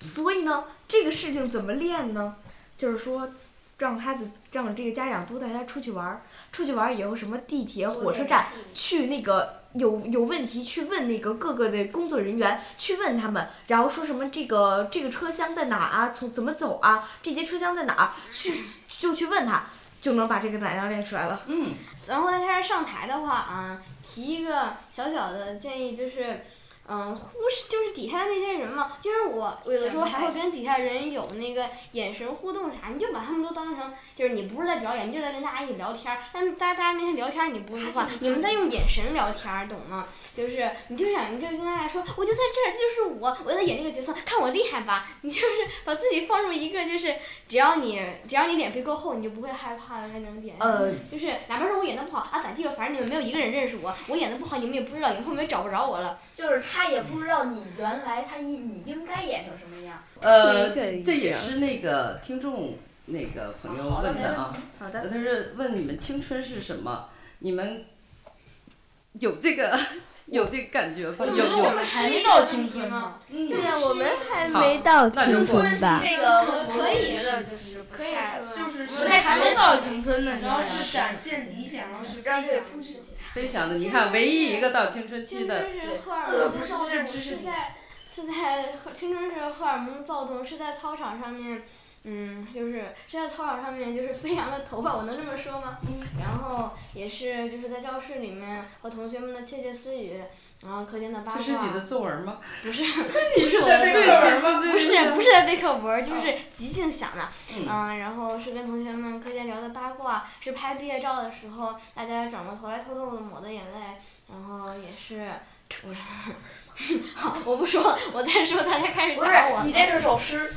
[SPEAKER 2] 所以呢，这个事情怎么练呢？就是说，让他的让这个家长多带他出去玩儿，出去玩儿以后，什么地铁、火车站，去那个有有问题去问那个各个的工作人员，去问他们，然后说什么这个这个车厢在哪儿啊，从怎么走啊，这节车厢在哪儿，去就去问他，就能把这个胆量练出来了。
[SPEAKER 1] 嗯，
[SPEAKER 3] 然后在他这上台的话啊，提一个小小的建议就是。嗯，忽视就是底下的那些人嘛，就是我，我有的时候还会跟底下人有那个眼神互动啥，你就把他们都当成就是你不是在表演，你就是在跟大家一起聊天儿。但在大家面前聊天儿，你不用话，你们在用眼神聊天儿，懂吗？就是你就想，你就跟大家说，我就在这儿，这就是我，我在演这个角色，看我厉害吧。你就是把自己放入一个就是只要你只要你脸皮够厚，你就不会害怕的那种点。
[SPEAKER 2] 呃
[SPEAKER 3] 就是哪怕是我演的不好啊，咋地吧，反正你们没有一个人认识我，我演的不好，你们也不知道，以后你们也找不着我了。
[SPEAKER 5] 就是他也不知道你原来他应你应该演成什么样。
[SPEAKER 1] 呃，这这也是那个听众那个朋友
[SPEAKER 5] 好的
[SPEAKER 1] 问的啊
[SPEAKER 5] 没问题，
[SPEAKER 2] 好
[SPEAKER 1] 他是问你们青春是什么，你们有这个有这个感觉吧？有有。嗯
[SPEAKER 4] 还没到青春呢，
[SPEAKER 28] 对呀、我们还
[SPEAKER 1] 好
[SPEAKER 28] 没到
[SPEAKER 1] 那就
[SPEAKER 28] 青
[SPEAKER 1] 过
[SPEAKER 28] 春吧。
[SPEAKER 4] 这
[SPEAKER 2] 个
[SPEAKER 4] 可以
[SPEAKER 2] 是
[SPEAKER 4] 就是
[SPEAKER 2] 可以
[SPEAKER 4] 就是
[SPEAKER 2] 不太
[SPEAKER 4] 还
[SPEAKER 2] 熟
[SPEAKER 4] 没
[SPEAKER 2] 悉
[SPEAKER 4] 到青春呢，
[SPEAKER 2] 然后
[SPEAKER 4] 是
[SPEAKER 2] 是
[SPEAKER 4] 展
[SPEAKER 2] 展
[SPEAKER 4] 现理想，然后是
[SPEAKER 2] 让这
[SPEAKER 4] 这
[SPEAKER 2] 个充
[SPEAKER 4] 实起来。
[SPEAKER 1] 分享的，你看，唯一一个到青春期的，
[SPEAKER 3] 是荷尔
[SPEAKER 4] 呃
[SPEAKER 3] 蒙
[SPEAKER 4] 不是
[SPEAKER 3] 躁
[SPEAKER 4] 这是
[SPEAKER 3] 动，
[SPEAKER 4] 知识
[SPEAKER 3] 是
[SPEAKER 4] 点
[SPEAKER 3] 在是在荷青春是荷尔蒙躁动，是在操场上面嗯，就是是在操场上面就是飞扬的头发，我能这么说吗？
[SPEAKER 4] 嗯
[SPEAKER 3] 然后也是就是在教室里面和同学们的窃窃私语，然后课间的八卦。
[SPEAKER 1] 这是你的作文吗？，
[SPEAKER 3] 不是
[SPEAKER 1] 你是
[SPEAKER 3] 不是我
[SPEAKER 1] 在
[SPEAKER 3] 的
[SPEAKER 1] 背
[SPEAKER 3] 作
[SPEAKER 1] 课文吗对
[SPEAKER 3] 不是
[SPEAKER 1] 对，对
[SPEAKER 3] 不是在背课文，就是即兴想的。
[SPEAKER 1] 嗯
[SPEAKER 3] 嗯，然后是跟同学们课间聊的八卦，是拍毕业照的时候，大家转过头来偷偷的抹的眼泪，然后也是。我是， 好，我不说了，我再说大家开始
[SPEAKER 5] 不是
[SPEAKER 3] 打我了。
[SPEAKER 5] 你这是首诗。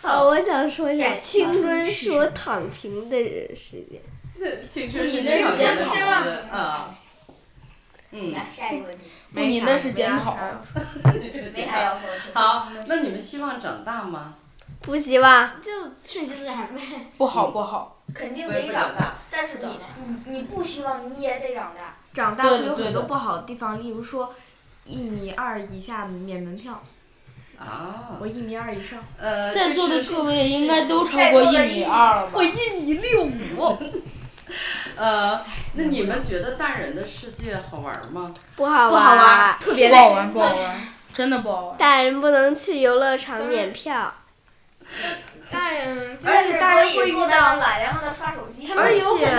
[SPEAKER 29] 啊，我想说一下，
[SPEAKER 3] 感情
[SPEAKER 29] 青春是我躺平的人时间。
[SPEAKER 1] 那青春是
[SPEAKER 29] 你
[SPEAKER 1] 你
[SPEAKER 29] 的
[SPEAKER 1] 小
[SPEAKER 29] 是
[SPEAKER 1] 学
[SPEAKER 29] 检
[SPEAKER 1] 跑
[SPEAKER 29] 讨
[SPEAKER 1] 的啊。嗯，
[SPEAKER 29] 来下一个问 题
[SPEAKER 1] 没
[SPEAKER 29] 不你
[SPEAKER 1] 啥
[SPEAKER 29] 那是检讨
[SPEAKER 1] 没
[SPEAKER 29] 没啥要说的
[SPEAKER 1] 啊好，
[SPEAKER 5] 嗯
[SPEAKER 1] 那你们希望长大吗？
[SPEAKER 29] 不行吧？
[SPEAKER 3] 就顺其自然呗。
[SPEAKER 7] 不好不好，
[SPEAKER 5] 肯定
[SPEAKER 1] 我
[SPEAKER 5] 得
[SPEAKER 1] 也不
[SPEAKER 5] 长
[SPEAKER 1] 知道
[SPEAKER 5] 大，但是你嗯你你不希望你也得长大。
[SPEAKER 2] 长大
[SPEAKER 5] 对
[SPEAKER 2] 会
[SPEAKER 5] 的
[SPEAKER 2] 有
[SPEAKER 5] 对
[SPEAKER 2] 很
[SPEAKER 5] 的
[SPEAKER 2] 多不好的地方，例如说一米二以下免门票。
[SPEAKER 1] 啊，
[SPEAKER 2] 我一米二以上。
[SPEAKER 1] 呃
[SPEAKER 7] 嗯在座的各位应该都超过一米啊二了吧？
[SPEAKER 1] 我一米六五。呃，那你们觉得大人的世界好玩吗？
[SPEAKER 29] 不好
[SPEAKER 7] 不好玩
[SPEAKER 29] 玩，
[SPEAKER 7] 特别累不好玩不好玩，真的不好玩。
[SPEAKER 29] 大人不能去游乐场免票。
[SPEAKER 3] 大人
[SPEAKER 2] 而且大人会遇到
[SPEAKER 5] 懒洋洋的刷手机，
[SPEAKER 2] 而且越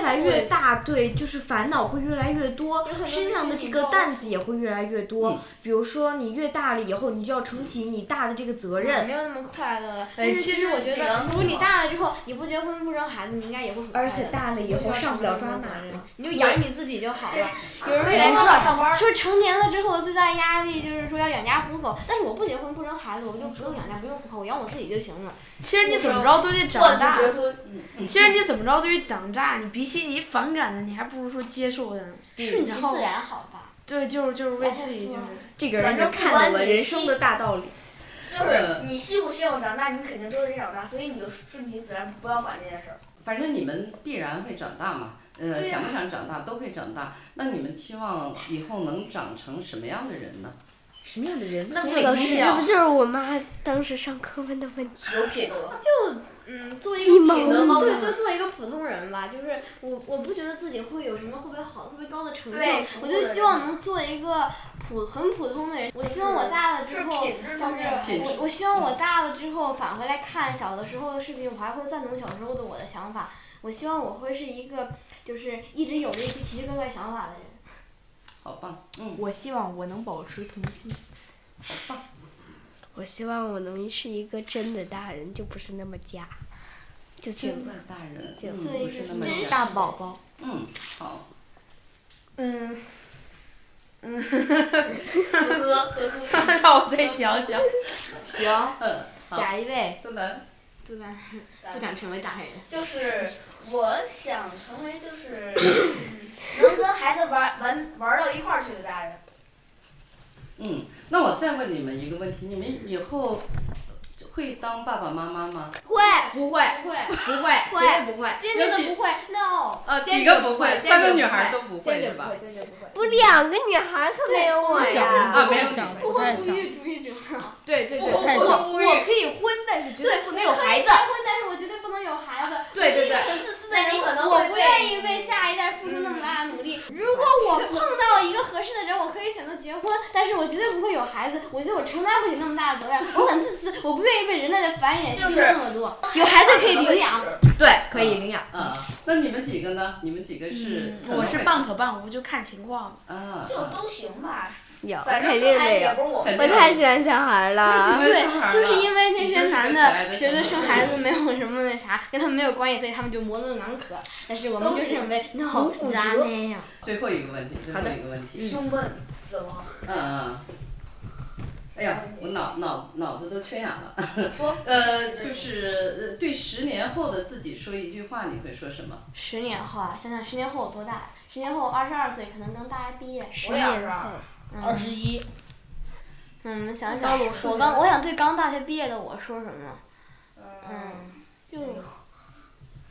[SPEAKER 2] 来
[SPEAKER 3] 哎
[SPEAKER 2] 越大，对，就是烦恼会越来越多，身上的这个担子也会越来越
[SPEAKER 3] 嗯
[SPEAKER 2] 多。比如说，你越大了以后，你就要承起你大的这个责任。
[SPEAKER 3] 没有那么快乐了。
[SPEAKER 2] 哎
[SPEAKER 3] 但是其
[SPEAKER 2] 其实
[SPEAKER 3] 实我觉
[SPEAKER 2] 这个
[SPEAKER 3] 得，如果你大了之后，你不结婚不生孩子，你应该也会很快乐
[SPEAKER 2] 而且大了以后上不了抓马了
[SPEAKER 3] 你就养你自己就好了。有人
[SPEAKER 2] 对
[SPEAKER 3] 会
[SPEAKER 2] 没
[SPEAKER 3] 说
[SPEAKER 2] 事儿上班儿
[SPEAKER 3] 说成年了之后最大压力就是说要养家糊口，但是我不结婚不生孩子，我就不用养家不用糊口，我养我自己就行了。
[SPEAKER 30] 其实你怎么着都得长大
[SPEAKER 5] 我就觉得说。
[SPEAKER 3] 嗯
[SPEAKER 30] 其实你怎么着对于长大，你比起你反感的，你还不如说接受的，
[SPEAKER 3] 嗯
[SPEAKER 5] 顺其
[SPEAKER 30] 然后
[SPEAKER 5] 自然好吧。
[SPEAKER 30] 对，就是就是
[SPEAKER 3] 哎
[SPEAKER 30] 为自己就是。
[SPEAKER 2] 这
[SPEAKER 5] 个让人看懂了人生的
[SPEAKER 2] 大道理。
[SPEAKER 1] 嗯
[SPEAKER 5] 就是你希不希望长大，你肯定都得长大，所以你就顺其自然，不要管这件事儿。
[SPEAKER 1] 反正你们必然会长大嘛，呃，
[SPEAKER 5] 对呀
[SPEAKER 1] 想不想长大都会长大。那你们期望以后能长成什么样的人呢？
[SPEAKER 2] 什么样的人？
[SPEAKER 1] 那
[SPEAKER 29] 老师，这不就是我妈当时上课问的问题吗？
[SPEAKER 3] 就嗯，作为一
[SPEAKER 29] 一
[SPEAKER 3] 个
[SPEAKER 29] 毛
[SPEAKER 3] 普
[SPEAKER 29] 不
[SPEAKER 3] 通，
[SPEAKER 29] 拔
[SPEAKER 3] 对，就作为一个普通人吧，就是我我不觉得自己会有什么特别好、特别高的成就
[SPEAKER 5] 对，
[SPEAKER 3] 我就希望能做一个普很普通的人。我希望我大了之后，
[SPEAKER 5] 是品质
[SPEAKER 3] 就
[SPEAKER 5] 方面的
[SPEAKER 3] 是我我希望我大了之后返回来看小的时候的视频，我还会赞同小时候的我的想法。我希望我会是一个就是一直有着一些奇奇怪怪想法的人。
[SPEAKER 1] 好棒，嗯。
[SPEAKER 2] 我希望我能保持童心。
[SPEAKER 29] 我希望我能是一个真的大人，就不是那么假，就
[SPEAKER 1] 真的大人，
[SPEAKER 29] 就
[SPEAKER 1] 嗯
[SPEAKER 29] 做
[SPEAKER 1] 不
[SPEAKER 29] 一
[SPEAKER 1] 是
[SPEAKER 29] 个
[SPEAKER 1] 那么
[SPEAKER 29] 真
[SPEAKER 1] 简
[SPEAKER 29] 实
[SPEAKER 1] 单
[SPEAKER 29] 的宝宝
[SPEAKER 1] 嗯，好。
[SPEAKER 30] 嗯，嗯，
[SPEAKER 5] 呵呵 呵呵
[SPEAKER 30] 让我再想想。
[SPEAKER 3] 行
[SPEAKER 1] 嗯，
[SPEAKER 5] 好
[SPEAKER 3] 下一位。
[SPEAKER 1] 杜兰。
[SPEAKER 3] 杜兰，不想成为大人。
[SPEAKER 5] 就是我想成为就是嗯能跟孩子玩玩玩到一块儿去的大人。
[SPEAKER 1] 嗯，那我再问你们一个问题：你们以后会当爸爸妈妈吗？
[SPEAKER 3] 会
[SPEAKER 2] 不会
[SPEAKER 3] 不会
[SPEAKER 2] 不会
[SPEAKER 3] 会
[SPEAKER 2] 绝对不会
[SPEAKER 3] 坚决
[SPEAKER 1] 有
[SPEAKER 3] 的
[SPEAKER 1] 几
[SPEAKER 3] 不会，no。
[SPEAKER 1] 啊
[SPEAKER 3] 坚
[SPEAKER 1] 几
[SPEAKER 3] 决
[SPEAKER 1] 个不会
[SPEAKER 3] 坚
[SPEAKER 1] 三个
[SPEAKER 3] 决
[SPEAKER 1] 女孩儿都不
[SPEAKER 3] 坚
[SPEAKER 1] 会
[SPEAKER 3] 决
[SPEAKER 1] 是吧
[SPEAKER 3] 不会，坚决不会。
[SPEAKER 29] 不，两个女孩儿可没有我呀！
[SPEAKER 1] 啊，没有你们
[SPEAKER 3] 不婚不育主义者。
[SPEAKER 2] 对对对，
[SPEAKER 3] 不婚
[SPEAKER 2] 我
[SPEAKER 3] 不
[SPEAKER 2] 我
[SPEAKER 3] 育
[SPEAKER 2] 可以婚，但是绝对不能有孩
[SPEAKER 3] 我可以。
[SPEAKER 2] 子
[SPEAKER 3] 结婚，但是我绝对不能有孩子。
[SPEAKER 2] 对对对
[SPEAKER 3] 我是一个很自私的
[SPEAKER 5] 那
[SPEAKER 3] 人，
[SPEAKER 5] 你可能
[SPEAKER 3] 我
[SPEAKER 5] 会
[SPEAKER 3] 不
[SPEAKER 5] 被嗯
[SPEAKER 3] 愿意为下一代付出那么大的努力。如果我碰到一个合适的人，我可以选择结婚，但是我绝对不会有孩子。我觉得我承担不起那么大的责任，我很自私，我不愿意为人类的繁衍牺牲那么多。有孩子可以领养。
[SPEAKER 2] 对，可以领养。
[SPEAKER 1] 啊，那你们几个呢？你们几个是？可能
[SPEAKER 30] 我是
[SPEAKER 1] 会
[SPEAKER 30] 半可半无，就看情况。
[SPEAKER 1] 啊
[SPEAKER 5] 就都行吧，
[SPEAKER 29] 有，
[SPEAKER 2] 啊
[SPEAKER 5] 反正
[SPEAKER 29] 肯定
[SPEAKER 5] 生孩
[SPEAKER 29] 得有
[SPEAKER 5] 子也不是。我们
[SPEAKER 29] 我太喜欢小孩儿了。
[SPEAKER 3] 对，
[SPEAKER 5] 啊
[SPEAKER 3] 就是因为那些男的
[SPEAKER 29] 你
[SPEAKER 3] 觉
[SPEAKER 29] 真是个可爱的小孩
[SPEAKER 3] 得生孩子没有什么那啥，跟他们没有关系，所以他们就模棱两可。但是我们
[SPEAKER 5] 都
[SPEAKER 3] 就是认为那
[SPEAKER 5] 不
[SPEAKER 3] 好
[SPEAKER 5] 负
[SPEAKER 3] 复杂
[SPEAKER 5] 责
[SPEAKER 3] 那样。
[SPEAKER 1] 最后一个问题，最后
[SPEAKER 5] 好的
[SPEAKER 1] 一个问题。
[SPEAKER 5] 胸闷、死亡。
[SPEAKER 1] 嗯嗯。哎呀，我脑脑脑子都缺氧了。
[SPEAKER 5] 说
[SPEAKER 1] 呃，就是呃对十年后的自己说一句话，你会说什么？
[SPEAKER 3] 十年后啊，想想十年后我多大？十年后我二十二岁，可能刚大学毕业。
[SPEAKER 5] 十年后
[SPEAKER 3] 嗯
[SPEAKER 7] 二十一，
[SPEAKER 3] 那你们想
[SPEAKER 7] 高
[SPEAKER 3] 想，
[SPEAKER 7] 中
[SPEAKER 3] 嗯
[SPEAKER 7] 数
[SPEAKER 3] 我
[SPEAKER 7] 学
[SPEAKER 3] 刚我想对刚大学毕业的我说什么？嗯，就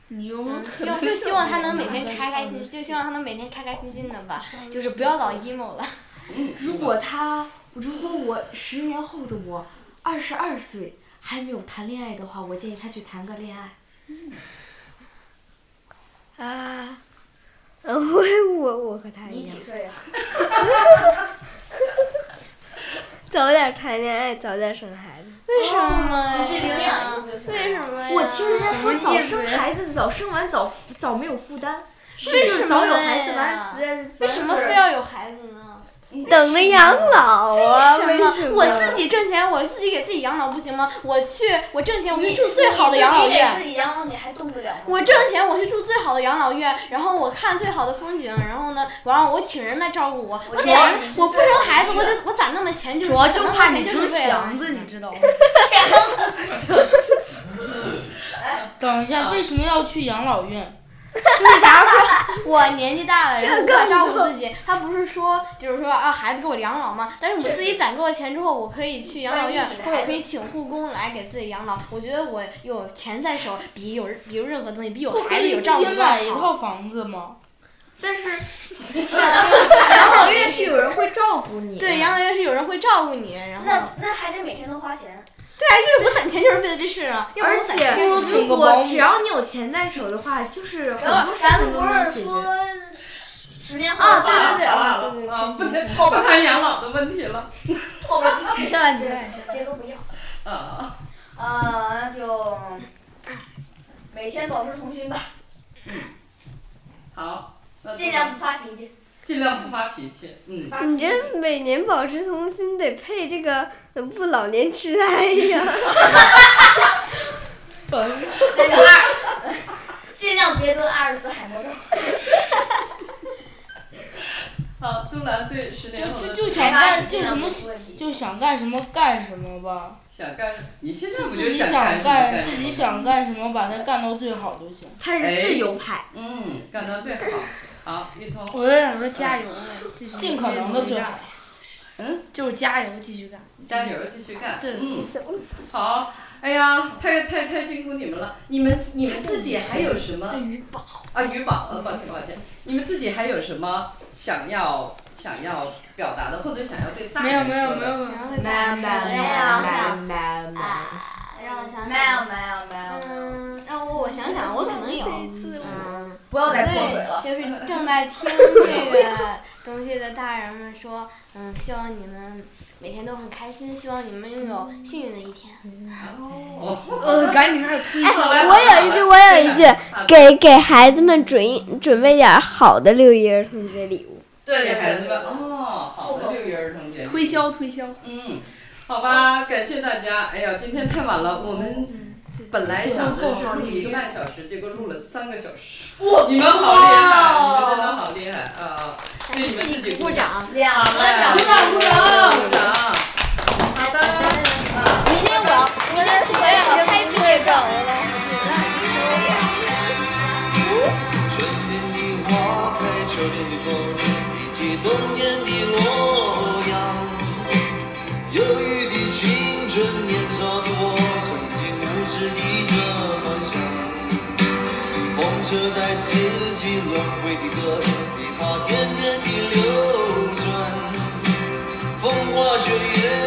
[SPEAKER 30] 你又
[SPEAKER 3] 嗯 希 望就希望他能每天开开心，就希望他能每天开开心心的吧，就是不要老 emo 了。
[SPEAKER 2] 如果他，如果我十年后的我，二十二岁还没有谈恋爱的话，我建议他去谈个恋爱。
[SPEAKER 29] 啊，呃我我我和他一
[SPEAKER 5] 嗯你
[SPEAKER 29] 样
[SPEAKER 5] 几，岁呀？啊
[SPEAKER 29] 早点谈恋爱，早点生孩子。
[SPEAKER 31] 为什
[SPEAKER 3] 哎
[SPEAKER 31] 么呀？
[SPEAKER 5] 哦你去领养一个就是
[SPEAKER 31] 为什么呀？
[SPEAKER 2] 我听人家说早生孩子早生完早早没有负担，就是早有孩子完自然
[SPEAKER 3] 为什么非要有孩子呢？
[SPEAKER 32] 等着养老啊？什
[SPEAKER 3] 为
[SPEAKER 32] 么
[SPEAKER 3] 我自己挣钱，我自己给自己养老不行吗？我去，我挣钱，我去住最好的养老
[SPEAKER 5] 你自
[SPEAKER 3] 院。
[SPEAKER 5] 己养老，你还动得了吗？
[SPEAKER 3] 我挣钱，我去住最好的养老院，然后我看最好的风景，然后呢，完了我请人来照顾我。我
[SPEAKER 5] 觉
[SPEAKER 3] 怎
[SPEAKER 5] 得
[SPEAKER 3] 么
[SPEAKER 5] 你是
[SPEAKER 3] 我不生孩子，我就我攒那么钱就是
[SPEAKER 33] 主要就怕你
[SPEAKER 3] 就
[SPEAKER 33] 成
[SPEAKER 3] 是为了
[SPEAKER 33] 祥子，你知道吗？
[SPEAKER 7] 等一下，
[SPEAKER 2] 啊
[SPEAKER 7] 为什么要去养老院？
[SPEAKER 3] 就是假如说我年纪大了，然后无
[SPEAKER 7] 这
[SPEAKER 3] 法
[SPEAKER 7] 个
[SPEAKER 3] 照顾自己，他不是说就是说啊，孩子给我养老嘛？但是我自己攒够了钱之后，我可以去养老院
[SPEAKER 5] 万一你，的
[SPEAKER 3] 或者
[SPEAKER 5] 孩子
[SPEAKER 3] 我可以请护工来给自己养老。我觉得我有钱在手，比有比有任何东西，比有
[SPEAKER 7] 不可
[SPEAKER 3] 孩子
[SPEAKER 7] 以
[SPEAKER 3] 有
[SPEAKER 7] 自
[SPEAKER 3] 丈夫
[SPEAKER 7] 己
[SPEAKER 2] 啊
[SPEAKER 7] 买一
[SPEAKER 3] 更好。
[SPEAKER 7] 套房子吗？
[SPEAKER 2] 但是
[SPEAKER 3] 养老院
[SPEAKER 2] 是有人会照顾你。
[SPEAKER 3] 对，养老院是有人会照顾你，然后
[SPEAKER 5] 那那还得每天都花钱。
[SPEAKER 3] 对啊，就是我攒钱就是为了这事啊，要不
[SPEAKER 2] 而
[SPEAKER 3] 然我攒钱
[SPEAKER 2] 且
[SPEAKER 3] 干什么
[SPEAKER 2] 如果只要你有钱在手的话，就是很
[SPEAKER 5] 然后
[SPEAKER 2] 多事
[SPEAKER 5] 咱们
[SPEAKER 2] 情都
[SPEAKER 5] 不
[SPEAKER 2] 能
[SPEAKER 5] 是
[SPEAKER 2] 解决。
[SPEAKER 5] 说十年后
[SPEAKER 2] 啊，
[SPEAKER 5] 吧
[SPEAKER 2] 对对对，啊，
[SPEAKER 1] 啊啊，不对，
[SPEAKER 5] 后边
[SPEAKER 1] 不谈养老的问题了。
[SPEAKER 5] 后边
[SPEAKER 33] 停下来你再
[SPEAKER 5] 结都不要。
[SPEAKER 1] 啊，
[SPEAKER 5] 呃，那就每天保持童心吧，
[SPEAKER 1] 好，
[SPEAKER 33] 呃
[SPEAKER 1] 那
[SPEAKER 5] 尽量不发脾气。
[SPEAKER 1] 尽量不发脾气。嗯，
[SPEAKER 32] 你这每年保持童心得配这个不老年痴呆呀。
[SPEAKER 5] 那个二，尽量别得阿尔兹海默症。
[SPEAKER 1] 好，东兰对十年后的
[SPEAKER 7] 就
[SPEAKER 1] 自
[SPEAKER 7] 就
[SPEAKER 1] 己
[SPEAKER 7] 想干，就
[SPEAKER 5] 尽
[SPEAKER 7] 什
[SPEAKER 5] 量
[SPEAKER 7] 么
[SPEAKER 5] 不问题
[SPEAKER 7] 就想干什么干什么吧，
[SPEAKER 1] 想干什么？你现在不
[SPEAKER 7] 自
[SPEAKER 1] 就
[SPEAKER 7] 己
[SPEAKER 1] 想
[SPEAKER 7] 想
[SPEAKER 1] 干
[SPEAKER 7] 干
[SPEAKER 1] 什么
[SPEAKER 7] 自
[SPEAKER 1] 干
[SPEAKER 7] 己
[SPEAKER 1] 什么
[SPEAKER 7] 想干什么，把它干到最好就行。
[SPEAKER 2] 他是自由派，
[SPEAKER 1] 嗯，干到最好。好，一通。
[SPEAKER 33] 我就想说加油，继续
[SPEAKER 7] 尽可能地
[SPEAKER 33] 继续
[SPEAKER 7] 做
[SPEAKER 33] 干
[SPEAKER 1] 嗯，
[SPEAKER 33] 就是加油，继续干，
[SPEAKER 1] 加油，继续干。
[SPEAKER 33] 对
[SPEAKER 1] 嗯，好。哎呀，太太太辛苦你们了！你们你们自己还有什么？
[SPEAKER 3] 余宝，
[SPEAKER 1] 啊，余宝，呃，抱歉抱歉，你们自己还有什么想要想要表达的，或者想要对大
[SPEAKER 33] 没有
[SPEAKER 1] 人
[SPEAKER 33] 没有
[SPEAKER 1] 说
[SPEAKER 33] 没
[SPEAKER 1] 的？
[SPEAKER 33] 有没有，
[SPEAKER 3] 慢慢
[SPEAKER 5] 慢
[SPEAKER 3] 慢
[SPEAKER 32] 哎
[SPEAKER 3] 慢。
[SPEAKER 5] 让我想
[SPEAKER 3] 没
[SPEAKER 5] 想，
[SPEAKER 3] 有
[SPEAKER 5] 没有没有，
[SPEAKER 3] 嗯，让我我想想，我可能有。嗯，
[SPEAKER 5] 不要再
[SPEAKER 3] 对
[SPEAKER 5] 泼水了。
[SPEAKER 3] 就是正在听这个东西的大人们说，嗯，希望你们每天都很开心，希望你们拥有幸运的一天。
[SPEAKER 1] 哦
[SPEAKER 33] 呃，赶紧开
[SPEAKER 1] 哎
[SPEAKER 33] 始推销。
[SPEAKER 32] 哎我有一句，我有一句，给给孩子们准一准备点儿好的六一儿童节礼物。
[SPEAKER 1] 对给孩子们哦，好的六一儿童节
[SPEAKER 33] 推销推销，
[SPEAKER 1] 嗯，好吧，感谢大家。哎呀，今天太晚了，我们本来想着是录一个半小时，结果录了三个小时。你们好厉害，你们真的好厉害啊！对你们自己
[SPEAKER 3] 鼓掌，
[SPEAKER 5] 两个小
[SPEAKER 1] 鼓
[SPEAKER 5] 时。
[SPEAKER 1] 掌，鼓掌，鼓掌。好的，啊，
[SPEAKER 3] 明天我要，明天是我要拍毕业照。
[SPEAKER 27] 春天的花开，秋天的风，以及冬天的洛阳。忧郁的青春，年少的我，曾经无知地这么想。风车在四季轮回的歌，里它天天地流转。风花雪月